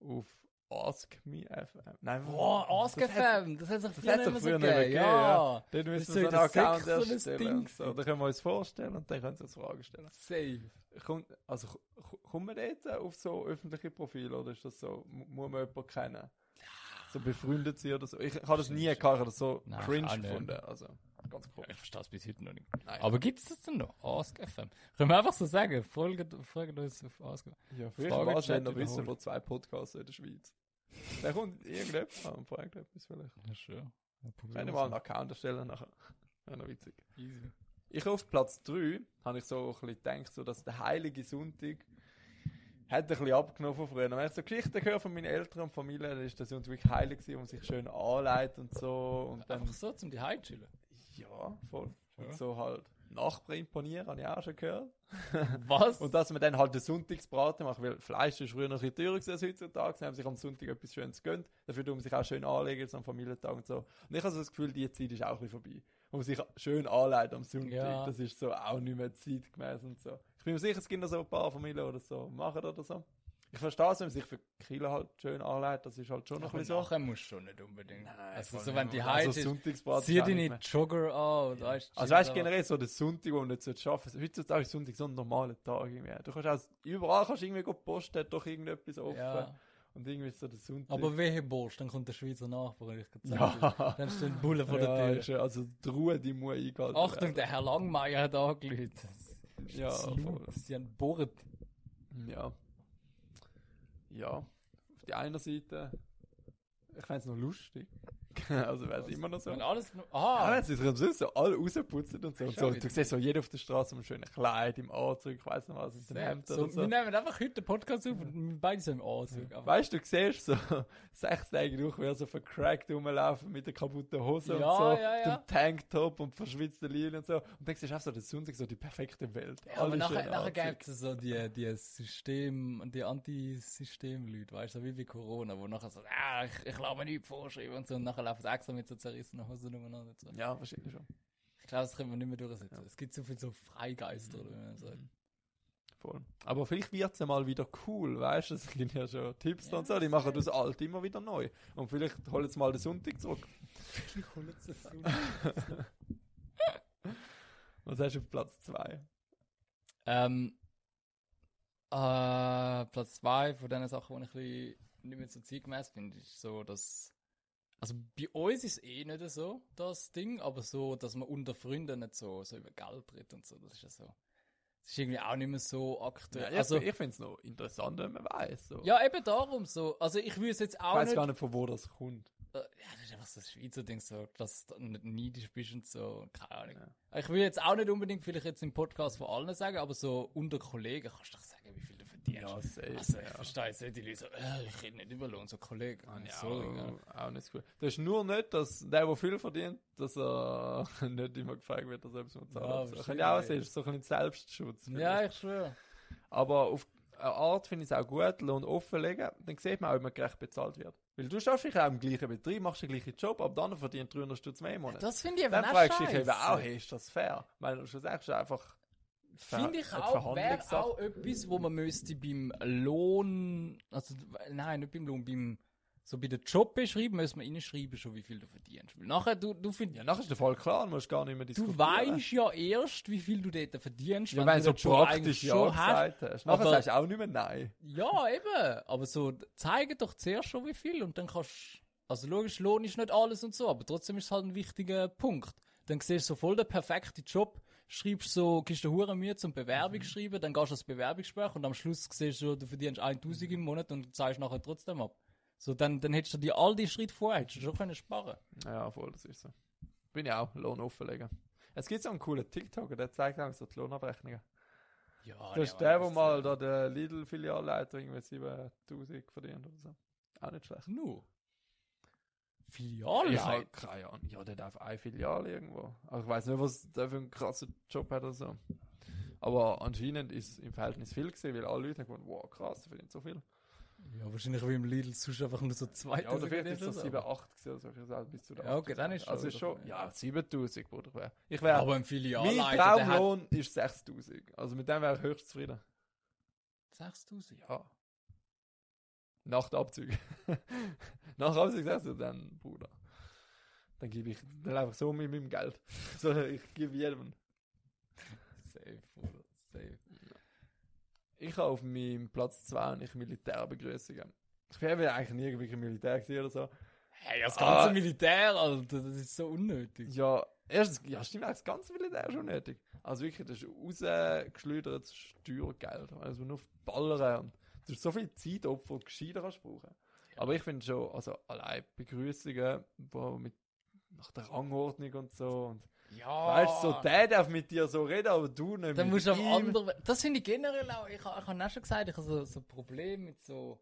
Speaker 3: auf Ask Me FM. Nein,
Speaker 2: Boah,
Speaker 3: das hat-
Speaker 2: AskFM, das hat sich
Speaker 3: Das hat
Speaker 2: früher
Speaker 3: es
Speaker 2: nicht mehr so
Speaker 3: früher
Speaker 2: gegeben.
Speaker 3: nicht mehr gegeben.
Speaker 2: ja.
Speaker 3: Ja. Dann müssen
Speaker 2: soll
Speaker 3: wir so einen
Speaker 2: das
Speaker 3: Account
Speaker 2: sicher so ein
Speaker 3: erstellen.
Speaker 2: Ding
Speaker 3: und so. Dann können wir uns vorstellen und dann können sie uns Fragen stellen.
Speaker 2: Safe.
Speaker 3: Kommt, also, k- kommen wir jetzt auf so öffentliche Profile oder ist das so? Mu- Muss man jemanden kennen? So befreundet sie oder so? Ich habe das nie gehabt, ich habe das so
Speaker 2: Nein, ich
Speaker 3: cringe
Speaker 2: auch nicht.
Speaker 3: gefunden. Also, ganz komisch.
Speaker 2: Ich verstehe es bis heute noch nicht.
Speaker 3: Nein.
Speaker 2: Aber gibt es das denn noch? AskFM. Können wir einfach so sagen, folgt, folgt uns auf AskFM.
Speaker 3: Ja, vielleicht
Speaker 2: Frage
Speaker 3: warst du
Speaker 2: Chat
Speaker 3: noch wissen
Speaker 2: überholt.
Speaker 3: von zwei Podcasts in der Schweiz. Da kommt irgendjemand und fragt etwas vielleicht.
Speaker 2: Ja, also. schön. Ja,
Speaker 3: Ich
Speaker 2: probieren
Speaker 3: kann
Speaker 2: wir
Speaker 3: mal
Speaker 2: es.
Speaker 3: einen Account erstellen nachher. Wäre noch witzig.
Speaker 2: Easy.
Speaker 3: Ich auf Platz 3 habe ich so ein bisschen gedacht, so, dass der Heilige Sonntag hat ein bisschen abgenommen von früher. Und Wenn ich so Geschichten höre von meinen Eltern und Familie, dann ist der Sonntag wirklich heilig gewesen, wo man sich schön anlegt und so. Und dann,
Speaker 2: Einfach so, zum die Hause chillen.
Speaker 3: ja, voll.
Speaker 2: Ja.
Speaker 3: Und so halt Nachbarn imponieren, habe ich auch schon gehört.
Speaker 2: Was?
Speaker 3: Und dass man dann halt den Sonntagsbraten macht, weil Fleisch ist früher noch ein bisschen teurer gewesen als heutzutage. Sie haben sich am Sonntag etwas Schönes gönnt. Dafür tun man sich auch schön anlegen, jetzt am Familientag und so. Und ich habe so das Gefühl, die Zeit ist auch ein bisschen vorbei. Wo man sich schön anlegt am Sonntag.
Speaker 2: Ja.
Speaker 3: Das ist so auch nicht mehr zeitgemäß und so. Ich bin mir sicher, es gibt noch so ein paar Familien oder so, machen oder so. Ich verstehe es, wenn man sich für Kilo halt schön anlegt, das ist halt schon noch ein
Speaker 2: Aber
Speaker 3: bisschen so.
Speaker 2: nachher musst du schon nicht unbedingt. also,
Speaker 3: voll
Speaker 2: so,
Speaker 3: nicht
Speaker 2: wenn
Speaker 3: mehr.
Speaker 2: die
Speaker 3: Also
Speaker 2: Hause ist,
Speaker 3: Sonntagsbraten
Speaker 2: zieh
Speaker 3: kann ich nicht
Speaker 2: deine
Speaker 3: mehr.
Speaker 2: Jogger an und weißt
Speaker 3: Also weißt du generell so der Sonntag, wo man nicht arbeiten sollte. Heutzutage ist Sonntag so ein normaler Tag irgendwie. Du kannst auch, überall kannst du irgendwie gut posten, hat doch irgendetwas offen.
Speaker 2: Ja.
Speaker 3: Und irgendwie ist so der Sonntag.
Speaker 2: Aber wehe Borst, dann kommt der Schweizer Nachbar und ich kann
Speaker 3: Ja.
Speaker 2: Dann steht ein Bulle vor
Speaker 3: ja,
Speaker 2: der
Speaker 3: ist
Speaker 2: Tür.
Speaker 3: ja- Also die Ruhe, die muss eingehalten
Speaker 2: Achtung,
Speaker 3: werden.
Speaker 2: der Herr Langmeier hat angelüht.
Speaker 3: Ja, voll.
Speaker 2: Sie haben bohrt.
Speaker 3: Ja. Ja. Auf die einen Seite, ich fände es noch lustig. also wäre es immer noch so.
Speaker 2: Wenn
Speaker 3: Ja,
Speaker 2: alles. Ah,
Speaker 3: wenn
Speaker 2: Aha!
Speaker 3: sie sich am Schluss so alle rausputzen und so. Und
Speaker 2: Schon
Speaker 3: so.
Speaker 2: wieder.
Speaker 3: Du siehst so jeder auf der Straße mit einem schönen Kleid, im Anzug, ich weiß nicht was, in einem Hemd
Speaker 2: so,
Speaker 3: oder so.
Speaker 2: Wir nehmen einfach heute den Podcast auf und wir beide sind im Anzug. Aber-
Speaker 3: Weißt du, du siehst so sechs Tage durch, wie er so vercrackt rumlaufen mit der kaputten Hose
Speaker 2: Ja,
Speaker 3: und so,
Speaker 2: ja, ja.
Speaker 3: dem Tanktop und verschwitzten Lilien und so. Und dann siehst du auch so den Sonntag, so die perfekte Welt.
Speaker 2: Ja, aber
Speaker 3: Alle
Speaker 2: nachher,
Speaker 3: schön
Speaker 2: nachher
Speaker 3: angezogen.
Speaker 2: gibt es so die, die System, die Antisystem-Leute, weißt du, so wie bei Corona, wo nachher so, ah, ich, ich lasse mir nichts vorschreiben und so, und nachher laufen sie extra mit so zerrissenen Hosen umeinander. und So.
Speaker 3: Ja, wahrscheinlich schon.
Speaker 2: Ich glaube, das können wir nicht mehr durchsetzen.
Speaker 3: Ja. Mhm.
Speaker 2: Es gibt so viel so Freigeister, oder wie man sagt.
Speaker 3: Voll. Aber vielleicht wird es ja mal wieder cool, weißt du? Es gibt ja schon Tipps
Speaker 2: Ja,
Speaker 3: und so, die machen das Alte immer wieder neu. Und vielleicht holen sie mal den Sonntag zurück.
Speaker 2: Ich hole jetzt das
Speaker 3: Was hast du auf Platz 2?
Speaker 2: Ähm, äh, Platz 2 von den Sachen, die ich ein bisschen nicht mehr so zeitgemäß finde, ist so, dass. Also bei uns ist es eh nicht so, das Ding, aber so, dass man unter Freunden nicht so, so über Geld redet und so, das ist ja so. Das ist irgendwie auch nicht mehr so aktuell.
Speaker 3: ich
Speaker 2: also,
Speaker 3: ich finde es noch interessant, wenn man weiß. So.
Speaker 2: ja, eben darum so. Also ich würde es jetzt
Speaker 3: ich
Speaker 2: auch
Speaker 3: weiß
Speaker 2: nicht.
Speaker 3: gar nicht, von wo das kommt.
Speaker 2: Äh, Ja, das ist einfach so das Schweizer Ding, so, dass du nicht neidisch bist und so, keine Ahnung. Ich will jetzt auch nicht unbedingt vielleicht jetzt im Podcast von allen sagen, aber so unter Kollegen kannst du doch sagen, wie viel du verdienst.
Speaker 3: Ja, safe,
Speaker 2: also ich
Speaker 3: ja. Ah,
Speaker 2: verstehe jetzt nicht die Leute so, äh, ich rede nicht über Lohn, so Kollegen.
Speaker 3: Habe ich
Speaker 2: sorry, ja.
Speaker 3: auch, auch nicht cool. Das ist nur nicht, dass der, der viel verdient, dass er nicht immer gefragt wird, dass er etwas bezahlt.
Speaker 2: Ja,
Speaker 3: Ja, so. Kann ich
Speaker 2: verstehe.
Speaker 3: auch sehen, ist so ein bisschen Selbstschutz.
Speaker 2: ja,
Speaker 3: vielleicht.
Speaker 2: ich schwöre.
Speaker 3: Aber auf eine Art finde ich es auch gut, Lohn offenlegen, dann sieht man auch, ob man gerecht bezahlt wird. Weil du schaffst dich auch im gleichen Betrieb, machst den gleichen Job, aber dann verdient 300 Stutz mehr im Monat.
Speaker 2: Das finde ich eben
Speaker 3: dann
Speaker 2: auch
Speaker 3: fragst du dich
Speaker 2: scheisse.
Speaker 3: eben auch, hey, ist das fair? Weil schlussendlich ist es einfach Ver-
Speaker 2: Finde ich
Speaker 3: eine
Speaker 2: auch, wäre
Speaker 3: Verhandlungssache.
Speaker 2: auch etwas, wo man müsste beim Lohn, also nein, nicht beim Lohn, beim so bei der Jobbeschreibung müssen wir reinschreiben, schon wie viel du verdienst. Weil nachher, du, du findest.
Speaker 3: Ja, nachher ist der Fall klar, du musst gar nicht mehr
Speaker 2: Du
Speaker 3: diskutieren.
Speaker 2: weißt ja erst, wie viel du dort verdienst,
Speaker 3: ja, wenn
Speaker 2: du
Speaker 3: du so
Speaker 2: den Job eigentlich
Speaker 3: praktisch ja
Speaker 2: hast.
Speaker 3: gesagt hast. Nachher
Speaker 2: aber-
Speaker 3: sagst du auch nicht mehr Nein.
Speaker 2: Ja, eben. Aber so, zeige doch zuerst schon, wie viel und dann kannst Also logisch, Lohn ist nicht alles und so, aber trotzdem ist es halt ein wichtiger Punkt. Dann siehst du so voll den perfekten Job, schreibst so, gibst dir hure Mühe zum Bewerbung
Speaker 3: Mhm.
Speaker 2: schreiben, dann gehst du das Bewerbungsgespräch und am Schluss siehst du, du verdienst 1000 im Monat und zahlst nachher trotzdem ab. So, dann, dann hättest du dir all die Schritte vorher hättest du schon können sparen.
Speaker 3: Ja, voll, das ist so. Bin ja auch Lohn offenlegen. Es gibt so einen coolen TikToker, der zeigt einem so die Lohnabrechnungen.
Speaker 2: Ah, Ja,
Speaker 3: Ah, Das ist der, wo mal da der Lidl-Filialleiter irgendwie 7000 verdient oder so. Auch nicht schlecht.
Speaker 2: Nur.
Speaker 3: Ich habe
Speaker 2: Filialleiter.
Speaker 3: keine Ahnung. Ja, der darf eine Filiale irgendwo. Aber ich weiß nicht, was der für einen krassen Job hat oder so. Aber anscheinend ist im Verhältnis viel gesehen, weil alle Leute haben gedacht, wow, krass, der verdient so viel.
Speaker 2: Ja, wahrscheinlich wie im Lidl sonst einfach nur so zwei
Speaker 3: Ja, oder vielleicht ist es so 7, 8 gewesen oder so. Ich weiß auch, bis zu der
Speaker 2: Ja, okay, dann ist
Speaker 3: 8. Also
Speaker 2: schon
Speaker 3: ist schon,
Speaker 2: wieder-
Speaker 3: ja, 7000, Bruder. ich wär- Ich
Speaker 2: Ja,
Speaker 3: wäre
Speaker 2: aber im
Speaker 3: mein
Speaker 2: Filialleiter, der hat
Speaker 3: Traumlohn ist 6000. Also mit dem wäre ich höchst zufrieden.
Speaker 2: 6000. Ja.
Speaker 3: Ja. Nach der Abzüge. Nach Abzüge sagst du dann, Bruder. Dann gebe ich dann einfach so mit meinem Geld. so, ich gebe jedem.
Speaker 2: Safe, Bruder, safe.
Speaker 3: Ich habe auf meinem Platz 2 und ich Militärbegrüßungen. Ich bin eben eigentlich nie wirklich im Militär gewesen oder so.
Speaker 2: Hey, das
Speaker 3: ganze
Speaker 2: ganze Militär, Alter, das ist so unnötig.
Speaker 3: Ja, erstens, ja, stimmt, eigentlich das ganze Militär ist unnötig. Also wirklich, das ist rausgeschleudertes Steuergeld. Also nur auf Ballern. Und du hast so viel Zeit, Opfer gescheiter kannst brauchen. Aber ich finde schon, also allein Begrüßungen, wo mit nach der Rangordnung und so. Und,
Speaker 2: Ja,
Speaker 3: Weißt du, so, der darf mit dir so reden, aber du nicht
Speaker 2: Ah. Dann
Speaker 3: mit
Speaker 2: musst du auf
Speaker 3: ihm.
Speaker 2: andere. Das finde ich generell auch. Ich, ha- ich habe auch schon gesagt, ich habe so, so ein Problem mit so.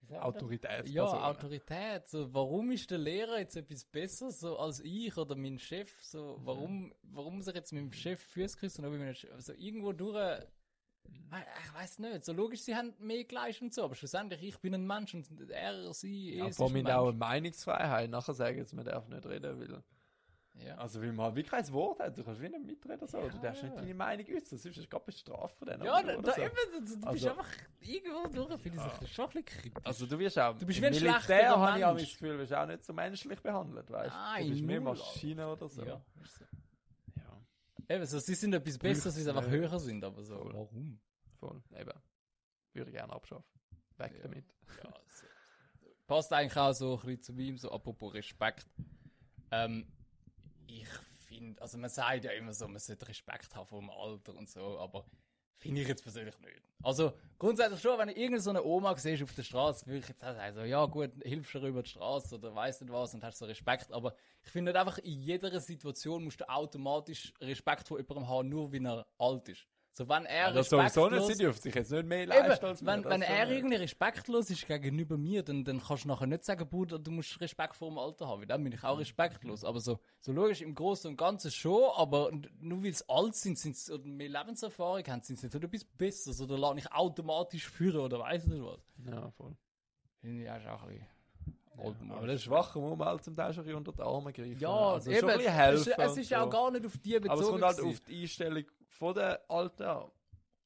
Speaker 2: wie sagt man das?
Speaker 3: Autorität.
Speaker 2: Ja, Autorität. So, warum ist der Lehrer jetzt etwas besser so als ich oder mein Chef? So, warum, warum muss ich jetzt mit dem Chef Füße küssen? und ob ich mit dem Chef- Also irgendwo durch. Ah, Ich weiß nicht. So logisch, sie haben mehr gleich und so, aber schlussendlich, ich bin ein Mensch und er, sie,
Speaker 3: Ja,
Speaker 2: es
Speaker 3: vor
Speaker 2: ist ein
Speaker 3: allem auch
Speaker 2: Mensch.
Speaker 3: eine Meinungsfreiheit. Nachher sagen jetzt, man darf nicht reden, weil.
Speaker 2: Ja.
Speaker 3: Also, weil man halt wie kein Wort hat, du kannst wie nicht mitreden. So. Du darfst nicht
Speaker 2: ja.
Speaker 3: deine Meinung äußern, sonst ist gerade bestraft von denen.
Speaker 2: Ja,
Speaker 3: oder
Speaker 2: da,
Speaker 3: so.
Speaker 2: da eben, du, du bist
Speaker 3: Also-
Speaker 2: einfach irgendwo durch, finde ich es ein bisschen- schon ein bisschen kritisch.
Speaker 3: Also, du wirst auch.
Speaker 2: Du bist
Speaker 3: im
Speaker 2: wie ein
Speaker 3: Militär
Speaker 2: schlechterer
Speaker 3: habe ich auch
Speaker 2: Mensch.
Speaker 3: das Gefühl, wirst auch nicht so menschlich behandelt, weißt du?
Speaker 2: Nein,
Speaker 3: Du bist mehr
Speaker 2: null,
Speaker 3: Maschine oder so.
Speaker 2: ja. ist so.
Speaker 3: Ja,
Speaker 2: Eben, so, sie sind etwas besser, sie einfach
Speaker 3: Ja.
Speaker 2: höher sind, aber so,
Speaker 3: Voll.
Speaker 2: warum?
Speaker 3: voll. Eben. Würde ich gerne abschaffen. Weg
Speaker 2: Ja.
Speaker 3: damit.
Speaker 2: Ja, so. Passt eigentlich auch so ein bisschen zu ihm, so apropos Respekt. Ähm, ich finde, also man sagt ja immer so, man sollte Respekt haben vor dem Alter und so, aber finde ich jetzt persönlich nicht. Also grundsätzlich schon, wenn du irgendeine so eine Oma siehst auf der Straße, würde ich jetzt auch sagen, so, ja gut, hilfst du ihr über die Straße oder weißt nicht was und hast so Respekt, aber ich finde nicht einfach, in jeder Situation musst du automatisch Respekt vor jemandem haben, nur wenn er alt ist. So, wenn er
Speaker 3: Das Also, sowieso nicht,
Speaker 2: respektlos-
Speaker 3: sie dürfen sich jetzt nicht mehr leisten als
Speaker 2: Eben,
Speaker 3: wir, also,
Speaker 2: wenn,
Speaker 3: das
Speaker 2: wenn
Speaker 3: schon
Speaker 2: er
Speaker 3: nicht.
Speaker 2: irgendwie respektlos ist gegenüber mir, dann, dann kannst du nachher nicht sagen, Bruder, du musst Respekt vor dem Alter haben. weil Dann bin ich auch respektlos. Aber so, so logisch im Großen und Ganzen schon, aber n- nur weil sie alt sind, sind sie, oder mehr Lebenserfahrung haben, sind sie nicht etwas Besseres oder lass ich automatisch führen oder weiß nicht was.
Speaker 3: Ja, voll.
Speaker 2: Finde ich auch ein bisschen old
Speaker 3: Ja,
Speaker 2: ja,
Speaker 3: aber der schwachen Umwelt um zum Teil schon ein bisschen unter die Arme greifen.
Speaker 2: Ja,
Speaker 3: also
Speaker 2: eben,
Speaker 3: schon ein bisschen
Speaker 2: es,
Speaker 3: helfen.
Speaker 2: ist- es
Speaker 3: und
Speaker 2: ist
Speaker 3: so.
Speaker 2: auch gar nicht auf die bezogen.
Speaker 3: Aber es kommt halt
Speaker 2: gewesen.
Speaker 3: auf die Einstellung von der Alten an.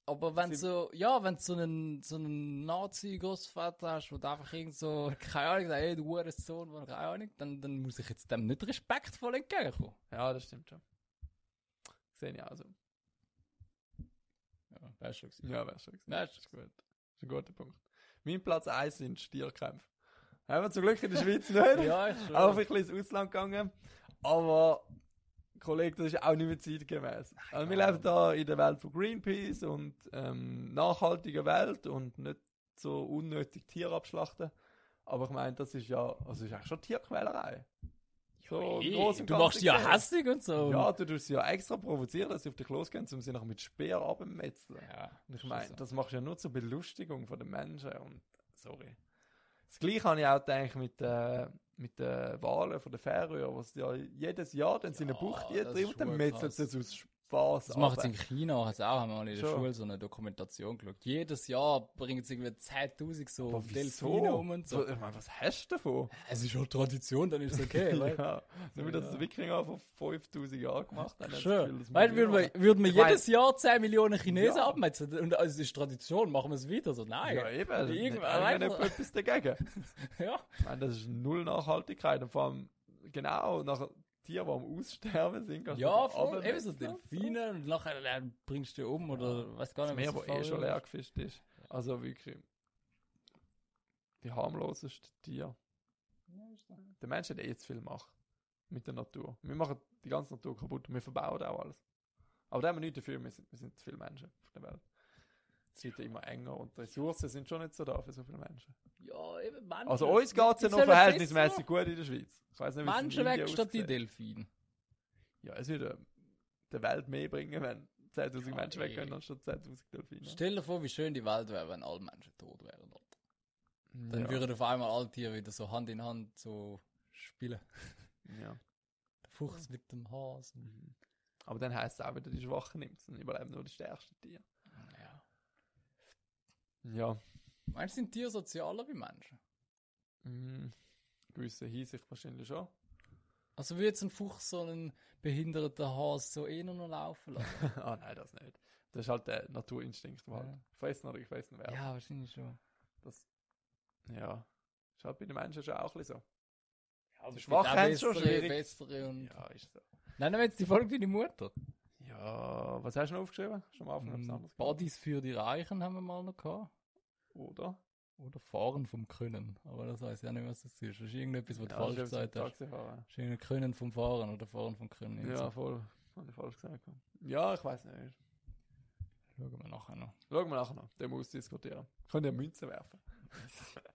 Speaker 2: Aber wenn
Speaker 3: Sie-
Speaker 2: so, ja, wenn du so einen, so einen Nazi-Großvater hast, wo du einfach irgend so, keine Ahnung, sagt, hey, du Hurensohn, wo- keine Ahnung, dann, dann muss ich jetzt dem nicht respektvoll entgegenkommen.
Speaker 3: Ja, das stimmt schon. Sehe ich auch so.
Speaker 2: Ja, das ist schon gewesen.
Speaker 3: Ja, wäre schon gewesen.
Speaker 2: Ja,
Speaker 3: das ist gut. Das ist ein guter Punkt. Mein Platz 1 sind Stierkämpfe. Haben wir zum Glück in der Schweiz nicht.
Speaker 2: Ja, ist schon.
Speaker 3: Auch ein bisschen ins Ausland gegangen. Aber, Kollege, das ist auch nicht mehr zeitgemäß. Also, wir leben da in der Welt von Greenpeace und ähm, nachhaltiger Welt und nicht so unnötig Tiere abschlachten. Aber ich meine, das ist ja, also ist eigentlich schon Tierquälerei. So, im Großen
Speaker 2: Hey,
Speaker 3: und
Speaker 2: eh. du machst
Speaker 3: Ganzen
Speaker 2: die ja
Speaker 3: gesehen.
Speaker 2: hässlich und so.
Speaker 3: Ja, du tust sie ja extra provozieren, dass sie auf dich losgehen, um sie nachher mit Speer abzumetzeln.
Speaker 2: ja
Speaker 3: Und ich
Speaker 2: ist
Speaker 3: meine,
Speaker 2: so.
Speaker 3: das machst du ja nur zur Belustigung von den Menschen und sorry. Das gleiche habe ich auch gedacht mit, äh, mit den Wahlen von den Färöer, was ja jedes Jahr dann ja, seine
Speaker 2: Ja,
Speaker 3: Bucht hier
Speaker 2: das
Speaker 3: drin
Speaker 2: ist
Speaker 3: und dann
Speaker 2: schon
Speaker 3: metzelt
Speaker 2: krass.
Speaker 3: sie aus Spaß.
Speaker 2: Das macht es in China also auch, haben wir mal in der
Speaker 3: Schon.
Speaker 2: Schule so eine Dokumentation geschaut. Jedes Jahr bringen sie irgendwie 10.000 so Delfine um und so.
Speaker 3: Ich meine, was hast du davon?
Speaker 2: Es ist schon Tradition, dann ist es okay, weißt du?
Speaker 3: ja, so wie das die Wikinger vor 5000 Jahren gemacht haben. hat das Gefühl,
Speaker 2: Schön.
Speaker 3: das
Speaker 2: Weißt du,
Speaker 3: muss
Speaker 2: würden
Speaker 3: ich
Speaker 2: wir, würden wir
Speaker 3: Ich mein-
Speaker 2: jedes Jahr 10 Millionen Chinesen
Speaker 3: Ja.
Speaker 2: abmetzen und also, es ist Tradition, machen wir es wieder. So,
Speaker 3: auch.
Speaker 2: nein.
Speaker 3: Ja, eben. Also
Speaker 2: Irgendwann
Speaker 3: Irgendwann
Speaker 2: einfach-
Speaker 3: etwas dagegen.
Speaker 2: Ja.
Speaker 3: Ich meine, das ist null Nachhaltigkeit. Und vor allem, genau, nach Tieren, die am Aussterben sind, kannst
Speaker 2: Ja,
Speaker 3: du
Speaker 2: voll.
Speaker 3: runter-
Speaker 2: Eben so Delfine und nachher äh, bringst du die um oder weiß gar
Speaker 3: Das
Speaker 2: nicht
Speaker 3: Meer,
Speaker 2: was
Speaker 3: das
Speaker 2: der
Speaker 3: eh
Speaker 2: Fall
Speaker 3: schon
Speaker 2: ist.
Speaker 3: leer gefischt ist. Also wirklich. Die harmlosesten Tiere. Der Mensch hat eh zu viel Macht. Mit der Natur. Wir machen die ganze Natur kaputt und wir verbauen auch alles. Aber da haben wir nichts dafür, wir sind, wir sind zu viele Menschen auf der Welt. Es wird ja immer enger und die Ressourcen sind schon nicht so da für so viele Menschen.
Speaker 2: Ja, eben Menschen.
Speaker 3: Also uns geht es ja
Speaker 2: Die
Speaker 3: noch
Speaker 2: sollen
Speaker 3: verhältnismäßig gut in der Schweiz. Ich weiss nicht,
Speaker 2: besser.
Speaker 3: wie es in
Speaker 2: Menschen
Speaker 3: Indien
Speaker 2: weg statt die
Speaker 3: aussieht.
Speaker 2: Delfine.
Speaker 3: Ja, es würde der Welt mehr bringen, wenn 10.000
Speaker 2: Ja,
Speaker 3: Menschen weg
Speaker 2: eh.
Speaker 3: können, anstatt 10.000 Delfine.
Speaker 2: Stell dir vor, wie schön die Welt wäre, wenn alle Menschen tot wären. Alter. Dann
Speaker 3: ja.
Speaker 2: würden auf einmal alle Tiere wieder so Hand in Hand so spielen.
Speaker 3: ja.
Speaker 2: Der Fuchs mit dem Hasen.
Speaker 3: Mhm. Aber dann heißt es auch wieder, die Schwachen nimmt dann überleben nur die stärksten Tiere.
Speaker 2: Ja.
Speaker 3: Ja.
Speaker 2: Meinst du, sind Tiere sozialer wie Menschen?
Speaker 3: Mhm. Gewisse Hinsicht wahrscheinlich schon.
Speaker 2: Also würde jetzt ein Fuchs so einen behinderten Hase so eh nur noch laufen lassen?
Speaker 3: ah nein, das nicht. Das ist halt der Naturinstinkt im
Speaker 2: Ja.
Speaker 3: Wald. Fressen oder ich fressen wer. Ja.
Speaker 2: wahrscheinlich schon.
Speaker 3: Das, ja. Ist halt bei den Menschen schon auch ein bisschen
Speaker 2: Also
Speaker 3: Schwachheit ist schon schwierig.
Speaker 2: Bessere
Speaker 3: so.
Speaker 2: und
Speaker 3: Ja, ist so.
Speaker 2: Nein, nein, jetzt die Folge deine Mutter.
Speaker 3: Ja, was hast du noch aufgeschrieben? Schon mal aufgenommen,
Speaker 2: Mm,
Speaker 3: was anderes?
Speaker 2: Bodies für die Reichen haben wir mal noch gehabt.
Speaker 3: Oder?
Speaker 2: Oder Fahren vom Können. Aber das weiß ich auch nicht, was das ist. Das ist irgendetwas, was du
Speaker 3: Ja,
Speaker 2: falsch
Speaker 3: das ist
Speaker 2: gesagt hast.
Speaker 3: Taxifahren.
Speaker 2: Das ist irgendein Können vom Fahren oder Fahren vom Können. Irgendwie
Speaker 3: Ja,
Speaker 2: So.
Speaker 3: voll. Habe ich falsch gesagt. Ja, ich weiß nicht.
Speaker 2: Schauen wir nachher noch.
Speaker 3: Schauen wir nachher noch. Den muss diskutieren. Könnt ihr Münzen werfen?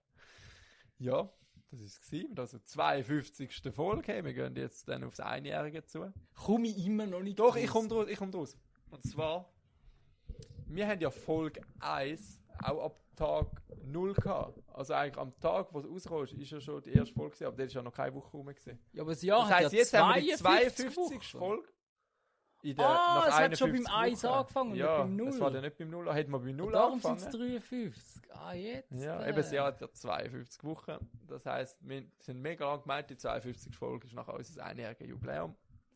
Speaker 3: ja, das ist es. Mit unserer 52. Folge. Wir gehen jetzt dann aufs Einjährige zu.
Speaker 2: Komme ich immer noch nicht
Speaker 3: Doch, ich
Speaker 2: raus.
Speaker 3: komme draus. Ich komm draus. Und zwar, wir haben ja Folge 1 auch ab Tag 0 gehabt. Also eigentlich am Tag, wo es rauskommt, ist ja schon die erste Folge, gewesen, aber dort ist ja noch keine Woche rum. Gewesen.
Speaker 2: Ja, aber das Jahr
Speaker 3: das heisst,
Speaker 2: Oh, hat ja
Speaker 3: jetzt haben wir die
Speaker 2: 52
Speaker 3: 52.
Speaker 2: Wochen.
Speaker 3: Folge. In
Speaker 2: Ah,
Speaker 3: nach
Speaker 2: es hat schon beim
Speaker 3: 51
Speaker 2: Eins
Speaker 3: Wochen.
Speaker 2: angefangen und
Speaker 3: ja,
Speaker 2: nicht beim
Speaker 3: Es
Speaker 2: Null.
Speaker 3: war dann nicht beim Null, hätten wir beim Null
Speaker 2: Darum sind
Speaker 3: angefangen.
Speaker 2: es 53. Ah, jetzt.
Speaker 3: Ja,
Speaker 2: äh.
Speaker 3: eben, sie hat ja 52 Wochen. Das heisst, wir sind mega lang gemeint, die 52. Folge ist nachher unser einjähriges Jubiläum.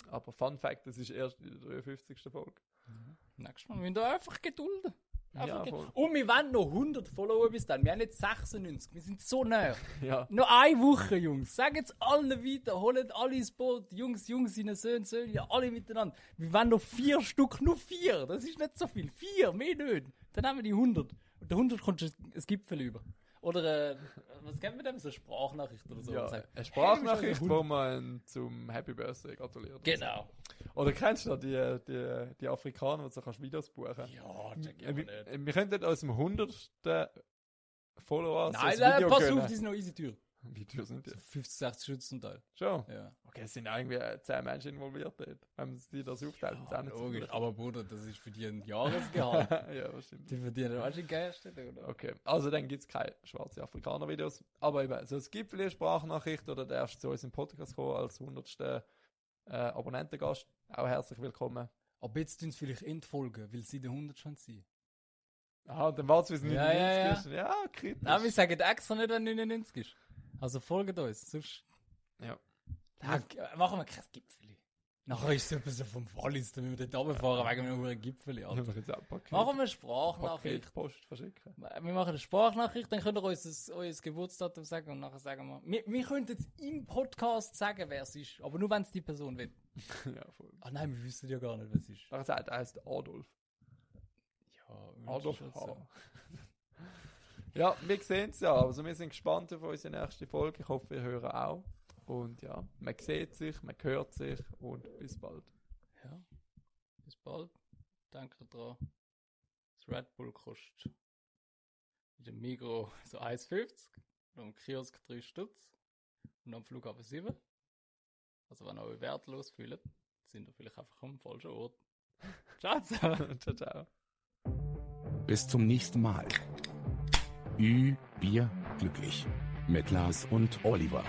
Speaker 3: Aber Fun Fact, das ist erst in der 53. Folge.
Speaker 2: Nächstes Mal müssen wir einfach gedulden. Einfach
Speaker 3: Ja,
Speaker 2: ge-
Speaker 3: voll.
Speaker 2: und wir wollen noch 100 Follower bis dann. Wir haben jetzt 96. Wir sind so nah.
Speaker 3: Ja,
Speaker 2: noch eine Woche, Jungs. Sagt jetzt allen weiter. Holt alle ins Boot. Jungs, Jungs, seine Söhne, Söhne, alle miteinander. Wir wollen noch vier Stück. Nur vier. Das ist nicht so viel. Vier, mehr nicht. Dann haben wir die 100. Und der 100 kommt schon ein Gipfel über. Oder, äh, was kennt man denn? So eine Sprachnachricht oder so.
Speaker 3: ja
Speaker 2: Man sagt,
Speaker 3: eine
Speaker 2: hey, wir
Speaker 3: Sprachnachricht,
Speaker 2: sind
Speaker 3: wo man zum Happy Birthday gratuliert.
Speaker 2: Genau.
Speaker 3: Oder kennst du da die, die, die Afrikaner, wo du kannst Videos buchen
Speaker 2: Ja, check ich
Speaker 3: Äh,
Speaker 2: aber
Speaker 3: wir,
Speaker 2: nicht.
Speaker 3: äh, wir könnten aus dem 100. Follower so
Speaker 2: Nein,
Speaker 3: ein
Speaker 2: nein,
Speaker 3: Video
Speaker 2: pass
Speaker 3: gönnen.
Speaker 2: auf, die sind noch easy Tür.
Speaker 3: Videos sind die.
Speaker 2: 50, 60 Schützen da.
Speaker 3: Schon.
Speaker 2: Ja.
Speaker 3: Okay, es sind irgendwie äh, 10 Menschen involviert dort. Wenn sie das aufteilen, sind es auch nicht so
Speaker 2: Logisch,
Speaker 3: viele.
Speaker 2: aber Bruder, das ist für die ein Jahresgehalt.
Speaker 3: ja, das stimmt.
Speaker 2: die verdienen auch schon Geister, oder?
Speaker 3: Okay, also dann gibt es keine schwarze Afrikaner-Videos. Aber eben, so es gibt viele Sprachnachrichten oder darfst du zu uns im Podcast kommen als 100. Äh, Abonnentengast. Auch herzlich willkommen.
Speaker 2: Aber jetzt tun sie vielleicht entfolgen, weil sie den 100 schon sind.
Speaker 3: Aha, dann wart's bis
Speaker 2: Ja,
Speaker 3: 99 ja, ja. ist. Ja, kritisch.
Speaker 2: Nein, wir sagen extra nicht, wenn 99 ist. Also folgt uns, sonst.
Speaker 3: Ja.
Speaker 2: Nein, g- machen wir kein Gipfeli. Nachher ist es etwa so vom Wallis, dann müssen wir dort runterfahren wegen einem hohen Gipfeli.
Speaker 3: Ich
Speaker 2: Alter.
Speaker 3: hab jetzt auch ein Paket,
Speaker 2: Machen wir eine
Speaker 3: Paket
Speaker 2: Sprachnachricht.
Speaker 3: Post verschicken.
Speaker 2: Wir machen eine Sprachnachricht, dann könnt ihr uns das, euer Geburtsdatum sagen und nachher sagen wir. Wir, wir können jetzt im Podcast sagen, wer es ist, aber nur wenn es die Person will.
Speaker 3: ja, voll.
Speaker 2: Ah nein, wir wissen ja gar nicht, wer es ist.
Speaker 3: Nachher sagt, er heißt Adolf.
Speaker 2: Ja,
Speaker 3: Adolf H. ja, wir sehen es ja. Also wir sind gespannt auf unsere nächste Folge. Ich hoffe, ihr hört auch. Und ja, man sieht sich, man hört sich und bis bald.
Speaker 2: Ja. Bis bald. Danke dran. Das Red Bull kostet in dem Migro so 1,50 und am Kiosk 3 Stutz und am Flughafen 7. Also wenn ihr euch wertlos fühlt, sind ihr vielleicht einfach am falschen Ort. Ciao zusammen.
Speaker 3: ciao, ciao.
Speaker 1: Bis zum nächsten Mal. Ü, Bier, glücklich. Mit Lars und Oliver.